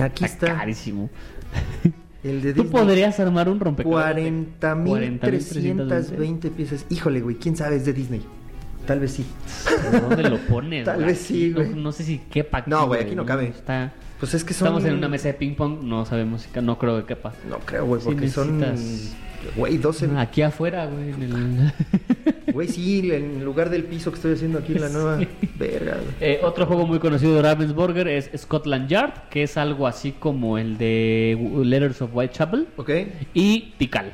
[SPEAKER 1] Aquí está.
[SPEAKER 2] Carísimo.
[SPEAKER 1] El de
[SPEAKER 2] Tú
[SPEAKER 1] Disney.
[SPEAKER 2] podrías armar un rompecabezas. de
[SPEAKER 1] 40.320 piezas. Híjole, güey, quién sabe, es de Disney. Tal vez sí.
[SPEAKER 2] ¿Dónde lo pones?
[SPEAKER 1] Tal
[SPEAKER 2] güey?
[SPEAKER 1] vez sí,
[SPEAKER 2] No-
[SPEAKER 1] güey.
[SPEAKER 2] No, sé si quepa aquí.
[SPEAKER 1] No, güey, aquí no cabe.
[SPEAKER 2] Está...
[SPEAKER 1] Pues es que son.
[SPEAKER 2] Estamos en una mesa de ping-pong, no sabemos si ca- no creo que quepa.
[SPEAKER 1] No creo, güey,
[SPEAKER 2] Sí
[SPEAKER 1] porque son.
[SPEAKER 2] necesitas-
[SPEAKER 1] Güey, 12.
[SPEAKER 2] Aquí afuera, güey, en el...
[SPEAKER 1] Güey, sí, en lugar del piso que estoy haciendo aquí, la nueva. Verga, güey.
[SPEAKER 2] Eh, otro juego muy conocido de Ravensburger es Scotland Yard, que es algo así como el de Letters of Whitechapel
[SPEAKER 1] Ok.
[SPEAKER 2] y Tikal.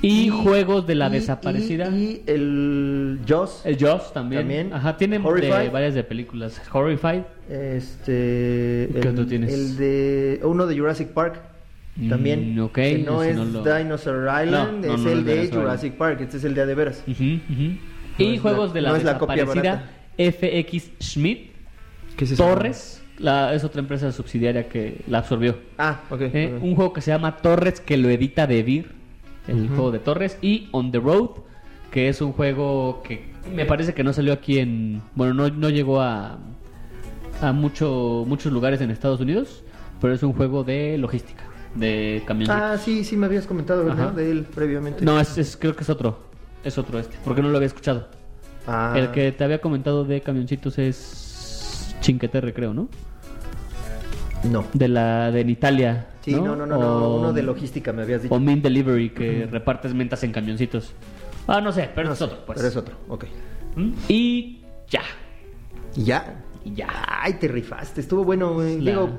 [SPEAKER 2] Y, juegos de la desaparecida.
[SPEAKER 1] Y, y el Joss.
[SPEAKER 2] El Jaws también.
[SPEAKER 1] También.
[SPEAKER 2] Ajá, tienen de
[SPEAKER 1] Horrified.
[SPEAKER 2] varias de películas. Horrified.
[SPEAKER 1] Este.
[SPEAKER 2] ¿Qué
[SPEAKER 1] el,
[SPEAKER 2] otro tienes?
[SPEAKER 1] El de. Uno de Jurassic Park. También.
[SPEAKER 2] Mm, ok,
[SPEAKER 1] Que no
[SPEAKER 2] ese
[SPEAKER 1] es
[SPEAKER 2] no lo-
[SPEAKER 1] Dinosaur Island,
[SPEAKER 2] No, no,
[SPEAKER 1] es
[SPEAKER 2] no
[SPEAKER 1] el
[SPEAKER 2] es
[SPEAKER 1] de
[SPEAKER 2] Dinosaur
[SPEAKER 1] Jurassic Park. Este es el de a de veras.
[SPEAKER 2] Ujú, ujú.
[SPEAKER 1] No
[SPEAKER 2] y
[SPEAKER 1] es
[SPEAKER 2] juegos
[SPEAKER 1] la-
[SPEAKER 2] de la
[SPEAKER 1] no es la copia
[SPEAKER 2] desaparecida
[SPEAKER 1] barata.
[SPEAKER 2] FX Schmidt
[SPEAKER 1] ¿Qué es eso?
[SPEAKER 2] Torres. La, es otra empresa subsidiaria que la absorbió.
[SPEAKER 1] Ah, ok.
[SPEAKER 2] Eh,
[SPEAKER 1] ok.
[SPEAKER 2] un juego que se llama Torres que lo edita Devir, el
[SPEAKER 1] Ujú.
[SPEAKER 2] juego de Torres, y On the Road, que es un juego que me parece que no salió aquí en, bueno, no, no llegó a a mucho, muchos lugares en Estados Unidos, pero es un juego de logística, de camiones.
[SPEAKER 1] Ah, sí, sí, me habías comentado, ¿verdad?
[SPEAKER 2] Ajá.
[SPEAKER 1] De él previamente.
[SPEAKER 2] no, es, es- creo que es otro, es otro este, porque no lo había escuchado.
[SPEAKER 1] Ah,
[SPEAKER 2] El que te había comentado de camioncitos es Chinqueterre, creo, ¿no?
[SPEAKER 1] No.
[SPEAKER 2] De la de en Italia.
[SPEAKER 1] Sí, no, no, no, no,
[SPEAKER 2] O-
[SPEAKER 1] uno de logística me habías dicho.
[SPEAKER 2] O Mint Delivery, que repartes mentas en camioncitos. Ah, no sé, pero
[SPEAKER 1] No
[SPEAKER 2] es
[SPEAKER 1] sé,
[SPEAKER 2] otro, pues.
[SPEAKER 1] Pero es otro, ok.
[SPEAKER 2] ¿Mm? Y ya.
[SPEAKER 1] ¿Y ya?
[SPEAKER 2] Y ya.
[SPEAKER 1] Ay, te rifaste, estuvo bueno, güey.
[SPEAKER 2] La-
[SPEAKER 1] Digo,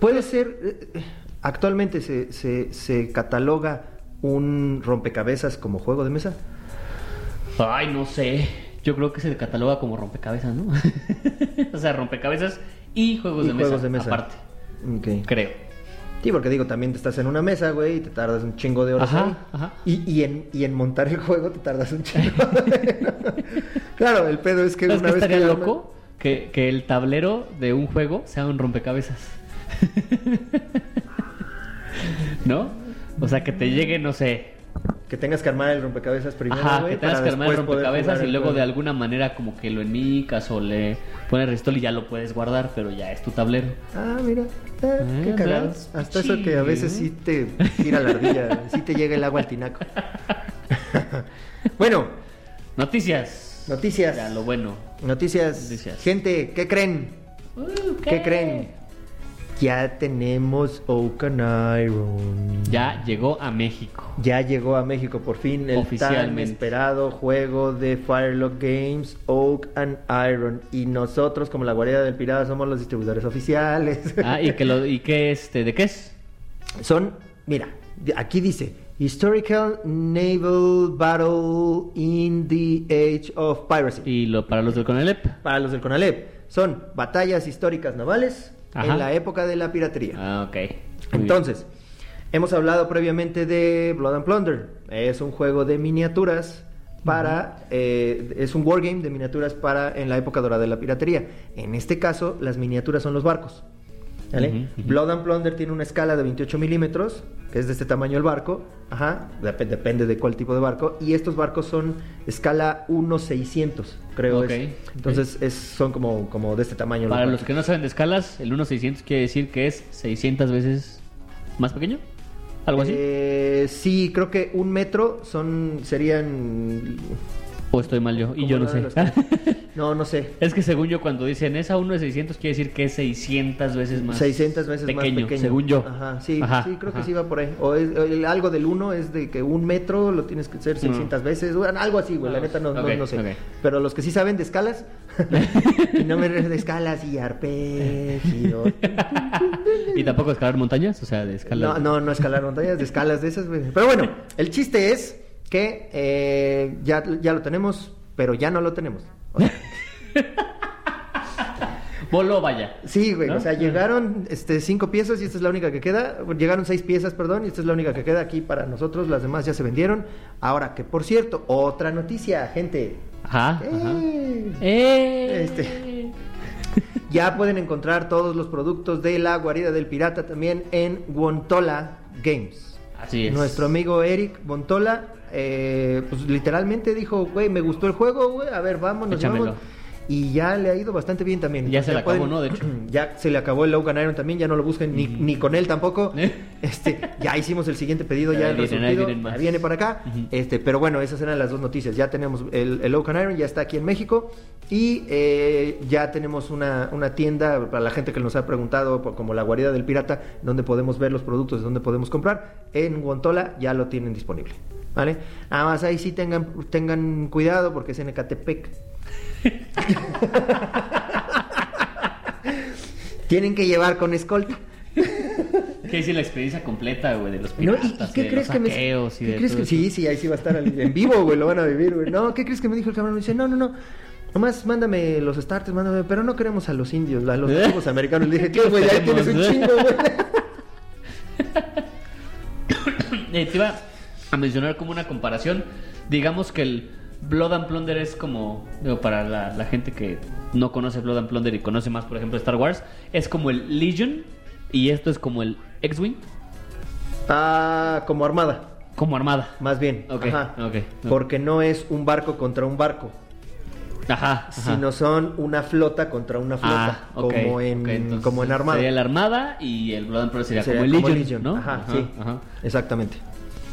[SPEAKER 1] puede ser. eh, eh, Actualmente se, se, se cataloga un rompecabezas como juego de mesa.
[SPEAKER 2] Ay, no sé. Yo creo que se cataloga como rompecabezas, ¿no? o sea, rompecabezas y juegos,
[SPEAKER 1] Y
[SPEAKER 2] de,
[SPEAKER 1] juegos
[SPEAKER 2] mesa,
[SPEAKER 1] de mesa.
[SPEAKER 2] Aparte,
[SPEAKER 1] Ok.
[SPEAKER 2] creo.
[SPEAKER 1] Sí, porque digo, también te estás en una mesa, güey, y te tardas un chingo de horas.
[SPEAKER 2] Ajá,
[SPEAKER 1] ahí.
[SPEAKER 2] ajá.
[SPEAKER 1] Y, y en, y en montar el juego te tardas un chingo. de- claro, el pedo es que
[SPEAKER 2] ¿Sabes
[SPEAKER 1] una
[SPEAKER 2] qué
[SPEAKER 1] vez
[SPEAKER 2] estaría
[SPEAKER 1] que ya-
[SPEAKER 2] loco? Que, que el tablero de un juego sea un rompecabezas. ¿No? O sea, que te llegue, no sé,
[SPEAKER 1] Que tengas que armar el rompecabezas primero.
[SPEAKER 2] Ajá,
[SPEAKER 1] güey,
[SPEAKER 2] que tengas
[SPEAKER 1] para
[SPEAKER 2] que armar el
[SPEAKER 1] después poder
[SPEAKER 2] rompecabezas
[SPEAKER 1] jugar
[SPEAKER 2] y
[SPEAKER 1] el
[SPEAKER 2] luego de
[SPEAKER 1] juego.
[SPEAKER 2] alguna manera como que lo enmicas o le pones restol y ya lo puedes guardar, pero ya es tu tablero.
[SPEAKER 1] Ah, mira. Ah, qué
[SPEAKER 2] Ah,
[SPEAKER 1] cagado.
[SPEAKER 2] that's
[SPEAKER 1] Hasta eso que a veces sí
[SPEAKER 2] chill.
[SPEAKER 1] te tira la ardilla, sí te llega el agua al tinaco. bueno,
[SPEAKER 2] Noticias.
[SPEAKER 1] Noticias.
[SPEAKER 2] Ya, lo bueno.
[SPEAKER 1] noticias.
[SPEAKER 2] Noticias.
[SPEAKER 1] Gente, ¿qué creen? ¿Qué, creen? Ya tenemos Oaken Iron.
[SPEAKER 2] Ya llegó a México.
[SPEAKER 1] Ya llegó a México por fin el tan
[SPEAKER 2] Oficialmente.
[SPEAKER 1] esperado juego de Firelock Games, Oak and Iron. Y nosotros, como la Guardia del Pirata, somos los distribuidores oficiales.
[SPEAKER 2] Ah, y que lo, y que este, ¿de qué es?
[SPEAKER 1] Son, mira, de- aquí dice Historical Naval Battle in the Age of Piracy.
[SPEAKER 2] Y lo para los del Conalep.
[SPEAKER 1] Para los del CONALEP, son batallas históricas navales
[SPEAKER 2] Ajá.
[SPEAKER 1] en la época de la piratería.
[SPEAKER 2] Ah, ok. Muy
[SPEAKER 1] Entonces, hemos hablado previamente de Blood and Plunder. Es un juego de miniaturas para... eh, es un wargame de miniaturas para en la época dorada de la piratería. En este caso, las miniaturas son los barcos. ¿vale?
[SPEAKER 2] Ujú, ujú.
[SPEAKER 1] Blood and Plunder tiene una escala de 28 milímetros, que es de este tamaño el barco. Ajá, dep- depende de cuál tipo de barco. Y estos barcos son escala 1600, creo.
[SPEAKER 2] Ok,
[SPEAKER 1] es.
[SPEAKER 2] ok.
[SPEAKER 1] Entonces, es- son como, como de este tamaño.
[SPEAKER 2] bien. Para los
[SPEAKER 1] barcos.
[SPEAKER 2] que no saben de escalas, el 1600 quiere decir que es 600 veces más pequeño. ¿Algo así?
[SPEAKER 1] Eh, sí, creo que un metro son serían.
[SPEAKER 2] ¿O estoy mal yo?
[SPEAKER 1] como
[SPEAKER 2] Y yo no
[SPEAKER 1] una
[SPEAKER 2] sé.
[SPEAKER 1] de las- No, no sé.
[SPEAKER 2] Es que según yo, cuando dicen esa 1 de 600, quiere decir que es 600 veces más
[SPEAKER 1] 600 veces más pequeño.
[SPEAKER 2] según yo.
[SPEAKER 1] Ajá, sí,
[SPEAKER 2] Ajá,
[SPEAKER 1] sí, creo que
[SPEAKER 2] ajá.
[SPEAKER 1] sí va por ahí. O es- el- algo del uno es de que un metro lo tienes que hacer 600 veces. Bueno, algo así, güey. La
[SPEAKER 2] Ah,
[SPEAKER 1] neta no, no-
[SPEAKER 2] Mm. ok,
[SPEAKER 1] no sé.
[SPEAKER 2] ok.
[SPEAKER 1] Pero los que sí saben de escalas. y no me de escalas y arpegios.
[SPEAKER 2] Y tampoco escalar montañas, o sea, de escala.
[SPEAKER 1] No, no, no escalar montañas, de escalas de esas, güey. Pero bueno, el chiste es que eh, ya, ya lo tenemos, pero ya no lo tenemos. O sea,
[SPEAKER 2] Voló, vaya.
[SPEAKER 1] sí, güey,
[SPEAKER 2] ¿No?
[SPEAKER 1] o sea,
[SPEAKER 2] Ah.
[SPEAKER 1] llegaron este, cinco piezas y esta es la única que queda. Llegaron seis piezas, perdón, y esta es la única que queda aquí para nosotros. Las demás ya se vendieron. Ahora, que por cierto, otra noticia, gente.
[SPEAKER 2] Ajá, ajá.
[SPEAKER 1] Eh,
[SPEAKER 2] ¡Eh!
[SPEAKER 1] Este. Ya pueden encontrar todos los productos de la guarida del pirata también en Guantola Games.
[SPEAKER 2] Así es.
[SPEAKER 1] Nuestro amigo Eric Montola, eh, pues literalmente dijo, güey, me gustó el juego, güey, a ver, vámonos,
[SPEAKER 2] Échamelo.
[SPEAKER 1] vámonos. y ya le ha ido bastante bien también.
[SPEAKER 2] Ya se le acabó,
[SPEAKER 1] pueden-
[SPEAKER 2] ¿no? De hecho. Mm.
[SPEAKER 1] Ya se le acabó el Logan Iron también, ya no lo busquen ni, ni con él tampoco. Este, ya hicimos el siguiente pedido, ya
[SPEAKER 2] Ahí
[SPEAKER 1] el
[SPEAKER 2] vienen, ahí
[SPEAKER 1] resurtido,
[SPEAKER 2] vienen más.
[SPEAKER 1] ya viene para acá.
[SPEAKER 2] Ujú.
[SPEAKER 1] Este, pero bueno, esas eran las dos noticias. Ya tenemos el, el Oak and Iron, ya está aquí en México. Y eh, ya tenemos una, una tienda para la gente que nos ha preguntado, por- como la guarida del pirata, donde podemos ver los productos, donde podemos comprar. En Guantola ya lo tienen disponible. ¿Vale? Además, ahí sí tengan, tengan cuidado porque es en Ecatepec. Tienen que llevar con escolta.
[SPEAKER 2] ¿Qué dice la experiencia completa, güey? De los
[SPEAKER 1] No, ¿y-
[SPEAKER 2] piratas,
[SPEAKER 1] ¿y, qué
[SPEAKER 2] de
[SPEAKER 1] crees
[SPEAKER 2] los
[SPEAKER 1] que me
[SPEAKER 2] saqueos y
[SPEAKER 1] ¿qué
[SPEAKER 2] de
[SPEAKER 1] crees
[SPEAKER 2] todo
[SPEAKER 1] que
[SPEAKER 2] eso?
[SPEAKER 1] sí, sí, ahí sí va a estar al- en vivo, güey, lo van a vivir, güey. No, ¿qué crees que me dijo el cabrón? Me dice, "No, no, no. Nomás mándame los starters, mándame, pero no queremos a los indios, a los
[SPEAKER 2] ¿Eh?
[SPEAKER 1] nativos americanos." Le dije, "¿Qué,
[SPEAKER 2] Los
[SPEAKER 1] güey? Ahí
[SPEAKER 2] queremos,
[SPEAKER 1] tienes un
[SPEAKER 2] ¿eh?"
[SPEAKER 1] chingo, güey."
[SPEAKER 2] Eh, te iba a mencionar como una comparación. Digamos que el Blood and Plunder es como, digo, para la, la gente que no conoce Blood and Plunder y conoce más, por ejemplo, Star Wars, es como el Legion y esto es como el X-Wing,
[SPEAKER 1] Ah, como armada,
[SPEAKER 2] como armada.
[SPEAKER 1] más bien.
[SPEAKER 2] Ok,
[SPEAKER 1] Ajá.
[SPEAKER 2] ok, ok.
[SPEAKER 1] Porque no es un barco contra un barco,
[SPEAKER 2] Ajá. ajá.
[SPEAKER 1] sino son una flota contra una flota,
[SPEAKER 2] Ah, ok,
[SPEAKER 1] como en
[SPEAKER 2] ok, entonces
[SPEAKER 1] como en armada.
[SPEAKER 2] Sería la armada y el Blood and Plunder sería,
[SPEAKER 1] Sería
[SPEAKER 2] como el
[SPEAKER 1] como
[SPEAKER 2] Legion,
[SPEAKER 1] Legion.
[SPEAKER 2] ¿no?
[SPEAKER 1] Ajá, sí.
[SPEAKER 2] ajá.
[SPEAKER 1] Exactamente.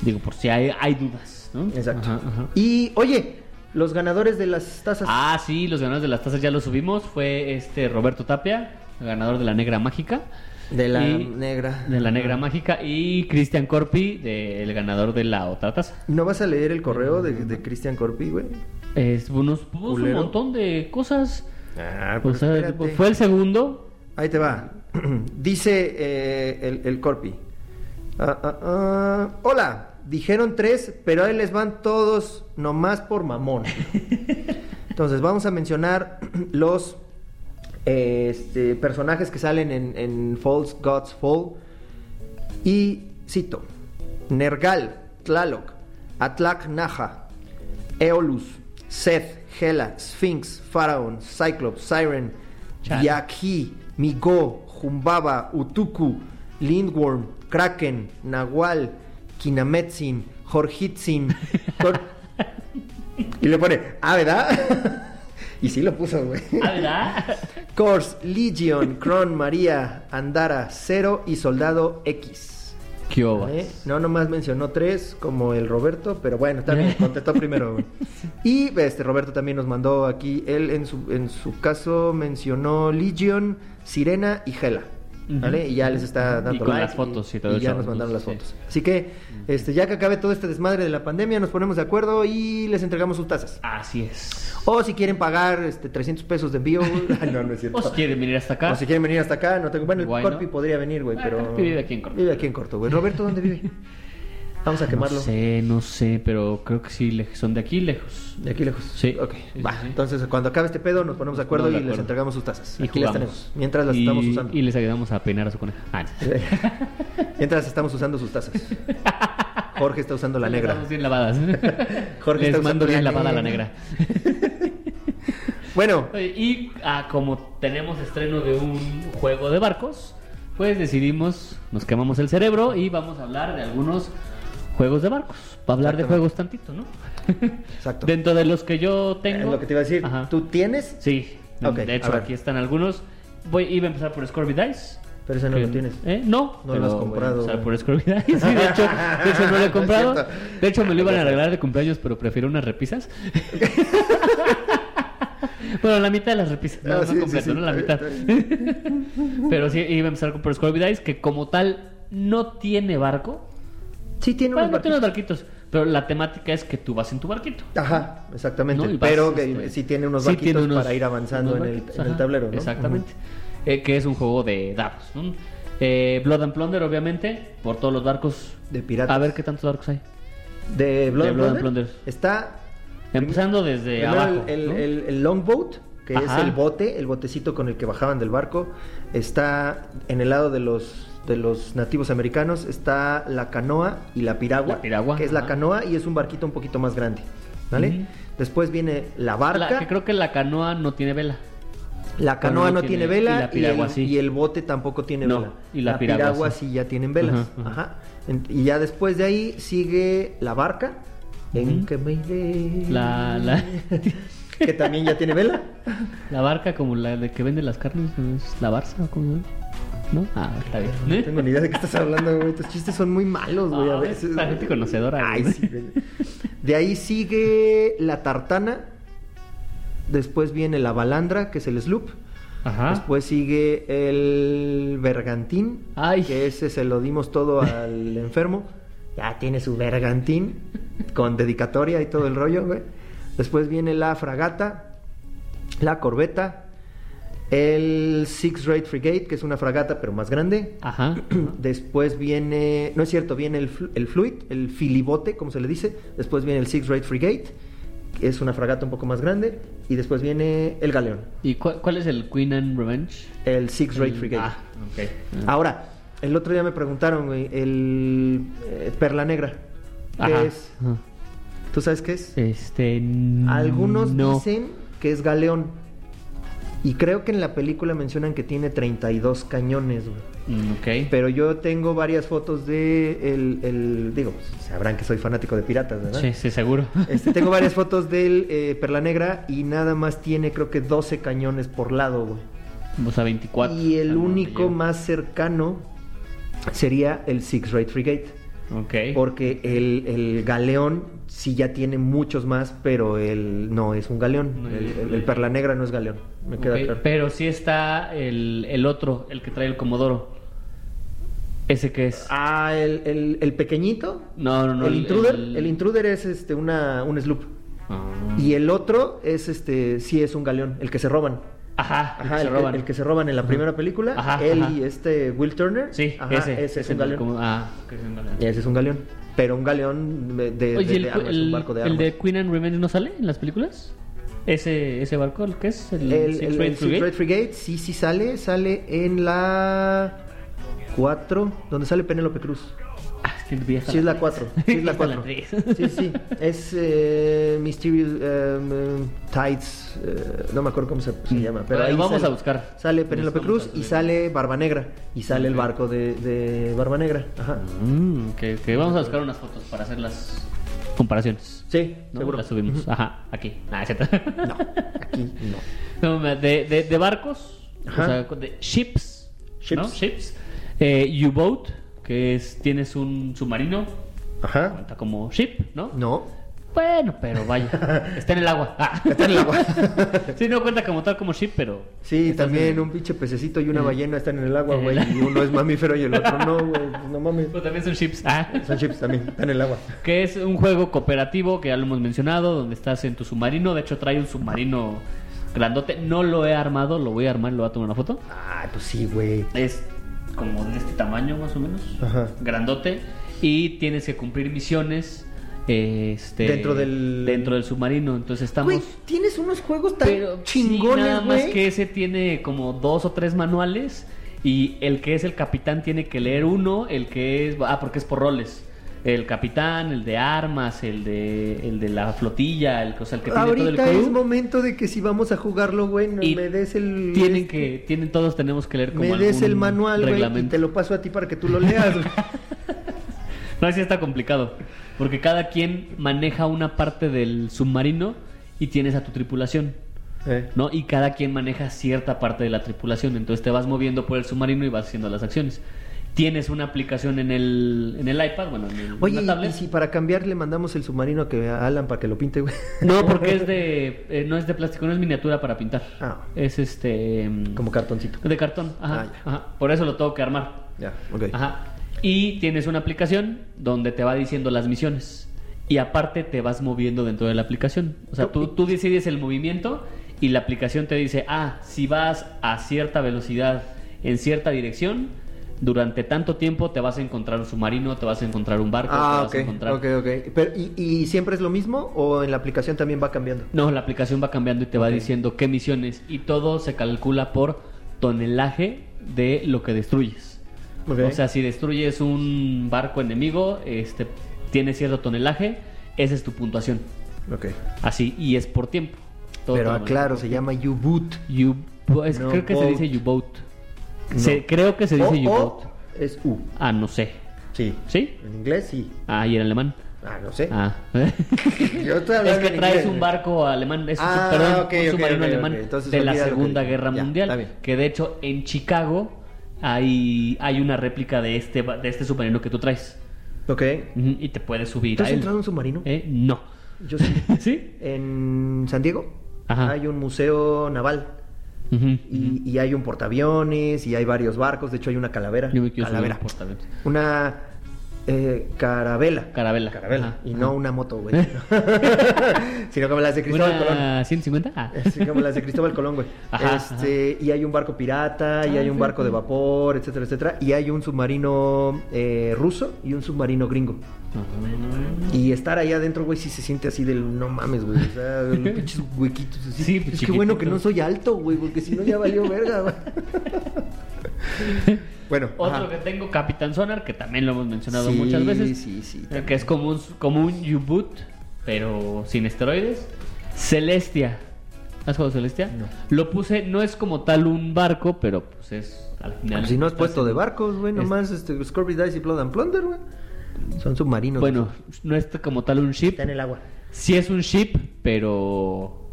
[SPEAKER 2] Digo, por si hay, hay dudas, ¿no?
[SPEAKER 1] Exacto.
[SPEAKER 2] Ajá, ajá.
[SPEAKER 1] Y oye, los ganadores de las tazas
[SPEAKER 2] Ah, sí, los ganadores de las tazas ya los subimos. Fue este Roberto Tapia, ganador de la Negra Mágica.
[SPEAKER 1] de la
[SPEAKER 2] y-
[SPEAKER 1] negra.
[SPEAKER 2] De la Negra Mágica. Y Cristian Corpi, de- el ganador de la otra taza.
[SPEAKER 1] ¿No vas a leer el correo de, de Cristian Corpi, güey?
[SPEAKER 2] Es, nos puso un
[SPEAKER 1] Culero.
[SPEAKER 2] montón de cosas.
[SPEAKER 1] Ah,
[SPEAKER 2] O sea, fue el segundo.
[SPEAKER 1] Ahí te va. Dice eh, el, el Corpi. Ah, ah, ah. Hola, dijeron tres, pero ahí les van todos nomás por mamón. Entonces vamos a mencionar los eh, este, personajes que salen en, en False Gods Fall. Y cito: Nergal, Tlaloc, Atlac Naja, Eolus, Seth, Hela, Sphinx, Pharaon, Cyclops, Siren,
[SPEAKER 2] Chale.
[SPEAKER 1] Yaqui, Migo, Jumbaba, Utuku, Lindworm, Kraken, Nahual, Kinametzin, Jorgitzin. Cor- y le pone, ah, ¿verdad? y sí lo puso, güey.
[SPEAKER 2] Ah, ¿verdad?
[SPEAKER 1] Cors, Legion, Kron, María, Andara, Cero y Soldado X.
[SPEAKER 2] ¿Qué obas?
[SPEAKER 1] ¿Eh? No, nomás mencionó tres, como el Roberto, pero bueno, también contestó primero. güey. Y este Roberto también nos mandó aquí, él en su, en su caso mencionó Legion, Sirena y Gela. ¿Vale?
[SPEAKER 2] Ujú.
[SPEAKER 1] Y ya les está dando
[SPEAKER 2] Y con
[SPEAKER 1] like
[SPEAKER 2] las fotos y todo
[SPEAKER 1] ya
[SPEAKER 2] eso,
[SPEAKER 1] nos mandaron las
[SPEAKER 2] entonces,
[SPEAKER 1] fotos. Así que, este, ya que acabe todo este desmadre de la pandemia, nos ponemos de acuerdo y les entregamos sus tazas.
[SPEAKER 2] Así es.
[SPEAKER 1] O si quieren pagar este, 300 pesos de envío. güey. Ah, no, no es cierto.
[SPEAKER 2] O si quieren venir hasta acá.
[SPEAKER 1] O si quieren venir hasta acá, no tengo. Bueno, el
[SPEAKER 2] Guay,
[SPEAKER 1] Corpi
[SPEAKER 2] ¿no?
[SPEAKER 1] podría venir, güey,
[SPEAKER 2] Ah,
[SPEAKER 1] pero.
[SPEAKER 2] Corpi vive aquí en Corto.
[SPEAKER 1] Vive aquí en Corto, güey. Roberto, ¿dónde vive? Vamos a quemarlo.
[SPEAKER 2] No sé, no sé, pero creo que sí, le- son de aquí lejos.
[SPEAKER 1] De aquí lejos.
[SPEAKER 2] Sí.
[SPEAKER 1] Ok,
[SPEAKER 2] Sí,
[SPEAKER 1] va.
[SPEAKER 2] sí, sí.
[SPEAKER 1] Entonces, cuando acabe este pedo, nos ponemos de acuerdo
[SPEAKER 2] Nos
[SPEAKER 1] y
[SPEAKER 2] ponemos de
[SPEAKER 1] les
[SPEAKER 2] acuerdo.
[SPEAKER 1] entregamos sus tazas.
[SPEAKER 2] Y
[SPEAKER 1] aquí las
[SPEAKER 2] jugamos.
[SPEAKER 1] tenemos. Mientras las
[SPEAKER 2] Y-
[SPEAKER 1] estamos usando.
[SPEAKER 2] Y les ayudamos a peinar a su coneja. Ah, no.
[SPEAKER 1] Mientras estamos usando sus tazas. Jorge está usando la
[SPEAKER 2] Les
[SPEAKER 1] negra.
[SPEAKER 2] damos bien lavadas.
[SPEAKER 1] Jorge está
[SPEAKER 2] les
[SPEAKER 1] usando
[SPEAKER 2] mando bien
[SPEAKER 1] la
[SPEAKER 2] lavada la
[SPEAKER 1] negra.
[SPEAKER 2] negra.
[SPEAKER 1] Bueno,
[SPEAKER 2] Oye, Y ah, como tenemos estreno de un juego de barcos, pues decidimos, nos quemamos el cerebro y vamos a hablar de algunos juegos de barcos. Va a hablar de
[SPEAKER 1] Exactamente.
[SPEAKER 2] juegos tantito, ¿no?
[SPEAKER 1] exacto.
[SPEAKER 2] Dentro de los que yo tengo.
[SPEAKER 1] Es lo que te iba a decir.
[SPEAKER 2] Ajá.
[SPEAKER 1] ¿Tú tienes?
[SPEAKER 2] Sí.
[SPEAKER 1] Ok,
[SPEAKER 2] de
[SPEAKER 1] a
[SPEAKER 2] hecho,
[SPEAKER 1] ver.
[SPEAKER 2] aquí están algunos. Voy, iba a empezar por Scorby Dice.
[SPEAKER 1] Pero ese no
[SPEAKER 2] Que-
[SPEAKER 1] lo tienes.
[SPEAKER 2] ¿Eh? No.
[SPEAKER 1] No lo has
[SPEAKER 2] pero
[SPEAKER 1] comprado,
[SPEAKER 2] voy a
[SPEAKER 1] güey.
[SPEAKER 2] empezar por Scorby Dice. Sí, de hecho, de hecho no lo
[SPEAKER 1] No
[SPEAKER 2] he
[SPEAKER 1] es
[SPEAKER 2] comprado.
[SPEAKER 1] cierto.
[SPEAKER 2] de hecho, me lo iban a regalar de cumpleaños, pero prefiero unas repisas. bueno, la mitad de las repisas. No,
[SPEAKER 1] Ah,
[SPEAKER 2] no
[SPEAKER 1] sí, sí,
[SPEAKER 2] completo,
[SPEAKER 1] sí,
[SPEAKER 2] ¿no? La
[SPEAKER 1] está
[SPEAKER 2] mitad. pero sí, iba a empezar por Scorby Dice, que como tal no tiene barco.
[SPEAKER 1] Sí, tiene
[SPEAKER 2] Bueno,
[SPEAKER 1] unos
[SPEAKER 2] no tiene
[SPEAKER 1] barquitos.
[SPEAKER 2] unos barquitos. Pero la temática es que tú vas en tu barquito.
[SPEAKER 1] Ajá, exactamente.
[SPEAKER 2] ¿no? Y vas,
[SPEAKER 1] Pero
[SPEAKER 2] este,
[SPEAKER 1] que sí tiene unos
[SPEAKER 2] sí
[SPEAKER 1] barquitos
[SPEAKER 2] tiene unos-
[SPEAKER 1] para ir avanzando en
[SPEAKER 2] unos
[SPEAKER 1] el,
[SPEAKER 2] barquitos,
[SPEAKER 1] en el
[SPEAKER 2] ajá,
[SPEAKER 1] tablero, ¿no?
[SPEAKER 2] Exactamente. Eh, que es un juego de dados. ¿no? Eh, Blood and Plunder, obviamente, por todos los barcos.
[SPEAKER 1] De piratas.
[SPEAKER 2] A ver qué tantos barcos hay.
[SPEAKER 1] Ujú. De Blood,
[SPEAKER 2] De
[SPEAKER 1] and
[SPEAKER 2] Blood and
[SPEAKER 1] Plunder.
[SPEAKER 2] Plunder.
[SPEAKER 1] Está
[SPEAKER 2] Empezando desde
[SPEAKER 1] primero
[SPEAKER 2] abajo.
[SPEAKER 1] el, el-
[SPEAKER 2] ¿no?
[SPEAKER 1] el- el longboat, que
[SPEAKER 2] Ajá.
[SPEAKER 1] es el bote, el botecito con el que bajaban del barco. Está en el lado de los de los nativos americanos está la canoa y la piragua,
[SPEAKER 2] La piragua,
[SPEAKER 1] que es la
[SPEAKER 2] ajá.
[SPEAKER 1] canoa y es un barquito un poquito más grande, ¿vale?
[SPEAKER 2] Ujú.
[SPEAKER 1] Después viene la
[SPEAKER 2] La-
[SPEAKER 1] barca, la,
[SPEAKER 2] que creo que la canoa no tiene vela.
[SPEAKER 1] canoa
[SPEAKER 2] Bueno,
[SPEAKER 1] no
[SPEAKER 2] Ah, no
[SPEAKER 1] tiene,
[SPEAKER 2] tiene- y
[SPEAKER 1] vela
[SPEAKER 2] la
[SPEAKER 1] y, el-
[SPEAKER 2] piragua sí.
[SPEAKER 1] y el bote tampoco tiene
[SPEAKER 2] No,
[SPEAKER 1] vela.
[SPEAKER 2] y la piragua
[SPEAKER 1] sí.
[SPEAKER 2] sí.
[SPEAKER 1] ya tienen velas,
[SPEAKER 2] Ajá, ajá.
[SPEAKER 1] ajá. En- Y ya después de ahí sigue la barca, en
[SPEAKER 2] Ujú.
[SPEAKER 1] que me iré.
[SPEAKER 2] La, la...
[SPEAKER 1] que también ya tiene vela.
[SPEAKER 2] La barca como la de que vende las carnes, ¿no? ¿Es la Barça o cómo se llama? ¿No? Ah, está bien.
[SPEAKER 1] No tengo ni idea de qué estás hablando, güey. Tus chistes son muy malos, güey, a
[SPEAKER 2] Ah,
[SPEAKER 1] veces.
[SPEAKER 2] esta gente
[SPEAKER 1] güey.
[SPEAKER 2] conocedora,
[SPEAKER 1] Ay,
[SPEAKER 2] güey.
[SPEAKER 1] sí, güey. De ahí sigue la tartana. Después viene la balandra, que es el sloop.
[SPEAKER 2] Ajá.
[SPEAKER 1] Después sigue el bergantín,
[SPEAKER 2] Ay.
[SPEAKER 1] que ese se lo dimos todo al enfermo. Ya tiene su bergantín con dedicatoria y todo el rollo, güey. Después viene la fragata, la corbeta, el Six Rate Frigate, que es una fragata pero más grande.
[SPEAKER 2] Ajá.
[SPEAKER 1] Después viene, no es cierto, viene el, flu- el Fluid, el filibote, como se le dice. Después viene el Six Rate Frigate, que es una fragata un poco más grande. Y después viene el galeón,
[SPEAKER 2] ¿Y cuál, cuál es el Queen and Revenge?
[SPEAKER 1] el Six Rate Frigate.
[SPEAKER 2] Ah, ok.
[SPEAKER 1] Ahora, el otro día me preguntaron, güey, el eh, Perla Negra. ¿Qué
[SPEAKER 2] Ajá.
[SPEAKER 1] es?
[SPEAKER 2] Ajá.
[SPEAKER 1] ¿Tú sabes qué es?
[SPEAKER 2] Este.
[SPEAKER 1] Algunos
[SPEAKER 2] no.
[SPEAKER 1] dicen que es galeón. Y creo que en la película mencionan que tiene 32 cañones, güey.
[SPEAKER 2] Mm, Ok.
[SPEAKER 1] Pero yo tengo varias fotos de el, el- digo, sabrán que soy fanático de piratas, ¿verdad?
[SPEAKER 2] Sí, sí, seguro.
[SPEAKER 1] Este, tengo varias fotos del eh, Perla Negra y nada más tiene creo que 12 cañones por lado, güey.
[SPEAKER 2] O sea, 24.
[SPEAKER 1] Y el
[SPEAKER 2] Ah, no,
[SPEAKER 1] único
[SPEAKER 2] te
[SPEAKER 1] más cercano sería el Six Rate Frigate.
[SPEAKER 2] llevo. Ok.
[SPEAKER 1] Porque el, el galeón sí ya tiene muchos más, pero el no es un galeón.
[SPEAKER 2] No,
[SPEAKER 1] el,
[SPEAKER 2] ya,
[SPEAKER 1] el-
[SPEAKER 2] ya.
[SPEAKER 1] el Perla Negra no es galeón. Me queda
[SPEAKER 2] Ok,
[SPEAKER 1] claro.
[SPEAKER 2] Pero sí está el, el otro, el que trae el Comodoro. ¿Ese que es?
[SPEAKER 1] Ah, el, el- el pequeñito.
[SPEAKER 2] no, no, no.
[SPEAKER 1] el, intruder. El... intruder es este una, un sloop.
[SPEAKER 2] Ah.
[SPEAKER 1] Y el otro es este, sí es un galeón, el que se roban.
[SPEAKER 2] Ajá,
[SPEAKER 1] Ajá,
[SPEAKER 2] el que se roban.
[SPEAKER 1] el que se roban en la primera película.
[SPEAKER 2] Ajá,
[SPEAKER 1] él
[SPEAKER 2] ajá.
[SPEAKER 1] y este Will Turner.
[SPEAKER 2] Sí,
[SPEAKER 1] Ajá,
[SPEAKER 2] ese.
[SPEAKER 1] es
[SPEAKER 2] ese
[SPEAKER 1] un
[SPEAKER 2] del
[SPEAKER 1] galeón.
[SPEAKER 2] Comodoro. Ah, que es un galeón.
[SPEAKER 1] Ese es un galeón. Pero un galeón de, de-
[SPEAKER 2] Oye,
[SPEAKER 1] de-
[SPEAKER 2] el,
[SPEAKER 1] de armas,
[SPEAKER 2] el-
[SPEAKER 1] un barco de
[SPEAKER 2] el
[SPEAKER 1] armas.
[SPEAKER 2] Queen and Revenge no sale en las películas? ¿Ese, ese barco, el que es?
[SPEAKER 1] El, el- el Six Red Frigate, sí, sí sale. Sale en la 4, donde sale Penélope Cruz.
[SPEAKER 2] Ah, sí, vieja
[SPEAKER 1] Sí, es la
[SPEAKER 2] tres.
[SPEAKER 1] 4. Sí, es la
[SPEAKER 2] Vieja
[SPEAKER 1] 4.
[SPEAKER 2] tres.
[SPEAKER 1] Sí, sí. Es eh, Mysterious em, Tides. eh, no me acuerdo cómo se, se llama. Pero
[SPEAKER 2] Mm. Bueno,
[SPEAKER 1] ahí
[SPEAKER 2] vamos
[SPEAKER 1] sale-
[SPEAKER 2] a buscar.
[SPEAKER 1] Sale Penélope
[SPEAKER 2] Vamos a
[SPEAKER 1] Cruz y
[SPEAKER 2] buscar.
[SPEAKER 1] sale Barba Negra. Y sale el barco de, de Barba Negra. Ajá.
[SPEAKER 2] Mm, que, que vamos a buscar unas fotos para hacer las comparaciones.
[SPEAKER 1] Sí,
[SPEAKER 2] ¿no?
[SPEAKER 1] seguro.
[SPEAKER 2] Las subimos. Ajá, aquí. Ah, es cierto.
[SPEAKER 1] No, aquí no.
[SPEAKER 2] No, ma- de, de, de barcos,
[SPEAKER 1] Ajá.
[SPEAKER 2] o sea, de ships,
[SPEAKER 1] Ships.
[SPEAKER 2] ¿no? Ships. Eh, U-boat, que es, tienes un submarino,
[SPEAKER 1] Ajá.
[SPEAKER 2] cuenta como ship, ¿no?
[SPEAKER 1] No.
[SPEAKER 2] Bueno, pero vaya, está en el agua. Ah.
[SPEAKER 1] Está en el agua.
[SPEAKER 2] sí, no cuenta como tal como ship, pero...
[SPEAKER 1] Sí,
[SPEAKER 2] estás
[SPEAKER 1] también
[SPEAKER 2] en-
[SPEAKER 1] un pinche pececito y una
[SPEAKER 2] Eh.
[SPEAKER 1] ballena están en el agua,
[SPEAKER 2] En
[SPEAKER 1] güey.
[SPEAKER 2] el-
[SPEAKER 1] Y uno es mamífero y el otro no, güey. Pues No mames.
[SPEAKER 2] Pero también son ships. Ah.
[SPEAKER 1] Son chips también, están en el agua.
[SPEAKER 2] Que es un juego cooperativo que ya lo hemos mencionado, donde estás en tu submarino. De hecho, trae un submarino grandote. No lo he armado, lo voy a armar, lo voy a tomar una foto.
[SPEAKER 1] Ay, pues sí, güey.
[SPEAKER 2] Es como de este tamaño, más o menos.
[SPEAKER 1] Ajá.
[SPEAKER 2] Grandote. Y tienes que cumplir misiones. Este,
[SPEAKER 1] Dentro del-
[SPEAKER 2] dentro del submarino. Entonces estamos.
[SPEAKER 1] Güey, tienes unos juegos tan
[SPEAKER 2] Pero
[SPEAKER 1] chingones,
[SPEAKER 2] sí, nada más
[SPEAKER 1] güey.
[SPEAKER 2] que ese tiene como dos o tres manuales y el que es el capitán tiene que leer uno, el que es ah porque es por roles. El capitán, el de armas, el de el de la flotilla, el, o sea, el que tiene todo
[SPEAKER 1] Ahorita
[SPEAKER 2] el
[SPEAKER 1] es
[SPEAKER 2] crew.
[SPEAKER 1] momento de que si vamos a jugarlo, güey, no
[SPEAKER 2] Y
[SPEAKER 1] me des el este,
[SPEAKER 2] Tienen que tienen todos tenemos que leer como
[SPEAKER 1] me des
[SPEAKER 2] algún
[SPEAKER 1] el manual, güey, y
[SPEAKER 2] reglamento.
[SPEAKER 1] te lo paso a ti para que tú lo leas. güey.
[SPEAKER 2] No, sí está complicado. Porque cada quien maneja una parte del submarino y tienes a tu tripulación,
[SPEAKER 1] Eh,
[SPEAKER 2] ¿no? Y cada quien maneja cierta parte de la tripulación. Entonces te vas moviendo por el submarino y vas haciendo las acciones. Tienes una aplicación en el, en el iPad, bueno, en, el, en
[SPEAKER 1] Oye,
[SPEAKER 2] la
[SPEAKER 1] y-
[SPEAKER 2] tablet.
[SPEAKER 1] y si para cambiar le mandamos el submarino a que a Alan para que lo pinte, güey.
[SPEAKER 2] No, porque es de, eh, no es de plástico, no es miniatura para pintar.
[SPEAKER 1] Ah.
[SPEAKER 2] Es este... mm,
[SPEAKER 1] Como cartoncito.
[SPEAKER 2] De cartón, ajá,
[SPEAKER 1] Ah, ya.
[SPEAKER 2] ajá. Por eso lo tengo que armar.
[SPEAKER 1] Ya, ok.
[SPEAKER 2] Ajá. Y tienes una aplicación donde te va diciendo las misiones. Y aparte te vas moviendo dentro de la aplicación. O sea, tú, tú decides el movimiento y la aplicación te dice, ah, si vas a cierta velocidad en cierta dirección, durante tanto tiempo te vas a encontrar un submarino, te vas a encontrar un barco, te
[SPEAKER 1] Ah,
[SPEAKER 2] vas
[SPEAKER 1] ok,
[SPEAKER 2] a encontrar...
[SPEAKER 1] ok, ok. Pero, ¿y, y siempre es lo mismo o en la aplicación también va cambiando?
[SPEAKER 2] No, la aplicación va cambiando y te va
[SPEAKER 1] Ok.
[SPEAKER 2] diciendo qué misiones y todo se calcula por tonelaje de lo que destruyes.
[SPEAKER 1] Ok.
[SPEAKER 2] O sea, si destruyes un barco enemigo, este tiene cierto tonelaje, esa es tu puntuación.
[SPEAKER 1] Ok.
[SPEAKER 2] Así, y es por tiempo. Todo te
[SPEAKER 1] Pero
[SPEAKER 2] lo maneja
[SPEAKER 1] aclaro,
[SPEAKER 2] por
[SPEAKER 1] se
[SPEAKER 2] tiempo.
[SPEAKER 1] llama U-Boot.
[SPEAKER 2] U- es-
[SPEAKER 1] No,
[SPEAKER 2] creo que
[SPEAKER 1] boat.
[SPEAKER 2] se dice U-Boat.
[SPEAKER 1] No. ¿Oh,
[SPEAKER 2] Se- Creo que se dice
[SPEAKER 1] O- o
[SPEAKER 2] U-Boat.
[SPEAKER 1] es U.
[SPEAKER 2] Ah, no sé.
[SPEAKER 1] Sí.
[SPEAKER 2] ¿Sí?
[SPEAKER 1] En inglés, sí.
[SPEAKER 2] Ah, y en alemán.
[SPEAKER 1] Ah, no sé.
[SPEAKER 2] Ah.
[SPEAKER 1] Yo estoy hablando
[SPEAKER 2] es que
[SPEAKER 1] en
[SPEAKER 2] traes
[SPEAKER 1] inglés.
[SPEAKER 2] un barco alemán, es un-
[SPEAKER 1] Ah,
[SPEAKER 2] perdón,
[SPEAKER 1] ok,
[SPEAKER 2] un
[SPEAKER 1] ok,
[SPEAKER 2] submarino
[SPEAKER 1] ok, ok.
[SPEAKER 2] alemán
[SPEAKER 1] Entonces,
[SPEAKER 2] de la
[SPEAKER 1] olvida lo que
[SPEAKER 2] Segunda
[SPEAKER 1] dije.
[SPEAKER 2] Guerra
[SPEAKER 1] Ya, está
[SPEAKER 2] Mundial,
[SPEAKER 1] bien.
[SPEAKER 2] que de hecho en Chicago hay, hay una réplica de este, ba- de este submarino que tú traes
[SPEAKER 1] Ok.
[SPEAKER 2] Ujú, y te puedes subir
[SPEAKER 1] ¿Tú has
[SPEAKER 2] a él.
[SPEAKER 1] entrado en un submarino?
[SPEAKER 2] ¿Eh? No.
[SPEAKER 1] Yo sí.
[SPEAKER 2] ¿Sí?
[SPEAKER 1] En San Diego
[SPEAKER 2] Ajá.
[SPEAKER 1] hay un museo naval.
[SPEAKER 2] Ujú.
[SPEAKER 1] Y, y hay un portaaviones y hay varios barcos. De hecho, hay una calavera.
[SPEAKER 2] Yo me quiero subir a
[SPEAKER 1] calavera.
[SPEAKER 2] un portaaviones.
[SPEAKER 1] Una eh, carabela.
[SPEAKER 2] Carabela.
[SPEAKER 1] Carabela.
[SPEAKER 2] Ajá,
[SPEAKER 1] y
[SPEAKER 2] ajá.
[SPEAKER 1] no una moto, güey. Sino como las de Cristóbal Colón.
[SPEAKER 2] ¿Una 150? Ah.
[SPEAKER 1] Así como las de Cristóbal Colón, güey.
[SPEAKER 2] Ajá,
[SPEAKER 1] este, Y hay un barco pirata, y
[SPEAKER 2] Ah,
[SPEAKER 1] hay un barco de
[SPEAKER 2] fíjate.
[SPEAKER 1] vapor, etcétera, etcétera. Y hay un submarino eh, ruso y un submarino gringo. Y estar ahí adentro, güey, sí se siente así del no mames, güey. O sea, los pinches huequitos así.
[SPEAKER 2] Sí,
[SPEAKER 1] es que
[SPEAKER 2] chiquitito.
[SPEAKER 1] bueno que no soy alto, güey, porque si no ya valió verga, güey. bueno,
[SPEAKER 2] Otro
[SPEAKER 1] ajá.
[SPEAKER 2] que tengo, Capitán Sonar, que también lo hemos mencionado
[SPEAKER 1] Sí,
[SPEAKER 2] muchas veces.
[SPEAKER 1] Sí, sí,
[SPEAKER 2] Eh, Que es como un, como un U-Boot, pero sin esteroides. Celestia. ¿Has jugado Celestia?
[SPEAKER 1] No.
[SPEAKER 2] Lo puse, no es como tal un barco, pero pues es al final.
[SPEAKER 1] Pues si no has puesto de
[SPEAKER 2] barco
[SPEAKER 1] barcos, güey,
[SPEAKER 2] Es-
[SPEAKER 1] nomás este, Scurvy Dice y Blood and Plunder, güey. Son submarinos.
[SPEAKER 2] Bueno, no es como tal un ship.
[SPEAKER 1] está en el agua.
[SPEAKER 2] Sí es un ship, pero.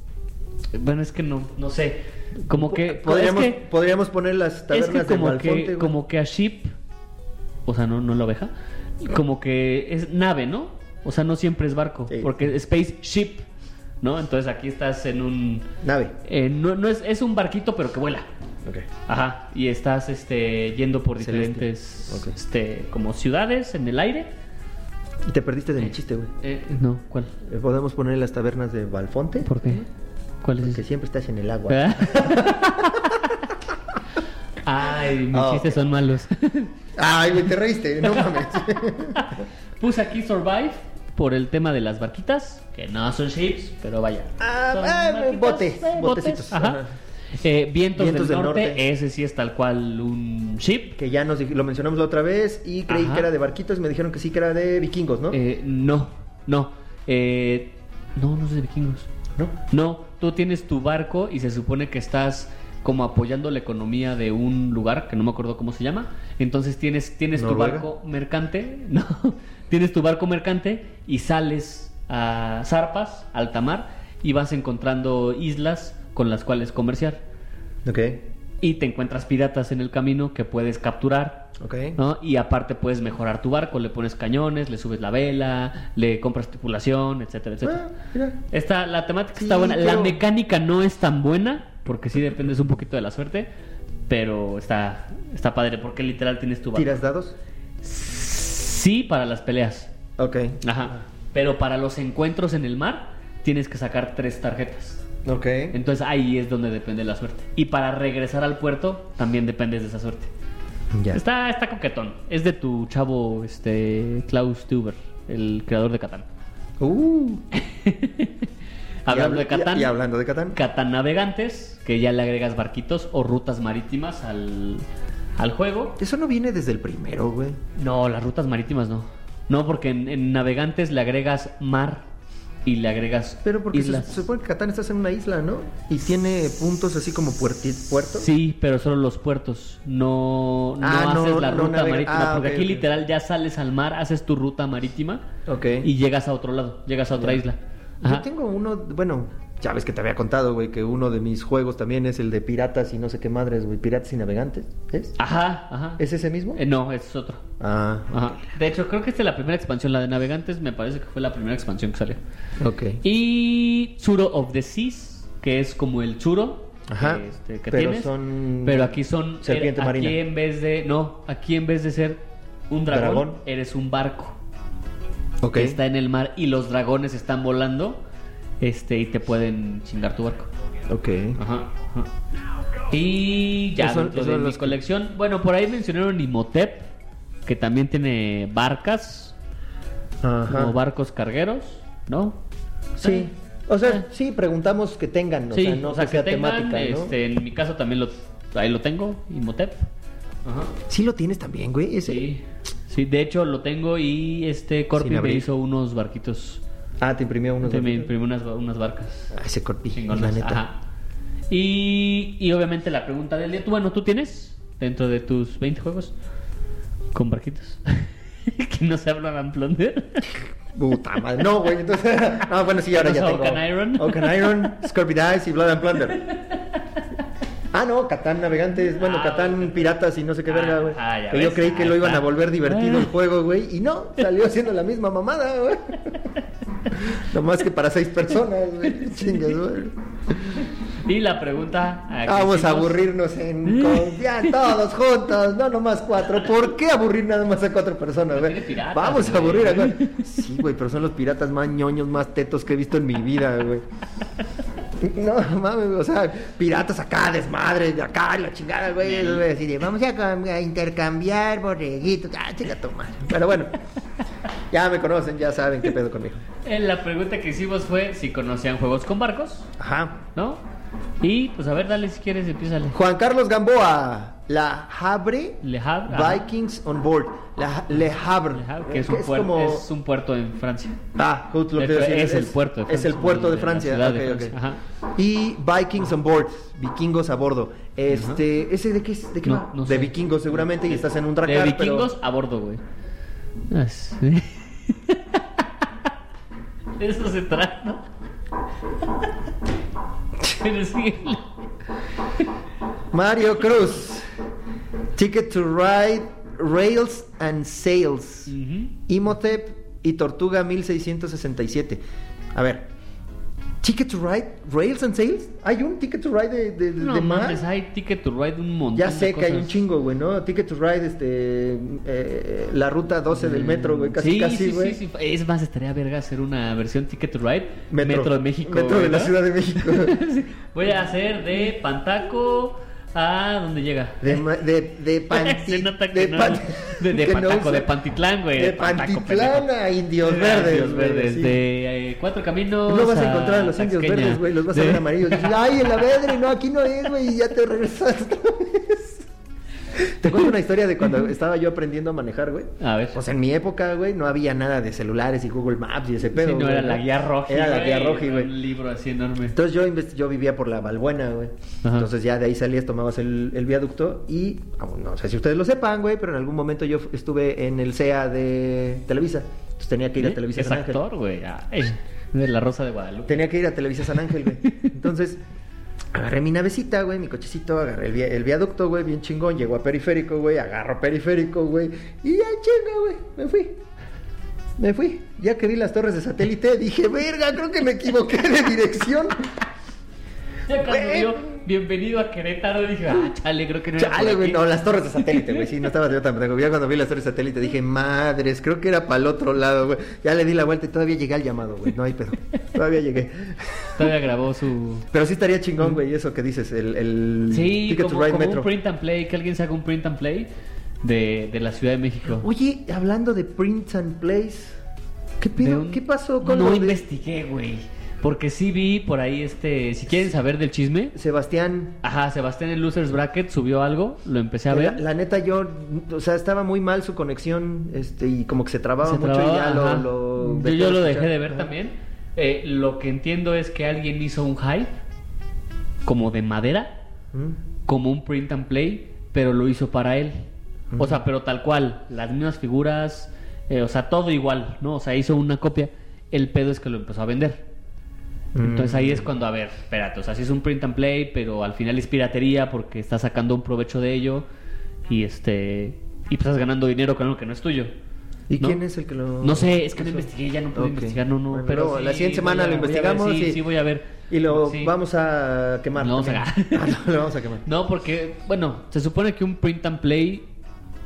[SPEAKER 2] Bueno, es que no, no sé. Como que. es
[SPEAKER 1] podríamos,
[SPEAKER 2] que-
[SPEAKER 1] podríamos poner las
[SPEAKER 2] Es
[SPEAKER 1] tabernas
[SPEAKER 2] que como
[SPEAKER 1] de
[SPEAKER 2] que,
[SPEAKER 1] Malfonte, güey.
[SPEAKER 2] como que a ship, o sea, no, no la oveja, como que es nave, ¿no? O sea, no siempre es barco,
[SPEAKER 1] Sí.
[SPEAKER 2] porque space ship, ¿no? Entonces aquí estás en un,
[SPEAKER 1] Nave.
[SPEAKER 2] eh, no, no es, es un barquito pero que vuela,
[SPEAKER 1] Ok.
[SPEAKER 2] ajá, y estás, este, yendo por
[SPEAKER 1] Celeste.
[SPEAKER 2] diferentes,
[SPEAKER 1] Ok.
[SPEAKER 2] este, como ciudades en el aire.
[SPEAKER 1] Y te perdiste de mi chiste, güey.
[SPEAKER 2] Eh, no, ¿cuál?
[SPEAKER 1] Eh, Podemos poner las tabernas de Valfonte.
[SPEAKER 2] ¿Por qué? ¿Eh? ¿Cuál es?
[SPEAKER 1] Porque
[SPEAKER 2] ese?
[SPEAKER 1] siempre estás en el agua.
[SPEAKER 2] ¿Verdad? Ay, mis
[SPEAKER 1] Ah,
[SPEAKER 2] chistes
[SPEAKER 1] ok.
[SPEAKER 2] son malos.
[SPEAKER 1] Ay, güey, te reíste, no mames.
[SPEAKER 2] Puse aquí Survive por el tema de las barquitas, que no son ships, pero vaya.
[SPEAKER 1] Ah,
[SPEAKER 2] Son
[SPEAKER 1] eh,
[SPEAKER 2] barquitas,
[SPEAKER 1] botes,
[SPEAKER 2] botes,
[SPEAKER 1] botecitos.
[SPEAKER 2] ajá.
[SPEAKER 1] Ajá.
[SPEAKER 2] Eh, Vientos,
[SPEAKER 1] Vientos
[SPEAKER 2] del,
[SPEAKER 1] del
[SPEAKER 2] norte,
[SPEAKER 1] Norte.
[SPEAKER 2] ese sí es tal cual un ship.
[SPEAKER 1] que ya nos dij- lo mencionamos la otra vez y creí
[SPEAKER 2] Ajá.
[SPEAKER 1] que era de barquitos y me dijeron que sí que era de vikingos, ¿no?
[SPEAKER 2] Eh, no, no. Eh, no, no es de vikingos.
[SPEAKER 1] ¿No?
[SPEAKER 2] No, tú tienes tu barco y se supone que estás como apoyando la economía de un lugar que no me acuerdo cómo se llama. Entonces tienes tienes tu
[SPEAKER 1] ¿Noruega?
[SPEAKER 2] barco mercante, no, tienes tu barco mercante y sales a zarpas, alta mar y vas encontrando islas con las cuales comerciar
[SPEAKER 1] Ok.
[SPEAKER 2] y te encuentras piratas en el camino que puedes capturar.
[SPEAKER 1] Ok.
[SPEAKER 2] ¿no? Y aparte puedes mejorar tu barco, le pones cañones, le subes la vela, le compras tripulación, etcétera, etcétera.
[SPEAKER 1] Ah, mira.
[SPEAKER 2] Está, la temática
[SPEAKER 1] Sí,
[SPEAKER 2] está buena. La
[SPEAKER 1] pero-
[SPEAKER 2] mecánica no es tan buena, porque sí dependes un poquito de la suerte, pero está, está padre, porque literal tienes tu barco.
[SPEAKER 1] ¿Tiras dados?
[SPEAKER 2] Sí, para las peleas.
[SPEAKER 1] Ok.
[SPEAKER 2] Ajá. Pero para los encuentros en el mar, tienes que sacar tres tarjetas.
[SPEAKER 1] Ok.
[SPEAKER 2] Entonces ahí es donde depende la suerte. Y para regresar al puerto, también dependes de esa suerte.
[SPEAKER 1] Ya.
[SPEAKER 2] Está, está coquetón. Es de tu chavo, este, Klaus Tuber, el creador de Catán.
[SPEAKER 1] Uh.
[SPEAKER 2] Hablando
[SPEAKER 1] Y
[SPEAKER 2] de
[SPEAKER 1] habl-
[SPEAKER 2] Catán.
[SPEAKER 1] Y, y hablando de Catán.
[SPEAKER 2] catanavegantes, que ya le agregas barquitos o rutas marítimas al, al juego.
[SPEAKER 1] Eso no viene desde el primero, güey.
[SPEAKER 2] No, las rutas marítimas no. No, porque en, en navegantes le agregas mar y le agregas
[SPEAKER 1] Pero porque se,
[SPEAKER 2] islas.
[SPEAKER 1] se supone que Catán estás en una isla, ¿no? Y tiene puntos así como puerti- puertos.
[SPEAKER 2] Sí, pero solo los puertos. No, no
[SPEAKER 1] Ah, no,
[SPEAKER 2] haces la
[SPEAKER 1] no
[SPEAKER 2] ruta
[SPEAKER 1] navega-
[SPEAKER 2] marítima.
[SPEAKER 1] ah,
[SPEAKER 2] porque
[SPEAKER 1] ok,
[SPEAKER 2] aquí
[SPEAKER 1] ok.
[SPEAKER 2] literal ya sales al mar, haces tu ruta marítima
[SPEAKER 1] Ok.
[SPEAKER 2] y llegas a otro lado, llegas a otra
[SPEAKER 1] Ya.
[SPEAKER 2] isla.
[SPEAKER 1] Yo
[SPEAKER 2] Ajá.
[SPEAKER 1] tengo uno, bueno, ya ves que te había contado, güey, que uno de mis juegos también es el de piratas y no sé qué madres, güey, piratas y navegantes, ¿es?
[SPEAKER 2] Ajá, ajá.
[SPEAKER 1] ¿Es ese mismo?
[SPEAKER 2] Eh, no, ese es otro.
[SPEAKER 1] Ah,
[SPEAKER 2] Ajá. De hecho, creo que esta es la primera expansión, la de navegantes, me parece que fue la primera expansión que salió.
[SPEAKER 1] ok.
[SPEAKER 2] Y Zuro of the Seas, que es como el Zuro
[SPEAKER 1] Ajá,
[SPEAKER 2] que, este, que
[SPEAKER 1] pero
[SPEAKER 2] tienes.
[SPEAKER 1] son
[SPEAKER 2] pero aquí son. eh,
[SPEAKER 1] serpiente
[SPEAKER 2] aquí
[SPEAKER 1] marina.
[SPEAKER 2] en vez de. No, aquí en vez de ser un dragón,
[SPEAKER 1] Dragón.
[SPEAKER 2] eres un barco
[SPEAKER 1] Ok.
[SPEAKER 2] que está en el mar y los dragones están volando este y te pueden chingar tu barco.
[SPEAKER 1] Ok.
[SPEAKER 2] Ajá. ajá. Y ya
[SPEAKER 1] Esos son-
[SPEAKER 2] dentro
[SPEAKER 1] esos
[SPEAKER 2] de
[SPEAKER 1] son
[SPEAKER 2] mi
[SPEAKER 1] los que-
[SPEAKER 2] colección. Bueno, por ahí mencionaron Imhotep, que también tiene barcas,
[SPEAKER 1] Ajá.
[SPEAKER 2] como barcos cargueros, ¿no?
[SPEAKER 1] Sí. O sea, sí, preguntamos que tengan, o
[SPEAKER 2] Ah. sí,
[SPEAKER 1] sea, no
[SPEAKER 2] o sea,
[SPEAKER 1] que
[SPEAKER 2] que
[SPEAKER 1] sea
[SPEAKER 2] tengan,
[SPEAKER 1] temática, ¿no?
[SPEAKER 2] este, en mi caso también lo, ahí lo tengo, Imhotep. Ajá.
[SPEAKER 1] Sí lo tienes también, güey, ese.
[SPEAKER 2] Sí. Sí, de hecho lo tengo y este Corpi
[SPEAKER 1] Sin
[SPEAKER 2] me
[SPEAKER 1] abrir.
[SPEAKER 2] hizo unos barquitos.
[SPEAKER 1] Ah, te imprimió unos.
[SPEAKER 2] Te me
[SPEAKER 1] barquitos.
[SPEAKER 2] imprimió unas, unas barcas.
[SPEAKER 1] Ah, ese corpi, la
[SPEAKER 2] Chingonas.
[SPEAKER 1] neta.
[SPEAKER 2] Ajá. Y, y obviamente la pregunta del día. tú- Bueno, ¿tú tienes dentro de tus 20 juegos con barquitos? que no se hablan plunder.
[SPEAKER 1] Puta madre. No, güey. Entonces, ah, bueno, sí, ahora ya
[SPEAKER 2] Entonces,
[SPEAKER 1] tengo.
[SPEAKER 2] Oaken Iron.
[SPEAKER 1] Oaken Iron, Scorpid Eyes y Blood and Plunder. Ah, no, Catán Navegantes. Bueno,
[SPEAKER 2] Ah,
[SPEAKER 1] Catán Piratas y no sé qué
[SPEAKER 2] Ah,
[SPEAKER 1] verga, güey.
[SPEAKER 2] ah, ya
[SPEAKER 1] que yo
[SPEAKER 2] ves,
[SPEAKER 1] creí que
[SPEAKER 2] ahí
[SPEAKER 1] lo iban
[SPEAKER 2] está.
[SPEAKER 1] a volver divertido el
[SPEAKER 2] Ah.
[SPEAKER 1] juego, güey. Y no, salió siendo la misma mamada, güey. Nomás que para seis personas, güey. Chingas, güey.
[SPEAKER 2] Y la pregunta. ah, que
[SPEAKER 1] Vamos a
[SPEAKER 2] hicimos-
[SPEAKER 1] aburrirnos en confianza, todos juntos, no nomás cuatro. ¿Por qué aburrir nada más a cuatro personas? güey?
[SPEAKER 2] tiene piratas,
[SPEAKER 1] Vamos a
[SPEAKER 2] güey.
[SPEAKER 1] aburrir a cuatro. Sí, güey, pero son los piratas más ñoños, más tetos que he visto en mi vida, güey. No mames, o sea, piratas acá, desmadre, de acá, la chingada, güey. eso, güey, Así de, vamos a, cam- a intercambiar borreguitos. Ah, chinga tu madre. Pero bueno, ya me conocen, ya saben qué pedo conmigo.
[SPEAKER 2] Eh, La pregunta que hicimos fue si conocían juegos con barcos,
[SPEAKER 1] Ajá.
[SPEAKER 2] ¿no? Y pues a ver, dale si quieres, empiézale.
[SPEAKER 1] Juan Carlos Gamboa, la Habre
[SPEAKER 2] Le Havre, ajá.
[SPEAKER 1] Vikings on board. La, Le Havre.
[SPEAKER 2] Le Havre, que es un, puer-
[SPEAKER 1] como-
[SPEAKER 2] es un puerto en Francia.
[SPEAKER 1] Ah, justo lo
[SPEAKER 2] De
[SPEAKER 1] que iba a
[SPEAKER 2] hecho,
[SPEAKER 1] decir,
[SPEAKER 2] es el puerto de
[SPEAKER 1] Es
[SPEAKER 2] Francia,
[SPEAKER 1] el puerto de
[SPEAKER 2] de la
[SPEAKER 1] Francia.
[SPEAKER 2] ciudad de
[SPEAKER 1] ok, ok.
[SPEAKER 2] Francia,
[SPEAKER 1] Y Vikings on board, vikingos a bordo. Este, ¿Ese de qué es? ¿De qué
[SPEAKER 2] No,
[SPEAKER 1] va?
[SPEAKER 2] no
[SPEAKER 1] de
[SPEAKER 2] sé.
[SPEAKER 1] vikingos seguramente y estás en un
[SPEAKER 2] De
[SPEAKER 1] dracar. pero-
[SPEAKER 2] vikingos a bordo, güey. Ah, Así. De eso se trata. Pero sí.
[SPEAKER 1] Mario Cruz. Ticket to Ride, Rails and Sails.
[SPEAKER 2] Ujú.
[SPEAKER 1] Imhotep y Tortuga 1667. A ver. Ticket to Ride, Rails and Sales. Hay un Ticket to Ride de, de, de
[SPEAKER 2] No
[SPEAKER 1] de más?
[SPEAKER 2] mames, hay Ticket to Ride un montón.
[SPEAKER 1] Ya
[SPEAKER 2] de
[SPEAKER 1] sé que hay
[SPEAKER 2] cosas.
[SPEAKER 1] un chingo, güey, ¿no? Ticket to Ride, este. eh, la ruta 12 del metro, güey, casi,
[SPEAKER 2] Mm, sí,
[SPEAKER 1] casi,
[SPEAKER 2] sí,
[SPEAKER 1] güey.
[SPEAKER 2] sí, sí. Es más, estaría verga hacer una versión Ticket to Ride Metro, de México.
[SPEAKER 1] Metro de
[SPEAKER 2] güey,
[SPEAKER 1] la
[SPEAKER 2] ¿no?
[SPEAKER 1] Ciudad de México.
[SPEAKER 2] Sí. Voy a hacer de Pantaco a donde llega.
[SPEAKER 1] De, ma- de, de Panti-
[SPEAKER 2] Se nota que no.
[SPEAKER 1] Pan-
[SPEAKER 2] de, de
[SPEAKER 1] que no
[SPEAKER 2] Pantaco,
[SPEAKER 1] usa-
[SPEAKER 2] de Pantitlán, güey.
[SPEAKER 1] De
[SPEAKER 2] Pantaco,
[SPEAKER 1] Pantitlán
[SPEAKER 2] pendejo.
[SPEAKER 1] a Indios
[SPEAKER 2] Ah,
[SPEAKER 1] Verdes.
[SPEAKER 2] Indios
[SPEAKER 1] güey,
[SPEAKER 2] Verdes,
[SPEAKER 1] sí. Pues
[SPEAKER 2] de eh, Cuatro Caminos.
[SPEAKER 1] No vas a encontrar a los indios
[SPEAKER 2] Taxqueña.
[SPEAKER 1] verdes, güey. Los vas a
[SPEAKER 2] De-
[SPEAKER 1] ver amarillos. Dices, Ay, en la vedre, no, aquí no es, güey. Y ya te regresaste. Te cuento una historia de cuando estaba yo aprendiendo a manejar, güey.
[SPEAKER 2] A ver.
[SPEAKER 1] Pues en mi época, güey, no había nada de celulares y Google Maps y ese pedo.
[SPEAKER 2] sí, no,
[SPEAKER 1] güey,
[SPEAKER 2] era la guía roja.
[SPEAKER 1] Era la guía roja,
[SPEAKER 2] era Un
[SPEAKER 1] güey.
[SPEAKER 2] libro así enorme.
[SPEAKER 1] Entonces yo, invest- yo vivía por la Balbuena, güey.
[SPEAKER 2] Ajá.
[SPEAKER 1] Entonces ya de ahí salías, tomabas el, el viaducto y, ah, bueno, no sé si ustedes lo sepan, güey, pero en algún momento yo f- estuve en el CEA de Televisa. Entonces tenía que ir a Televisa
[SPEAKER 2] ¿Eh? Es
[SPEAKER 1] San Ángel.
[SPEAKER 2] actor, güey. Ah, eh, De la Rosa de Guadalupe.
[SPEAKER 1] Tenía que ir a Televisa San Ángel, güey. Entonces, agarré mi navecita, güey, mi cochecito, agarré el, vi- el viaducto, güey, bien chingón. Llegó a periférico, güey, agarro periférico, güey. Y ya chinga, güey, me fui. Me fui. Ya que vi las torres de satélite, dije, verga, creo que me equivoqué de dirección.
[SPEAKER 2] Ya cuando
[SPEAKER 1] Güey.
[SPEAKER 2] dio bienvenido a Querétaro, dije, ah, chale, creo que no era por
[SPEAKER 1] Chale, güey,
[SPEAKER 2] aquí.
[SPEAKER 1] no, las torres de satélite, güey. Sí, no estaba yo tan pendejo. Ya cuando vi las torres de satélite dije, madres, creo que era para el otro lado, güey. Ya le di la vuelta y todavía llegué al llamado, güey. No hay pedo. Todavía llegué.
[SPEAKER 2] Todavía grabó su...
[SPEAKER 1] Pero sí estaría chingón, güey, eso que dices, el, el
[SPEAKER 2] Sí,
[SPEAKER 1] Ticket to
[SPEAKER 2] como,
[SPEAKER 1] Ride
[SPEAKER 2] como
[SPEAKER 1] Metro.
[SPEAKER 2] un print and play, que alguien saca un print and play de, de la Ciudad de México.
[SPEAKER 1] Oye, hablando de print and plays, ¿qué
[SPEAKER 2] De
[SPEAKER 1] pedo?
[SPEAKER 2] un-
[SPEAKER 1] ¿Qué pasó con
[SPEAKER 2] No
[SPEAKER 1] lo de
[SPEAKER 2] investigué, güey. Porque sí vi por ahí este... Si quieren saber del chisme...
[SPEAKER 1] Sebastián?
[SPEAKER 2] Ajá, Sebastián en Losers Bracket subió algo, lo empecé a
[SPEAKER 1] La,
[SPEAKER 2] ver.
[SPEAKER 1] la neta yo, o sea, estaba muy mal su conexión, este, y como que se trababa
[SPEAKER 2] Se
[SPEAKER 1] mucho y
[SPEAKER 2] trababa,
[SPEAKER 1] ya lo,
[SPEAKER 2] ajá.
[SPEAKER 1] lo
[SPEAKER 2] Yo, yo lo dejé
[SPEAKER 1] escuchar.
[SPEAKER 2] de ver
[SPEAKER 1] Ajá.
[SPEAKER 2] también. Eh, lo que entiendo es que alguien hizo un hype como de madera,
[SPEAKER 1] Mm.
[SPEAKER 2] como un print and play, pero lo hizo para él. O sea, pero tal cual, las mismas figuras, eh, o sea, todo igual, ¿no? O sea, hizo una copia. El pedo es que lo empezó a vender. Entonces ahí es
[SPEAKER 1] Mm.
[SPEAKER 2] cuando, a ver, espérate, o sea, sí es un print and play, pero al final es piratería porque estás sacando un provecho de ello y este y pues estás ganando dinero con algo que no es tuyo.
[SPEAKER 1] ¿Y
[SPEAKER 2] ¿no?
[SPEAKER 1] quién es el que lo
[SPEAKER 2] No sé, es que no
[SPEAKER 1] hizo?
[SPEAKER 2] investigué, ya no pude
[SPEAKER 1] Ok.
[SPEAKER 2] investigar, no, no.
[SPEAKER 1] Bueno,
[SPEAKER 2] pero
[SPEAKER 1] luego,
[SPEAKER 2] sí,
[SPEAKER 1] la siguiente
[SPEAKER 2] voy
[SPEAKER 1] semana lo
[SPEAKER 2] a- voy a ver,
[SPEAKER 1] investigamos
[SPEAKER 2] sí,
[SPEAKER 1] y,
[SPEAKER 2] sí voy a ver.
[SPEAKER 1] y lo
[SPEAKER 2] Sí.
[SPEAKER 1] vamos a quemar.
[SPEAKER 2] Lo vamos a
[SPEAKER 1] también.
[SPEAKER 2] quemar.
[SPEAKER 1] Ah, no, lo vamos a quemar.
[SPEAKER 2] No, porque, bueno, se supone que un print and play...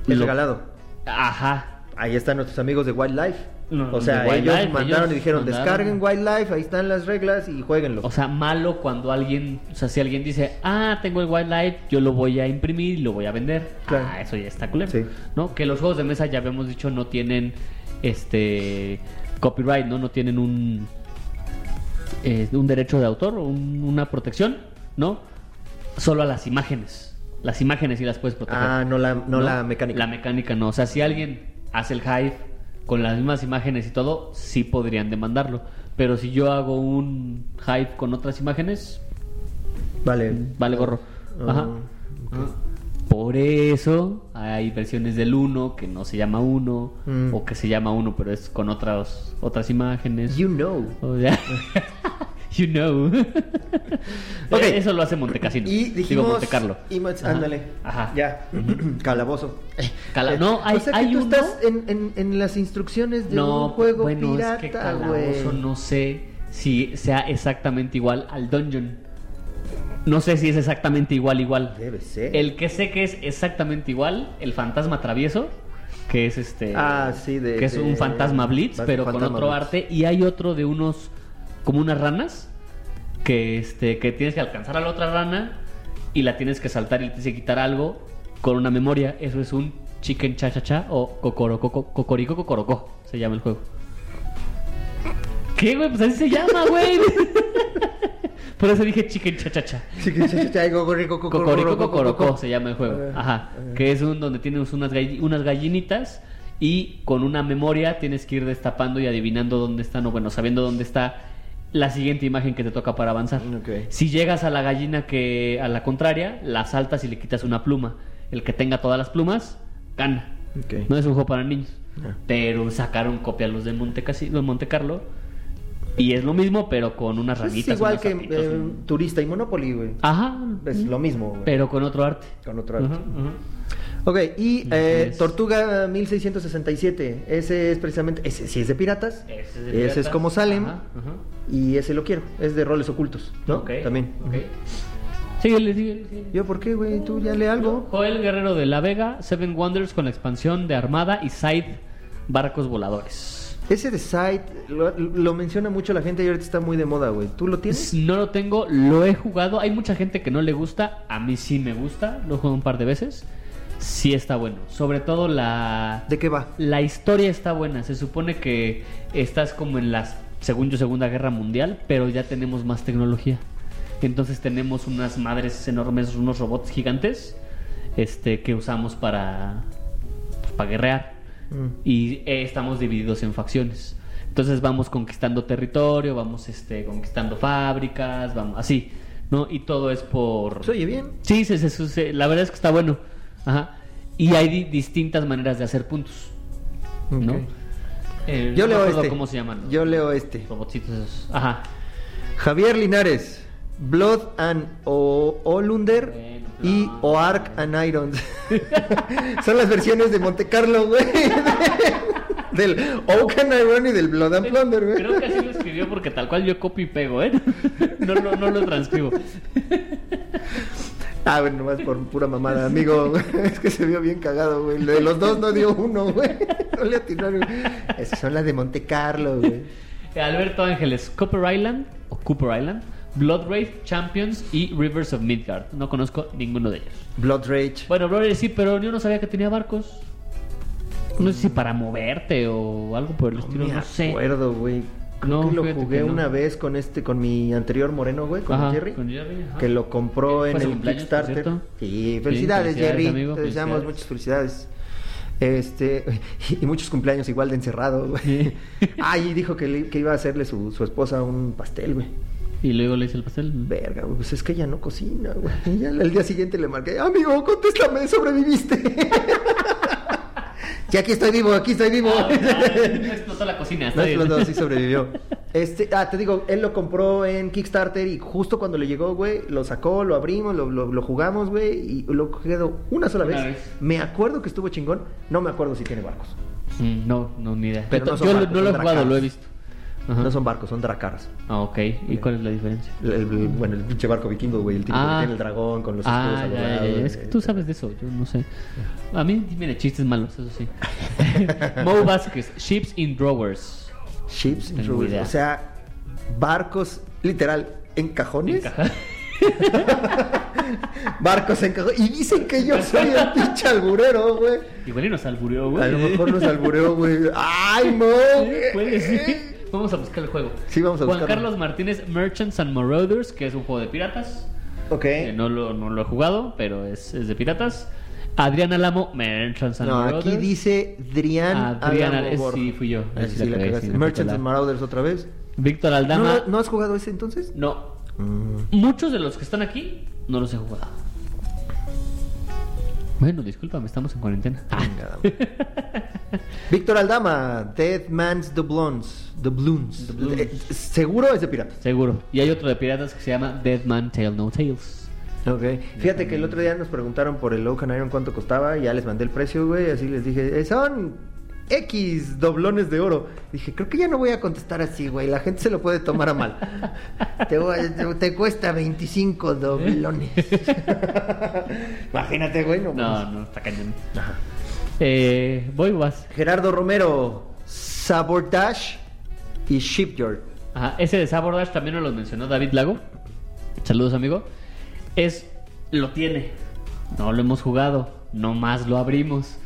[SPEAKER 1] Es
[SPEAKER 2] lo-
[SPEAKER 1] regalado.
[SPEAKER 2] Ajá.
[SPEAKER 1] Ahí están nuestros amigos de Wildlife.
[SPEAKER 2] No,
[SPEAKER 1] o sea,
[SPEAKER 2] de
[SPEAKER 1] ellos
[SPEAKER 2] Wildlife,
[SPEAKER 1] mandaron
[SPEAKER 2] ellos
[SPEAKER 1] y dijeron,
[SPEAKER 2] mandaron. Oh,
[SPEAKER 1] descarguen Wildlife, ahí están las reglas y jueguenlo.
[SPEAKER 2] O sea, malo cuando alguien, o sea, si alguien dice, ah, tengo el wildlife, yo lo voy a imprimir y lo voy a vender.
[SPEAKER 1] Claro.
[SPEAKER 2] Ah, eso ya está culero.
[SPEAKER 1] Sí.
[SPEAKER 2] ¿No? Que los juegos de mesa, ya habíamos dicho, no tienen este copyright, ¿no? No tienen un, eh, un derecho de autor o un- una protección, ¿no? Solo a las imágenes. Las imágenes sí las puedes proteger.
[SPEAKER 1] ah, no la, no, la mecánica.
[SPEAKER 2] La mecánica no. O sea, si alguien hace el hive con las mismas imágenes y todo, sí podrían demandarlo. Pero si yo hago un hive con otras imágenes,
[SPEAKER 1] Vale.
[SPEAKER 2] vale gorro. Ajá.
[SPEAKER 1] Ah, ok.
[SPEAKER 2] Ah. Por eso hay versiones del 1 que no se llama 1
[SPEAKER 1] Mm.
[SPEAKER 2] o que se llama 1 pero es con otras otras imágenes.
[SPEAKER 1] You know.
[SPEAKER 2] O sea, you know. E-,
[SPEAKER 1] Ok.
[SPEAKER 2] Eso lo hace Montecassino.
[SPEAKER 1] Y dijimos.
[SPEAKER 2] Digo Monte Carlo.
[SPEAKER 1] y Montes-
[SPEAKER 2] Ajá.
[SPEAKER 1] ándale.
[SPEAKER 2] Ajá.
[SPEAKER 1] Ya. Calabozo.
[SPEAKER 2] Cala-
[SPEAKER 1] Eh,
[SPEAKER 2] no, hay,
[SPEAKER 1] o sea que
[SPEAKER 2] hay
[SPEAKER 1] tú
[SPEAKER 2] uno.
[SPEAKER 1] estás en, en- en las instrucciones de
[SPEAKER 2] no, pues,
[SPEAKER 1] un juego
[SPEAKER 2] bueno, es que
[SPEAKER 1] pirata, güey.
[SPEAKER 2] Calabozo no sé si sea exactamente igual al Dungeon. No sé si es exactamente igual, igual.
[SPEAKER 1] Debe ser.
[SPEAKER 2] El que sé que es exactamente igual, el fantasma travieso, que es este.
[SPEAKER 1] Ah, sí, de-
[SPEAKER 2] Que es
[SPEAKER 1] de-
[SPEAKER 2] un fantasma blitz,
[SPEAKER 1] fan-
[SPEAKER 2] pero con
[SPEAKER 1] fantasma
[SPEAKER 2] otro
[SPEAKER 1] blitz.
[SPEAKER 2] arte. Y hay otro de unos. como unas ranas. Que este. que tienes que alcanzar a la otra rana. Y la tienes que saltar y le tienes que quitar algo con una memoria. Eso es un chicken cha cha cha o cocoroco co- cocorico cocoroco. Se llama el juego. ¿Qué, güey? Pues así se llama, güey. Por eso dije chicken cha cha cha.
[SPEAKER 1] Sí, que sí, sí, sí, algo rico, co- co-
[SPEAKER 2] Cocorico
[SPEAKER 1] co- co- co-
[SPEAKER 2] Cocorocó
[SPEAKER 1] co-
[SPEAKER 2] se llama el juego.
[SPEAKER 1] Eh,
[SPEAKER 2] Ajá.
[SPEAKER 1] eh.
[SPEAKER 2] Que es un donde tienes unas, galli- unas gallinitas y con una memoria tienes que ir destapando y adivinando dónde están o bueno, sabiendo dónde está la siguiente imagen que te toca para avanzar.
[SPEAKER 1] Ok.
[SPEAKER 2] Si llegas a la gallina que a la contraria, la saltas y le quitas una pluma. El que tenga todas las plumas gana.
[SPEAKER 1] Ok.
[SPEAKER 2] No es un juego para niños.
[SPEAKER 1] Ah.
[SPEAKER 2] Pero sacaron copias los de Monte, Casi- los Monte Carlo y es lo mismo pero con unas
[SPEAKER 1] Es
[SPEAKER 2] ramitas.
[SPEAKER 1] igual
[SPEAKER 2] unos
[SPEAKER 1] que
[SPEAKER 2] sapitos,
[SPEAKER 1] eh,
[SPEAKER 2] un-
[SPEAKER 1] Turista y Monopoly, güey.
[SPEAKER 2] Ajá.
[SPEAKER 1] Es lo mismo, güey.
[SPEAKER 2] Pero con otro arte.
[SPEAKER 1] Con otro arte.
[SPEAKER 2] Ujú, ujú.
[SPEAKER 1] Ok, y eh,
[SPEAKER 2] Así es.
[SPEAKER 1] Tortuga 1667. Ese es precisamente. Ese sí es de piratas.
[SPEAKER 2] Ese es, de
[SPEAKER 1] Ese es
[SPEAKER 2] piratas.
[SPEAKER 1] como Salem.
[SPEAKER 2] Ajá, ajá.
[SPEAKER 1] Y ese lo quiero. Es de roles ocultos, ¿no?
[SPEAKER 2] Ok,
[SPEAKER 1] También.
[SPEAKER 2] ok. Síguele, síguele, síguele.
[SPEAKER 1] Yo, ¿por qué, güey? Tú ya lee algo.
[SPEAKER 2] Joel Guerrero de La Vega, Seven Wonders con la expansión de Armada y Side Barcos Voladores.
[SPEAKER 1] Ese de Side lo, lo menciona mucho la gente y ahorita está muy de moda, güey. ¿Tú lo tienes?
[SPEAKER 2] No lo tengo, lo he jugado. Hay mucha gente que no le gusta, a mí sí me gusta. Lo juego un par de veces. Sí está bueno. Sobre todo la...
[SPEAKER 1] ¿De qué va?
[SPEAKER 2] La historia está buena. Se supone que estás como en las, según yo, Segunda Guerra Mundial, pero ya tenemos más tecnología. Entonces tenemos unas madres enormes, unos robots gigantes, este, que usamos para, pues, para guerrear.
[SPEAKER 1] Mm.
[SPEAKER 2] Y eh, estamos divididos en facciones. Entonces vamos conquistando territorio, vamos este, conquistando fábricas, vamos así, ¿no? Y todo es por...
[SPEAKER 1] Se oye bien.
[SPEAKER 2] Sí, se- se- se- la verdad es que está bueno. Ajá. Y hay di- distintas maneras de hacer puntos. ¿no?
[SPEAKER 1] Ok.
[SPEAKER 2] Eh,
[SPEAKER 1] Yo
[SPEAKER 2] no me
[SPEAKER 1] leo
[SPEAKER 2] acuerdo
[SPEAKER 1] este.
[SPEAKER 2] ¿Cómo se llaman? los
[SPEAKER 1] Yo leo este.
[SPEAKER 2] Robotcitos esos. Ajá.
[SPEAKER 1] Javier Linares. Blood and o Olunder
[SPEAKER 2] Bueno,
[SPEAKER 1] y
[SPEAKER 2] claro.
[SPEAKER 1] Oark and Irons. Son las versiones de Monte Carlo, güey. del Oak and Iron y del Blood and Plunder, güey.
[SPEAKER 2] Creo que así lo escribió porque tal cual yo copio y pego, ¿eh? No, lo- no lo transcribo.
[SPEAKER 1] Ah, bueno, nomás por pura mamada, amigo. Es que se vio bien cagado, güey. De los dos no dio uno, güey. No le atinaron. Esas son las de Monte Carlo, güey.
[SPEAKER 2] Alberto Ángeles, Copper Island o Cooper Island, Blood Wraith, Champions y Rivers of Midgard. No conozco ninguno de ellos.
[SPEAKER 1] Blood Rage.
[SPEAKER 2] Bueno, brother, sí, pero yo no sabía que tenía barcos. No sé si para moverte o algo por el estilo,
[SPEAKER 1] me
[SPEAKER 2] Pues, no sé.
[SPEAKER 1] acuerdo, güey. Creo
[SPEAKER 2] No,
[SPEAKER 1] que lo
[SPEAKER 2] fíjate
[SPEAKER 1] jugué
[SPEAKER 2] que no.
[SPEAKER 1] una vez con este, con mi anterior moreno, güey, con
[SPEAKER 2] Ajá,
[SPEAKER 1] Jerry.
[SPEAKER 2] con Jerry, ajá.
[SPEAKER 1] Que lo compró
[SPEAKER 2] Fue
[SPEAKER 1] en
[SPEAKER 2] su
[SPEAKER 1] el
[SPEAKER 2] cumpleaños, por
[SPEAKER 1] Kickstarter.
[SPEAKER 2] cierto.
[SPEAKER 1] Sí, felicidades,
[SPEAKER 2] felicidades,
[SPEAKER 1] Jerry.
[SPEAKER 2] amigo,
[SPEAKER 1] Te deseamos
[SPEAKER 2] felicidades.
[SPEAKER 1] muchas felicidades. Este, y muchos cumpleaños igual de encerrado, güey.
[SPEAKER 2] Sí.
[SPEAKER 1] Ah, y dijo que, le- que iba a hacerle su, su esposa un pastel, güey.
[SPEAKER 2] Y luego le hice el pastel.
[SPEAKER 1] Verga, güey, pues es que ella no cocina, güey. Y ya al día siguiente le marqué, amigo, contéstame, sobreviviste. sí, aquí estoy vivo, aquí estoy vivo.
[SPEAKER 2] Ah, no explotó la cocina, está
[SPEAKER 1] No
[SPEAKER 2] bien.
[SPEAKER 1] explotó, sí sobrevivió. Este, ah, te digo, él lo compró en Kickstarter y justo cuando le llegó, güey, lo sacó, lo abrimos, lo, lo- lo jugamos, güey, y lo quedó una sola
[SPEAKER 2] Una
[SPEAKER 1] vez.
[SPEAKER 2] vez.
[SPEAKER 1] Me acuerdo que estuvo chingón, no me acuerdo si tiene barcos.
[SPEAKER 2] Mm, No, no, ni idea.
[SPEAKER 1] Pero
[SPEAKER 2] yo
[SPEAKER 1] no
[SPEAKER 2] to-
[SPEAKER 1] son
[SPEAKER 2] yo
[SPEAKER 1] barcos,
[SPEAKER 2] no lo he
[SPEAKER 1] son
[SPEAKER 2] jugado, lo he
[SPEAKER 1] dracares.
[SPEAKER 2] visto. Ajá.
[SPEAKER 1] No son barcos, son dracaras.
[SPEAKER 2] Ah, ok. ¿Y cuál es la diferencia?
[SPEAKER 1] El- el- bueno, el pinche barco vikingo, güey, el tipo que
[SPEAKER 2] Ah.
[SPEAKER 1] tiene el dragón con los escudos
[SPEAKER 2] ah,
[SPEAKER 1] este.
[SPEAKER 2] ya, ya,
[SPEAKER 1] abogados,
[SPEAKER 2] ya. Es que tú sabes de eso, yo no sé. A mí, mire, chistes malos, eso sí. Mo Vázquez, Ships in Drawers.
[SPEAKER 1] Ships,
[SPEAKER 2] Tengo
[SPEAKER 1] Rubens,
[SPEAKER 2] idea.
[SPEAKER 1] o sea, barcos, literal, en cajones.
[SPEAKER 2] Encaja.
[SPEAKER 1] barcos en cajones. Y dicen que yo soy el pinche alburero, güey.
[SPEAKER 2] Igual y nos albureó, güey.
[SPEAKER 1] A lo mejor nos albureó, güey. ¡Ay, mo!
[SPEAKER 2] Puede ser. Vamos a buscar el juego.
[SPEAKER 1] Sí, vamos a
[SPEAKER 2] Juan
[SPEAKER 1] buscarlo.
[SPEAKER 2] Carlos Martínez, Merchants and Marauders, que es un juego de piratas.
[SPEAKER 1] Ok.
[SPEAKER 2] Eh, no, lo, no lo he jugado, pero es, es de piratas. Adrián Alamo, Merchants and
[SPEAKER 1] No,
[SPEAKER 2] Marauders.
[SPEAKER 1] aquí dice Drian
[SPEAKER 2] Ah, Adrián,
[SPEAKER 1] Álamo
[SPEAKER 2] ese
[SPEAKER 1] Borja.
[SPEAKER 2] sí fui yo.
[SPEAKER 1] Ese
[SPEAKER 2] Ese
[SPEAKER 1] sí
[SPEAKER 2] la
[SPEAKER 1] la
[SPEAKER 2] cagué,
[SPEAKER 1] cagaste.
[SPEAKER 2] sí, la
[SPEAKER 1] Merchants
[SPEAKER 2] pela.
[SPEAKER 1] and Marauders otra vez.
[SPEAKER 2] Víctor
[SPEAKER 1] ¿No,
[SPEAKER 2] Aldama.
[SPEAKER 1] ¿No has jugado ese entonces?
[SPEAKER 2] No.
[SPEAKER 1] Mm.
[SPEAKER 2] Muchos de los que están aquí no los he jugado. Bueno, discúlpame, estamos en cuarentena.
[SPEAKER 1] Chingada madre. Víctor Aldama, Dead Man's Doubloons. Doubloons.
[SPEAKER 2] Doubloons.
[SPEAKER 1] Eh, eh, Seguro es de pirata.
[SPEAKER 2] Seguro. Y hay otro de piratas que se llama Dead Man Tale No Tales.
[SPEAKER 1] Ok. Fíjate que el otro día nos preguntaron por el Oaken Iron cuánto costaba. y Ya les mandé el precio, güey. Así les dije, eh, son X doblones de oro. Dije, creo que ya no voy a contestar así, güey. La gente se lo puede tomar a mal. te, voy a- te- te cuesta 25 doblones. Imagínate, güey. No, mames.
[SPEAKER 2] No, no, está cañón. Eh, voy o vas.
[SPEAKER 1] Gerardo Romero, Sabotage y Shipyard.
[SPEAKER 2] Ajá, ese de Sabordash también nos lo mencionó David Lago. Saludos, amigo. Es. Lo tiene. No lo hemos jugado. Nomás lo abrimos.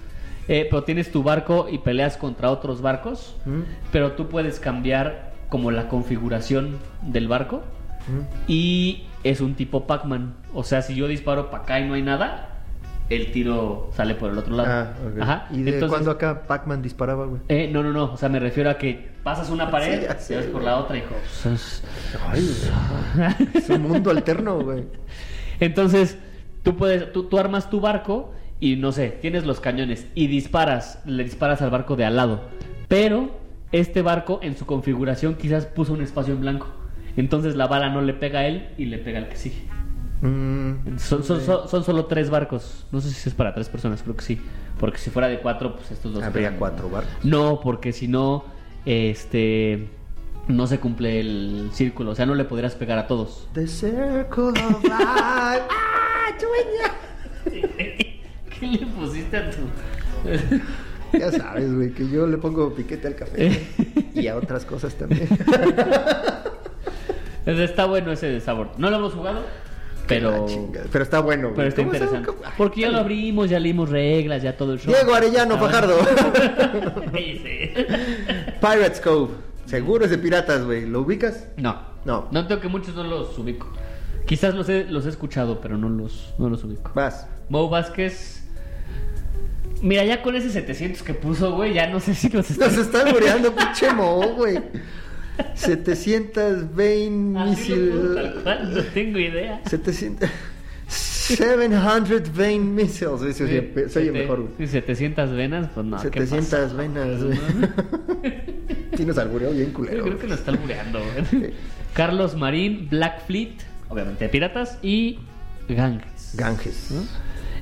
[SPEAKER 2] Eh, pero tienes tu barco y peleas contra otros barcos.
[SPEAKER 1] ¿Mm?
[SPEAKER 2] Pero tú puedes cambiar como la configuración del barco.
[SPEAKER 1] ¿Mm?
[SPEAKER 2] Y es un tipo Pac-Man. O sea, si yo disparo para acá y no hay nada, el tiro sale por el otro lado.
[SPEAKER 1] Ah, ok.
[SPEAKER 2] Ajá.
[SPEAKER 1] ¿Y de
[SPEAKER 2] Entonces-
[SPEAKER 1] cuándo acá Pac-Man disparaba, güey?
[SPEAKER 2] Eh, no, no, no. O sea, me refiero a que pasas una pared,
[SPEAKER 1] Sí, ya
[SPEAKER 2] te
[SPEAKER 1] sé,
[SPEAKER 2] vas por
[SPEAKER 1] güey.
[SPEAKER 2] la otra, hijo.
[SPEAKER 1] Ay, güey. Es un mundo alterno, güey.
[SPEAKER 2] Entonces, tú puedes, tú, tú armas tu barco y no sé, tienes los cañones y disparas, le disparas al barco de al lado. Pero este barco en su configuración quizás puso un espacio en blanco. Entonces la bala no le pega a él y le pega al que sigue.
[SPEAKER 1] Mm,
[SPEAKER 2] Son, son- son- son solo tres barcos. No sé si es para tres personas, creo que sí. Porque si fuera de cuatro, pues estos dos.
[SPEAKER 1] habría
[SPEAKER 2] eran-
[SPEAKER 1] cuatro barcos.
[SPEAKER 2] No, porque si no, este. No se cumple el círculo. O sea, no le podrías pegar a todos.
[SPEAKER 1] The circle of life. ¡Ah, chueña!
[SPEAKER 2] ¿Qué le pusiste a tu.?
[SPEAKER 1] Ya sabes, güey, que yo le pongo piquete al café. Y a otras cosas también.
[SPEAKER 2] Está bueno ese de sabor. No lo hemos jugado,
[SPEAKER 1] Ah,
[SPEAKER 2] pero.
[SPEAKER 1] chinga. Pero está bueno, güey.
[SPEAKER 2] Pero está
[SPEAKER 1] ¿Cómo sabe
[SPEAKER 2] interesante.
[SPEAKER 1] cómo? Ay,
[SPEAKER 2] Porque ya lo abrimos, ya leímos reglas, ya todo el show.
[SPEAKER 1] Diego Arellano
[SPEAKER 2] Ah, bueno.
[SPEAKER 1] Fajardo.
[SPEAKER 2] Cállese.
[SPEAKER 1] Pirates Cove. Seguro es de piratas, güey. ¿Lo ubicas?
[SPEAKER 2] No.
[SPEAKER 1] No.
[SPEAKER 2] No tengo que muchos no los ubico. Quizás los he, los he escuchado, pero no los, no los ubico.
[SPEAKER 1] Vas.
[SPEAKER 2] Mo Vázquez. Mira, ya con ese 700 que puso, güey, ya no sé si los está...
[SPEAKER 1] Nos está albureando, pinche Mo, güey. 720
[SPEAKER 2] Así lo puso
[SPEAKER 1] misil-
[SPEAKER 2] tal cual, no tengo idea.
[SPEAKER 1] 700. 700 vein missiles. güey, Se oye, se oye
[SPEAKER 2] Sete-
[SPEAKER 1] mejor, güey.
[SPEAKER 2] 700 venas, pues no. ¿qué
[SPEAKER 1] 700
[SPEAKER 2] pasa?
[SPEAKER 1] venas, güey. Sí, nos albureó bien
[SPEAKER 2] Yo
[SPEAKER 1] culero.
[SPEAKER 2] creo que lo está albureando, güey.
[SPEAKER 1] Sí.
[SPEAKER 2] Carlos Marín, Black Fleet, obviamente de piratas, y Ganges.
[SPEAKER 1] Ganges.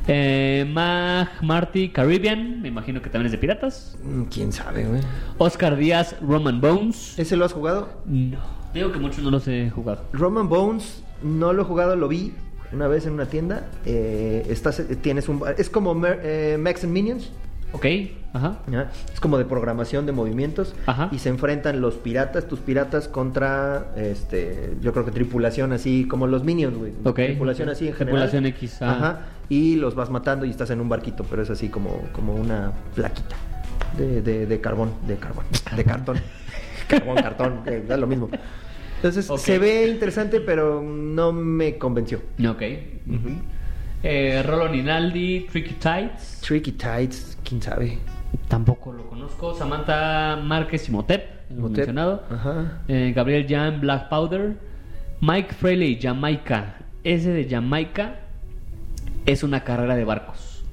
[SPEAKER 2] Eh, Mag Marty Caribbean, me imagino que también es de piratas.
[SPEAKER 1] Mm, ¿Quién sabe, güey?
[SPEAKER 2] Oscar Díaz, Roman Bones.
[SPEAKER 1] ¿Ese lo has jugado?
[SPEAKER 2] No. Digo que muchos no los he jugado.
[SPEAKER 1] Roman Bones, no lo he jugado, lo vi una vez en una tienda. Eh, estás, eh, tienes un, es como Mer- eh, Max and Minions.
[SPEAKER 2] Ok, ajá.
[SPEAKER 1] ¿ya? Es como de programación de movimientos.
[SPEAKER 2] Ajá.
[SPEAKER 1] Y se enfrentan los piratas, tus piratas contra, este, yo creo que tripulación así, como los minions, güey.
[SPEAKER 2] Ok.
[SPEAKER 1] Tripulación así en general.
[SPEAKER 2] Tripulación X, ah.
[SPEAKER 1] Ajá. Y los vas matando y estás en un barquito, pero es así como, como una plaquita de, de- de carbón, de carbón, de cartón. carbón, cartón, que da lo mismo. Entonces,
[SPEAKER 2] Ok.
[SPEAKER 1] se ve interesante, pero no me convenció.
[SPEAKER 2] Ok. ujú. Eh, Rolo Ninaldi, Tricky Tides.
[SPEAKER 1] Tricky Tides, quién sabe.
[SPEAKER 2] Tampoco lo conozco. Samantha Márquez y Motep, hemos
[SPEAKER 1] Motep,
[SPEAKER 2] mencionado.
[SPEAKER 1] ajá.
[SPEAKER 2] Eh, Gabriel Jan, Black Powder. Mike Fraley, Jamaica. Ese de Jamaica es una carrera de barcos.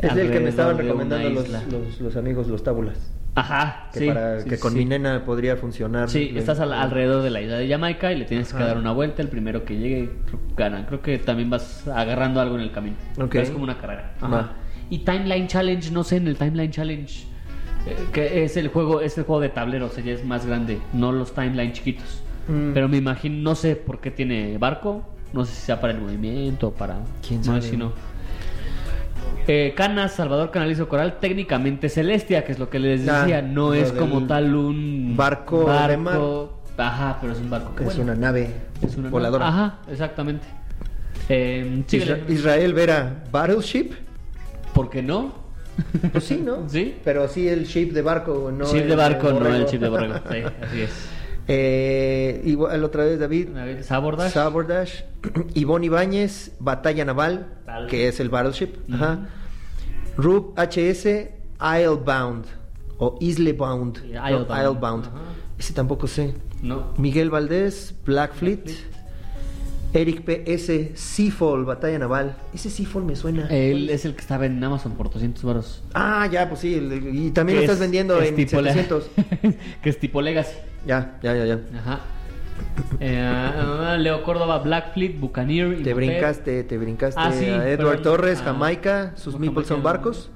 [SPEAKER 1] Es el que me estaban
[SPEAKER 2] Alrededor de una
[SPEAKER 1] recomendando los,
[SPEAKER 2] isla.
[SPEAKER 1] los- los amigos, los tábulas.
[SPEAKER 2] Ajá,
[SPEAKER 1] que,
[SPEAKER 2] sí,
[SPEAKER 1] para,
[SPEAKER 2] sí,
[SPEAKER 1] que
[SPEAKER 2] sí,
[SPEAKER 1] con
[SPEAKER 2] sí.
[SPEAKER 1] mi nena podría funcionar.
[SPEAKER 2] Sí,
[SPEAKER 1] Le-
[SPEAKER 2] estás al- alrededor de la isla de Jamaica y le tienes que
[SPEAKER 1] Ajá.
[SPEAKER 2] dar una vuelta. El primero que llegue creo- gana. Creo que también vas agarrando algo en el camino.
[SPEAKER 1] Ok.
[SPEAKER 2] Pero es como una carrera.
[SPEAKER 1] Ajá.
[SPEAKER 2] Ajá. Y Timeline Challenge, no sé, en el Timeline Challenge, eh, que es el juego, es el juego de tablero, o sea, ya es más grande, no los timeline chiquitos.
[SPEAKER 1] Mm.
[SPEAKER 2] Pero me imagino, no sé por qué tiene barco, no sé si sea para el movimiento o para.
[SPEAKER 1] ¿Quién
[SPEAKER 2] no
[SPEAKER 1] sabe?
[SPEAKER 2] sé si no. Eh, Canas, Salvador Canalizo Coral, técnicamente Celestia, que es lo que les
[SPEAKER 1] Ah,
[SPEAKER 2] decía, no
[SPEAKER 1] lo
[SPEAKER 2] es
[SPEAKER 1] del
[SPEAKER 2] como tal un
[SPEAKER 1] barco de
[SPEAKER 2] Ajá, pero es un barco que
[SPEAKER 1] Es
[SPEAKER 2] vuela.
[SPEAKER 1] una nave
[SPEAKER 2] Es una
[SPEAKER 1] voladora.
[SPEAKER 2] nave. Ajá, exactamente. Eh, síguele.
[SPEAKER 1] Isra- Israel Vera, Battleship.
[SPEAKER 2] ¿Por qué no?
[SPEAKER 1] Pues sí, ¿no?
[SPEAKER 2] Sí.
[SPEAKER 1] Pero sí el ship de barco, no.
[SPEAKER 2] chip
[SPEAKER 1] el
[SPEAKER 2] de barco, no el
[SPEAKER 1] borrego.
[SPEAKER 2] chip de borrego. Sí, así es.
[SPEAKER 1] Eh, igual otra vez David.
[SPEAKER 2] A ver, Sabordash.
[SPEAKER 1] Sabordash. Ivonne Ibáñez, Batalla Naval,
[SPEAKER 2] Tal.
[SPEAKER 1] que es el Battleship.
[SPEAKER 2] Ujú.
[SPEAKER 1] Ajá. Rub HS, Islebound. O Islebound.
[SPEAKER 2] Sí,
[SPEAKER 1] no,
[SPEAKER 2] Islebound.
[SPEAKER 1] Islebound.
[SPEAKER 2] Ajá.
[SPEAKER 1] Ese tampoco sé.
[SPEAKER 2] no.
[SPEAKER 1] Miguel Valdés, Black Fleet. Eric P.S. Seafall, Batalla Naval. Ese Seafall me suena.
[SPEAKER 2] Él es el que estaba en Amazon por 200 baros.
[SPEAKER 1] Ah, ya, pues sí. el- el- Y también lo estás vendiendo en 700.
[SPEAKER 2] que es tipo Legacy.
[SPEAKER 1] Ya, ya, ya, ya.
[SPEAKER 2] Ajá. Eh, ah, Leo Córdoba, Black Fleet, Buccaneer.
[SPEAKER 1] Te
[SPEAKER 2] Imhotep.
[SPEAKER 1] brincaste, te brincaste
[SPEAKER 2] Ah, sí,
[SPEAKER 1] a Edward
[SPEAKER 2] perdón,
[SPEAKER 1] Torres,
[SPEAKER 2] a-
[SPEAKER 1] Jamaica, sus
[SPEAKER 2] no,
[SPEAKER 1] meeples son
[SPEAKER 2] Jamaica,
[SPEAKER 1] barcos.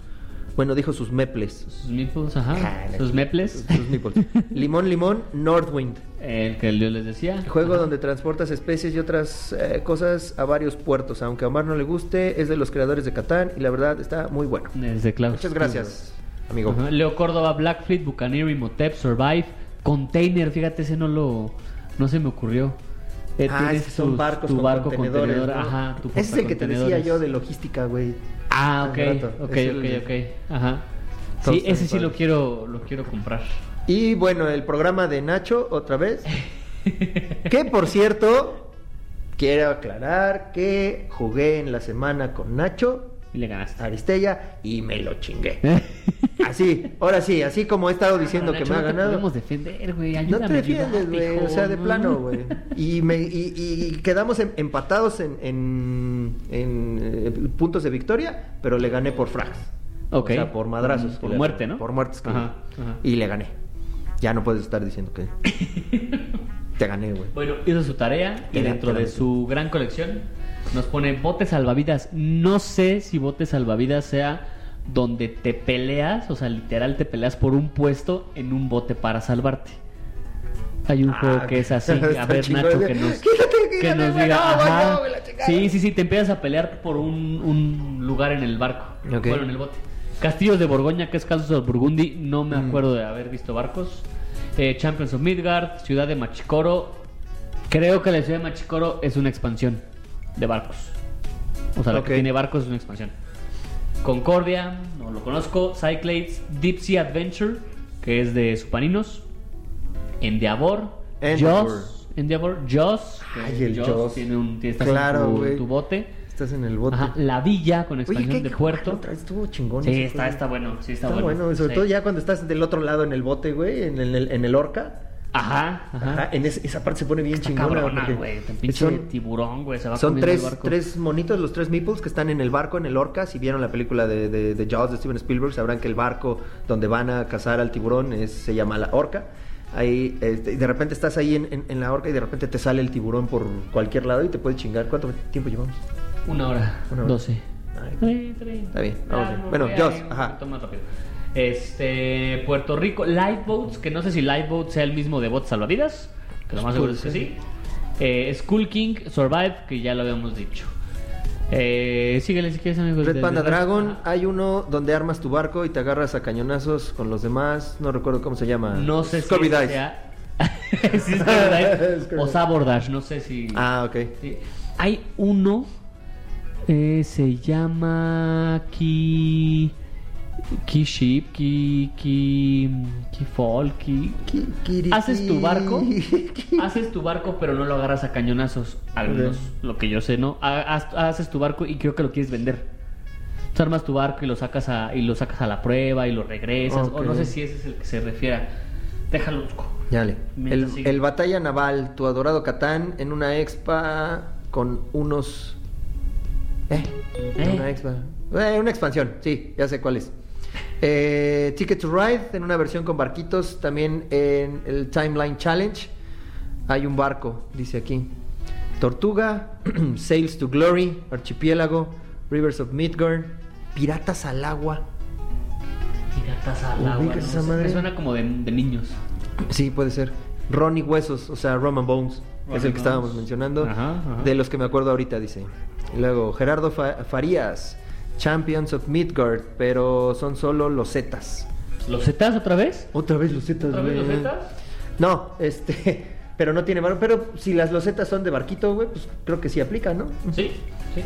[SPEAKER 1] Bueno, dijo sus meples.
[SPEAKER 2] Sus meeples, ajá.
[SPEAKER 1] Ah,
[SPEAKER 2] Sus meples.
[SPEAKER 1] Sus meeples. Limón, limón, Northwind.
[SPEAKER 2] El que yo les decía.
[SPEAKER 1] Juego donde transportas especies y otras eh, cosas a varios puertos. Aunque a Omar no le guste, es de los creadores de Catán y la verdad está muy bueno.
[SPEAKER 2] Desde Klaus.
[SPEAKER 1] Muchas gracias, amigo.
[SPEAKER 2] Ajá, Leo Córdoba, Black Fleet, Buccaneer, Imhotep, Survive, Container. Fíjate, ese no lo. No se me ocurrió. Eh,
[SPEAKER 1] Ah,
[SPEAKER 2] tienes
[SPEAKER 1] es que son
[SPEAKER 2] tus-
[SPEAKER 1] barcos
[SPEAKER 2] tu
[SPEAKER 1] con
[SPEAKER 2] barco
[SPEAKER 1] contenedores.
[SPEAKER 2] contenedor,
[SPEAKER 1] ¿no?
[SPEAKER 2] Ajá, tu
[SPEAKER 1] Ese es el que te decía
[SPEAKER 2] portacontenedores.
[SPEAKER 1] yo de logística, güey.
[SPEAKER 2] Ah,
[SPEAKER 1] hace
[SPEAKER 2] ok,
[SPEAKER 1] rato.
[SPEAKER 2] ok,
[SPEAKER 1] Es el-
[SPEAKER 2] ok, ok. Ajá.
[SPEAKER 1] Todos
[SPEAKER 2] Sí,
[SPEAKER 1] están
[SPEAKER 2] ese sí lo
[SPEAKER 1] iguales.
[SPEAKER 2] quiero, lo quiero comprar.
[SPEAKER 1] Y bueno, el programa de Nacho, otra vez. que por cierto, quiero aclarar que jugué en la semana con Nacho
[SPEAKER 2] Y le ganaste.
[SPEAKER 1] Aristella y me lo chingué. Así, ahora sí, así como he estado diciendo que
[SPEAKER 2] Ah, Nacho,
[SPEAKER 1] me ha
[SPEAKER 2] no te
[SPEAKER 1] ganado.
[SPEAKER 2] podemos defender, güey.
[SPEAKER 1] No
[SPEAKER 2] ayúdame
[SPEAKER 1] te
[SPEAKER 2] a
[SPEAKER 1] defiendes,
[SPEAKER 2] ayudarte,
[SPEAKER 1] güey.
[SPEAKER 2] hijo,
[SPEAKER 1] O sea, de
[SPEAKER 2] no.
[SPEAKER 1] plano, güey. Y, me- y- y- y quedamos en- empatados en, en- en, eh, puntos de victoria, pero le gané por frags.
[SPEAKER 2] Ok.
[SPEAKER 1] O sea, por madrazos.
[SPEAKER 2] Por muerte, ¿no?
[SPEAKER 1] Por muertes. que-
[SPEAKER 2] Ajá, ajá.
[SPEAKER 1] Y le gané. Ya no puedes estar diciendo que... te gané, güey.
[SPEAKER 2] Bueno, hizo su tarea y
[SPEAKER 1] Te la-
[SPEAKER 2] dentro
[SPEAKER 1] te la
[SPEAKER 2] de
[SPEAKER 1] meto.
[SPEAKER 2] su gran colección nos pone botes salvavidas. No sé si botes salvavidas sea donde te peleas, o sea, literal te peleas por un puesto en un bote para salvarte. Hay un
[SPEAKER 1] Ah,
[SPEAKER 2] juego que es así.
[SPEAKER 1] está
[SPEAKER 2] A ver,
[SPEAKER 1] chingón.
[SPEAKER 2] Nacho, que nos,
[SPEAKER 1] Quítate,
[SPEAKER 2] que
[SPEAKER 1] quítate,
[SPEAKER 2] nos
[SPEAKER 1] güey,
[SPEAKER 2] diga.
[SPEAKER 1] no, güey,
[SPEAKER 2] ajá.
[SPEAKER 1] no, güey, la chingada.
[SPEAKER 2] Sí, sí, sí, te empiezas a pelear por un, un lugar en el barco.
[SPEAKER 1] Ok.
[SPEAKER 2] Bueno, en el bote. Castillos de Borgoña, que es Casos del Burgundy, no me
[SPEAKER 1] Mm.
[SPEAKER 2] acuerdo de haber visto barcos. Eh, Champions of Midgard, Ciudad de Machicoro. Creo que la Ciudad de Machicoro es una expansión de barcos. O sea, la
[SPEAKER 1] Ok.
[SPEAKER 2] que tiene barcos es una expansión. Concordia, no lo conozco. Cyclades, Deep Sea Adventure, que es de Supaninos. Endeavor,
[SPEAKER 1] Endeavor.
[SPEAKER 2] Jaws. Endeavor, Jaws. que
[SPEAKER 1] Ay, el Jaws.
[SPEAKER 2] Tiene un, tiene- estás
[SPEAKER 1] Claro,
[SPEAKER 2] en tu-
[SPEAKER 1] güey.
[SPEAKER 2] tu, bote.
[SPEAKER 1] Estás en el bote.
[SPEAKER 2] Ajá, la villa con
[SPEAKER 1] Oye,
[SPEAKER 2] expansión
[SPEAKER 1] ¿qué Ah,
[SPEAKER 2] de puerto.
[SPEAKER 1] otra vez Estuvo chingón.
[SPEAKER 2] Sí,
[SPEAKER 1] ese
[SPEAKER 2] está,
[SPEAKER 1] juego.
[SPEAKER 2] está bueno, sí está,
[SPEAKER 1] Está
[SPEAKER 2] bueno.
[SPEAKER 1] bueno, sobre
[SPEAKER 2] sí.
[SPEAKER 1] todo ya cuando estás del otro lado en el bote, güey, en el, en el orca.
[SPEAKER 2] Ajá, ajá.
[SPEAKER 1] Ajá, en es- esa parte se pone bien
[SPEAKER 2] Está
[SPEAKER 1] chingona.
[SPEAKER 2] cabrona,
[SPEAKER 1] porque
[SPEAKER 2] güey. tan Pinche
[SPEAKER 1] Son,
[SPEAKER 2] tiburón, güey. Se va
[SPEAKER 1] son
[SPEAKER 2] comiendo el
[SPEAKER 1] tres,
[SPEAKER 2] barco.
[SPEAKER 1] tres monitos, los tres meeples que están en el barco, en el orca. Si vieron la película de, de, de Jaws de Steven Spielberg, sabrán que el barco donde van a cazar al tiburón es- se llama la orca. Ahí, este, y de repente estás ahí en, en- en la orca y de repente te sale el tiburón por cualquier lado y te puede chingar. ¿Cuánto tiempo llevamos?
[SPEAKER 2] Una hora,
[SPEAKER 1] Una hora.
[SPEAKER 2] doce.
[SPEAKER 1] Ay,
[SPEAKER 2] Eh, treinta.
[SPEAKER 1] Está bien, vamos bien.
[SPEAKER 2] no,
[SPEAKER 1] Bueno,
[SPEAKER 2] ya,
[SPEAKER 1] Joss,
[SPEAKER 2] eh,
[SPEAKER 1] ajá.
[SPEAKER 2] un poquito más rápido. Este, Puerto Rico, Lifeboats, que no sé si Lifeboats sea el mismo de Bots Salvavidas, que lo más seguro es que sí. Eh, Skull King, Survive, que ya lo habíamos dicho. Eh, síguele si quieres, amigos.
[SPEAKER 1] Red
[SPEAKER 2] de-
[SPEAKER 1] Panda
[SPEAKER 2] de-
[SPEAKER 1] Dragon,
[SPEAKER 2] Ajá.
[SPEAKER 1] hay uno donde armas tu barco y te agarras a cañonazos con los demás. No recuerdo cómo se llama.
[SPEAKER 2] No sé
[SPEAKER 1] Scurvy
[SPEAKER 2] si
[SPEAKER 1] Ah, Dice.
[SPEAKER 2] sea. Sí, Scurvy Dice.
[SPEAKER 1] Scurvy.
[SPEAKER 2] o Sabordash, no sé si.
[SPEAKER 1] Ah, ok.
[SPEAKER 2] Sí. Hay uno. eh, se llama. Ki. Ki Ship. Ki. Ki. Ki Fall. Ki.
[SPEAKER 1] Ki- kiri-
[SPEAKER 2] Haces tu barco. Ah,
[SPEAKER 1] ki-
[SPEAKER 2] Haces tu barco, pero no lo agarras a cañonazos. Al
[SPEAKER 1] Ok.
[SPEAKER 2] menos lo que yo sé, ¿no? Ha- haz- Haces tu barco y creo que lo quieres vender. Tú Armas tu barco y lo sacas a, y lo sacas a la prueba y lo regresas. O no
[SPEAKER 1] Ok.
[SPEAKER 2] sé si ese es el que se refiera. Déjalo busco.
[SPEAKER 1] Dale. El,
[SPEAKER 2] Mientras sigue.
[SPEAKER 1] el batalla naval, tu adorado Catán, en una expa con unos. Eh, en
[SPEAKER 2] Eh.
[SPEAKER 1] una expa. Eh, una expansión, sí, ya sé cuál es. Eh, Ticket to Ride, en una versión con barquitos, también en el Timeline Challenge. Hay un barco, dice aquí. Tortuga, Sails to Glory, Archipiélago, Rivers of Midgard, Piratas al Agua.
[SPEAKER 2] Piratas al agua.
[SPEAKER 1] Ubicas
[SPEAKER 2] ¿no?
[SPEAKER 1] esa
[SPEAKER 2] Se-
[SPEAKER 1] madre.
[SPEAKER 2] Me suena como de, de niños.
[SPEAKER 1] Sí, puede ser. Ron y Huesos, o sea, Roman Bones,
[SPEAKER 2] Roman
[SPEAKER 1] es el que
[SPEAKER 2] Bones.
[SPEAKER 1] estábamos mencionando.
[SPEAKER 2] Ajá, ajá.
[SPEAKER 1] De los que me acuerdo ahorita, dice. Y luego, Gerardo Fa- Farías, Champions of Midgard, pero son solo los Zetas.
[SPEAKER 2] ¿Los Zetas otra vez?
[SPEAKER 1] Otra vez los Zetas,
[SPEAKER 2] ¿Otra vez los
[SPEAKER 1] güey.
[SPEAKER 2] Zetas?
[SPEAKER 1] No, este, pero no tiene barco. Pero si las losetas son de barquito, güey, pues creo que sí aplica, ¿no?
[SPEAKER 2] Sí, sí.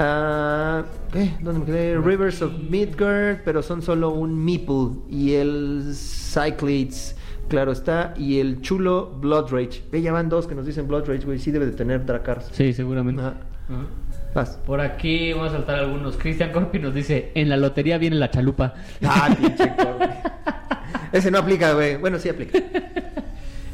[SPEAKER 1] Ah, ¿qué? ¿Dónde me quedé? Rivers of Midgard, pero son solo un Meeple. Y el Cyclades, claro está. Y el chulo Blood Rage. Ve, ya van dos que nos dicen Blood Rage, güey. Sí debe de tener Dracars.
[SPEAKER 2] Sí, seguramente.
[SPEAKER 1] Ajá.
[SPEAKER 2] Ajá.
[SPEAKER 1] Vas.
[SPEAKER 2] Por aquí vamos a saltar algunos. Cristian Corpi nos dice, en la lotería viene la chalupa.
[SPEAKER 1] Ah, pinche corno. Ese no aplica, güey. Bueno, sí aplica.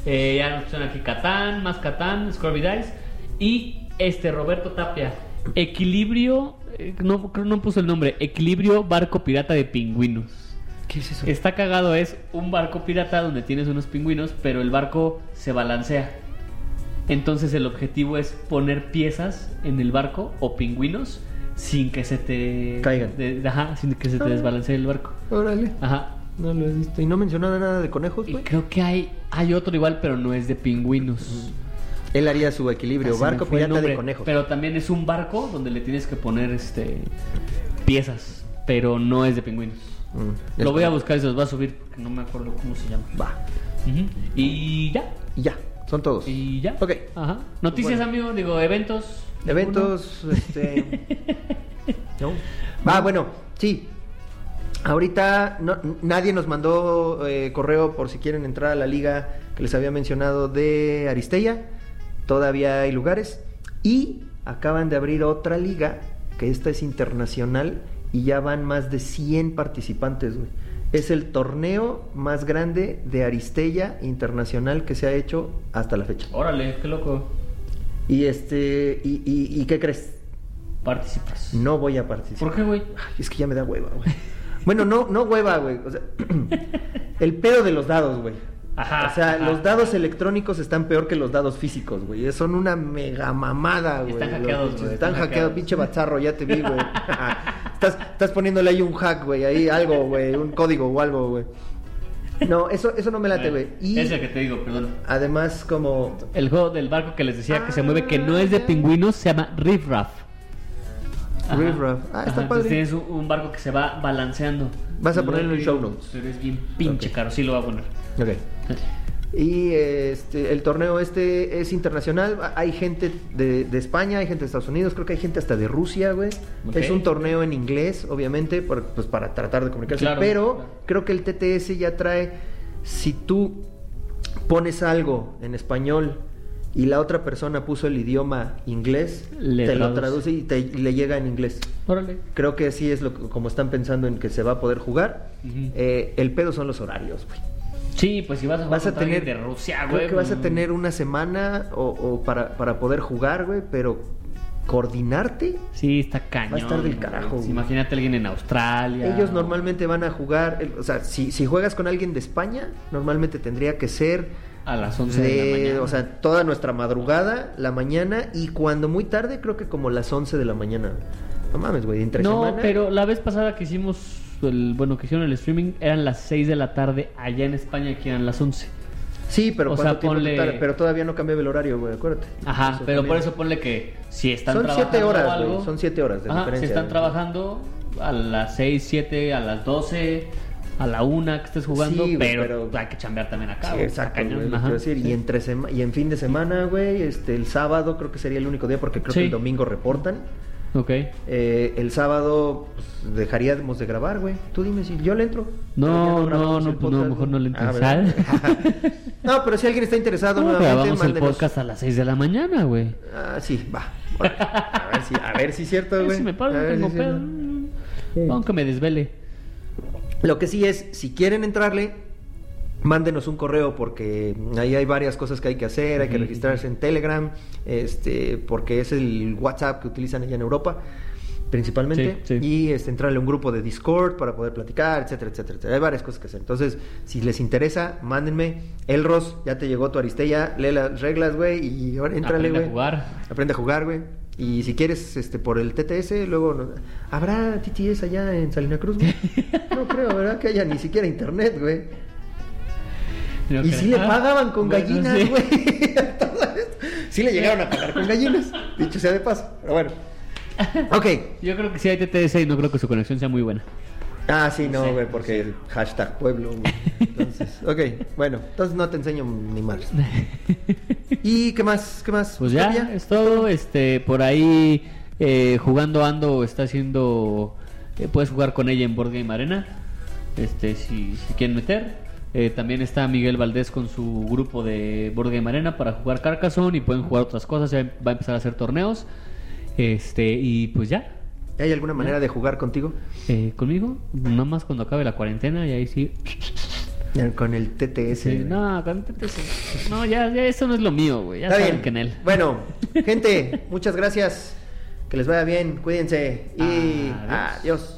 [SPEAKER 2] Eh, ya nos pusieron aquí Catán, más Catán, Scurvy Dice. Y este Roberto Tapia, Equilibrio, eh, no creo no puso el nombre, Equilibrio Barco Pirata de Pingüinos.
[SPEAKER 1] ¿Qué es eso?
[SPEAKER 2] Está cagado, es un barco pirata donde tienes unos pingüinos, pero el barco se balancea. Entonces el objetivo es poner piezas en el barco o pingüinos sin que se te
[SPEAKER 1] Caigan.
[SPEAKER 2] de- ajá, sin que se te desbalancee el barco.
[SPEAKER 1] Órale.
[SPEAKER 2] Ajá.
[SPEAKER 1] No lo he visto. Y no mencionó nada de conejos,
[SPEAKER 2] Y
[SPEAKER 1] güey.
[SPEAKER 2] creo que hay hay otro igual, pero no es de pingüinos.
[SPEAKER 1] Él haría su equilibrio.
[SPEAKER 2] Ah, se me
[SPEAKER 1] barco
[SPEAKER 2] fue el
[SPEAKER 1] pirata de
[SPEAKER 2] nombre,
[SPEAKER 1] conejos.
[SPEAKER 2] Pero también es un barco donde le tienes que poner este piezas, pero no es de pingüinos.
[SPEAKER 1] Mm, es
[SPEAKER 2] Lo voy a
[SPEAKER 1] correcto.
[SPEAKER 2] buscar y se los voy a subir porque no me acuerdo cómo se llama.
[SPEAKER 1] Va.
[SPEAKER 2] Ujú. Y ya,
[SPEAKER 1] Y ya. Son todos.
[SPEAKER 2] y ya.
[SPEAKER 1] Ok.
[SPEAKER 2] Ajá. Noticias,
[SPEAKER 1] Bueno.
[SPEAKER 2] amigo, digo, eventos.
[SPEAKER 1] Eventos, este. ¿No? Ah, bueno, sí. Ahorita no- nadie nos mandó eh, correo por si quieren entrar a la liga que les había mencionado de Aristella. Todavía hay lugares. Y acaban de abrir otra liga, que esta es internacional, y ya van más de 100 participantes, güey. Es el torneo más grande de Aristella internacional que se ha hecho hasta la fecha.
[SPEAKER 2] Órale, qué loco.
[SPEAKER 1] Y este, y, y- ¿y qué crees?
[SPEAKER 2] Participas.
[SPEAKER 1] No voy a participar.
[SPEAKER 2] ¿Por qué, güey?
[SPEAKER 1] Ay, es que ya me da hueva, güey. Bueno, no, no hueva, güey. O sea, el pedo de los dados, güey.
[SPEAKER 2] Ajá,
[SPEAKER 1] O sea,
[SPEAKER 2] ajá.
[SPEAKER 1] los dados electrónicos están peor que los dados físicos, güey. Son una mega mamada, güey.
[SPEAKER 2] Están
[SPEAKER 1] Los
[SPEAKER 2] hackeados,
[SPEAKER 1] pinches- Están
[SPEAKER 2] güey, están
[SPEAKER 1] hackeados,
[SPEAKER 2] hackeados.
[SPEAKER 1] pinche bazarro, ya te vi, güey. Ah, estás, estás poniéndole ahí un hack, güey. Ahí algo, güey. Un código o algo, güey. No, eso, eso no me late, güey. Y
[SPEAKER 2] Es el que te digo, perdón.
[SPEAKER 1] además, como.
[SPEAKER 2] El juego del barco que les decía que se
[SPEAKER 1] Ah,
[SPEAKER 2] mueve, que no es de
[SPEAKER 1] ya.
[SPEAKER 2] pingüinos, se llama Riff Raff. Ajá.
[SPEAKER 1] Riff Raff. Ah, está
[SPEAKER 2] Ajá,
[SPEAKER 1] padre.
[SPEAKER 2] entonces Tienes un, un barco que se va balanceando.
[SPEAKER 1] Vas a
[SPEAKER 2] Lo
[SPEAKER 1] ponerlo en
[SPEAKER 2] he
[SPEAKER 1] show
[SPEAKER 2] visto,
[SPEAKER 1] notes.
[SPEAKER 2] Pero es bien pinche
[SPEAKER 1] Ok.
[SPEAKER 2] caro, sí lo voy a poner.
[SPEAKER 1] Ok. Y este, el torneo este es internacional. A- Hay gente de, de España, hay gente de Estados Unidos, creo que hay gente hasta de Rusia, güey.
[SPEAKER 2] Ok.
[SPEAKER 1] Es un torneo en inglés, obviamente, por- pues para tratar de comunicarse.
[SPEAKER 2] Claro,
[SPEAKER 1] Pero
[SPEAKER 2] claro.
[SPEAKER 1] creo que el TTS ya trae, si tú pones algo en español y la otra persona puso el idioma inglés,
[SPEAKER 2] Le
[SPEAKER 1] te lo
[SPEAKER 2] traduce.
[SPEAKER 1] traduce y te- y le llega en inglés.
[SPEAKER 2] Órale.
[SPEAKER 1] Creo que así es lo, que- como están pensando en que se va a poder jugar.
[SPEAKER 2] Ujú.
[SPEAKER 1] Eh, el pedo son los horarios, güey.
[SPEAKER 2] Sí, pues si vas a jugar
[SPEAKER 1] Vas a
[SPEAKER 2] contra alguien
[SPEAKER 1] tener
[SPEAKER 2] de Rusia,
[SPEAKER 1] creo
[SPEAKER 2] güey.
[SPEAKER 1] que vas a
[SPEAKER 2] mm,
[SPEAKER 1] tener una semana o, o para, para poder jugar, güey, pero coordinarte.
[SPEAKER 2] Sí, está cañón.
[SPEAKER 1] estar del
[SPEAKER 2] güey.
[SPEAKER 1] carajo,
[SPEAKER 2] Sí,
[SPEAKER 1] güey.
[SPEAKER 2] Imagínate a alguien en Australia.
[SPEAKER 1] Ellos normalmente van a jugar, el- o sea, si, si juegas con alguien de España, normalmente tendría que ser
[SPEAKER 2] A las 11 de, la mañana.
[SPEAKER 1] o sea, toda nuestra madrugada, la mañana y cuando muy tarde, creo que como las 11 de la mañana. No mames, güey, entre
[SPEAKER 2] no,
[SPEAKER 1] semana.
[SPEAKER 2] pero la vez pasada que hicimos el bueno que hicieron el streaming eran las 6 de la tarde allá en España aquí eran las 11.
[SPEAKER 1] Sí, pero
[SPEAKER 2] o
[SPEAKER 1] ¿cuánto
[SPEAKER 2] sea,
[SPEAKER 1] tiempo te
[SPEAKER 2] ponle-
[SPEAKER 1] tarda? pero todavía no cambiaba el horario, güey, acuérdate.
[SPEAKER 2] Ajá, pero por
[SPEAKER 1] también.
[SPEAKER 2] eso ponle que si están
[SPEAKER 1] Son
[SPEAKER 2] trabajando
[SPEAKER 1] siete horas,
[SPEAKER 2] o algo-
[SPEAKER 1] güey, son siete horas de
[SPEAKER 2] Ajá,
[SPEAKER 1] diferencia,
[SPEAKER 2] Si están
[SPEAKER 1] güey.
[SPEAKER 2] trabajando a las 6, 7, a las 12, a la 1 que estés jugando,
[SPEAKER 1] Sí, güey,
[SPEAKER 2] pero,
[SPEAKER 1] pero-
[SPEAKER 2] hay que chambear también acá.
[SPEAKER 1] Sí,
[SPEAKER 2] güey, está
[SPEAKER 1] exacto,
[SPEAKER 2] cañón,
[SPEAKER 1] güey, lo
[SPEAKER 2] ajá,
[SPEAKER 1] quiero decir.
[SPEAKER 2] sí.
[SPEAKER 1] Y, entre sema- y en fin de semana, güey, este, el sábado creo que sería el único día porque creo
[SPEAKER 2] Sí.
[SPEAKER 1] que el domingo reportan.
[SPEAKER 2] Ok.
[SPEAKER 1] Eh, el sábado pues, dejaríamos de grabar, güey. Tú dime si yo le entro. Pero ya
[SPEAKER 2] No, no,
[SPEAKER 1] grabamos
[SPEAKER 2] no,
[SPEAKER 1] el
[SPEAKER 2] pues no,
[SPEAKER 1] podcast,
[SPEAKER 2] mejor no le
[SPEAKER 1] Ah, ¿verdad?
[SPEAKER 2] interesas.
[SPEAKER 1] no, pero si alguien está interesado,
[SPEAKER 2] No,
[SPEAKER 1] nuevamente,
[SPEAKER 2] grabamos el
[SPEAKER 1] mándenos-
[SPEAKER 2] podcast a las 6 de la mañana, güey.
[SPEAKER 1] Ah, sí, va. Órale. A ver si, a ver si es cierto, güey.
[SPEAKER 2] Eh, Si me paro,
[SPEAKER 1] A
[SPEAKER 2] no
[SPEAKER 1] ver si
[SPEAKER 2] tengo
[SPEAKER 1] es
[SPEAKER 2] pedo.
[SPEAKER 1] cierto.
[SPEAKER 2] Aunque me desvele.
[SPEAKER 1] Lo que sí es, si quieren entrarle, mándenos un correo porque ahí hay varias cosas que hay que hacer, hay que
[SPEAKER 2] Ujú.
[SPEAKER 1] registrarse en Telegram, este, porque es el WhatsApp que utilizan allá en Europa principalmente
[SPEAKER 2] Sí, sí.
[SPEAKER 1] y este, entrarle a un grupo de Discord para poder platicar, etcétera, etcétera, etcétera. Hay varias cosas que hacer. Entonces, si les interesa, mándenme. Elros, ya te llegó tu Aristella, lee las reglas, güey, y ahora entrale,
[SPEAKER 2] Aprende a
[SPEAKER 1] güey.
[SPEAKER 2] jugar.
[SPEAKER 1] Aprende a jugar, güey. Y si quieres, este, por el TTS, luego... no- ¿Habrá TTS allá en Salina Cruz, güey? No creo, ¿verdad? Que haya ni siquiera internet, güey.
[SPEAKER 2] Creo
[SPEAKER 1] Y
[SPEAKER 2] que-
[SPEAKER 1] si le
[SPEAKER 2] Ah,
[SPEAKER 1] pagaban con
[SPEAKER 2] bueno,
[SPEAKER 1] gallinas,
[SPEAKER 2] sí.
[SPEAKER 1] güey. Sí le llegaron a pagar con gallinas, dicho sea de paso. Pero bueno. Ok.
[SPEAKER 2] Yo creo que sí hay TTS y no creo que su conexión sea muy buena.
[SPEAKER 1] Ah, sí, no,
[SPEAKER 2] sé,
[SPEAKER 1] güey, porque hashtag pueblo, güey. Entonces, ok, bueno, entonces no te enseño ni más. ¿Y qué más? ¿Qué más?
[SPEAKER 2] Pues ya,
[SPEAKER 1] ¿Todavía?
[SPEAKER 2] es todo. Este, por ahí eh, jugando ando está haciendo. eh, puedes jugar con ella en Board Game Arena. Este, si, si quieren meter. Eh, también está Miguel Valdés con su grupo de Board Game Arena para jugar Carcassonne y pueden jugar otras cosas. Ya va a empezar a hacer torneos. Este, y pues ya.
[SPEAKER 1] ¿Hay alguna manera de jugar contigo?
[SPEAKER 2] Eh, conmigo, nada más cuando acabe la cuarentena y ahí sí.
[SPEAKER 1] Con el TTS.
[SPEAKER 2] Sí,
[SPEAKER 1] güey.
[SPEAKER 2] no, con TTS. No, ya, ya eso no es lo mío, güey. Ya
[SPEAKER 1] Está
[SPEAKER 2] saben
[SPEAKER 1] bien.
[SPEAKER 2] que en él.
[SPEAKER 1] Bueno, Gente, muchas gracias. Que les vaya bien, cuídense y
[SPEAKER 2] Adiós.
[SPEAKER 1] adiós.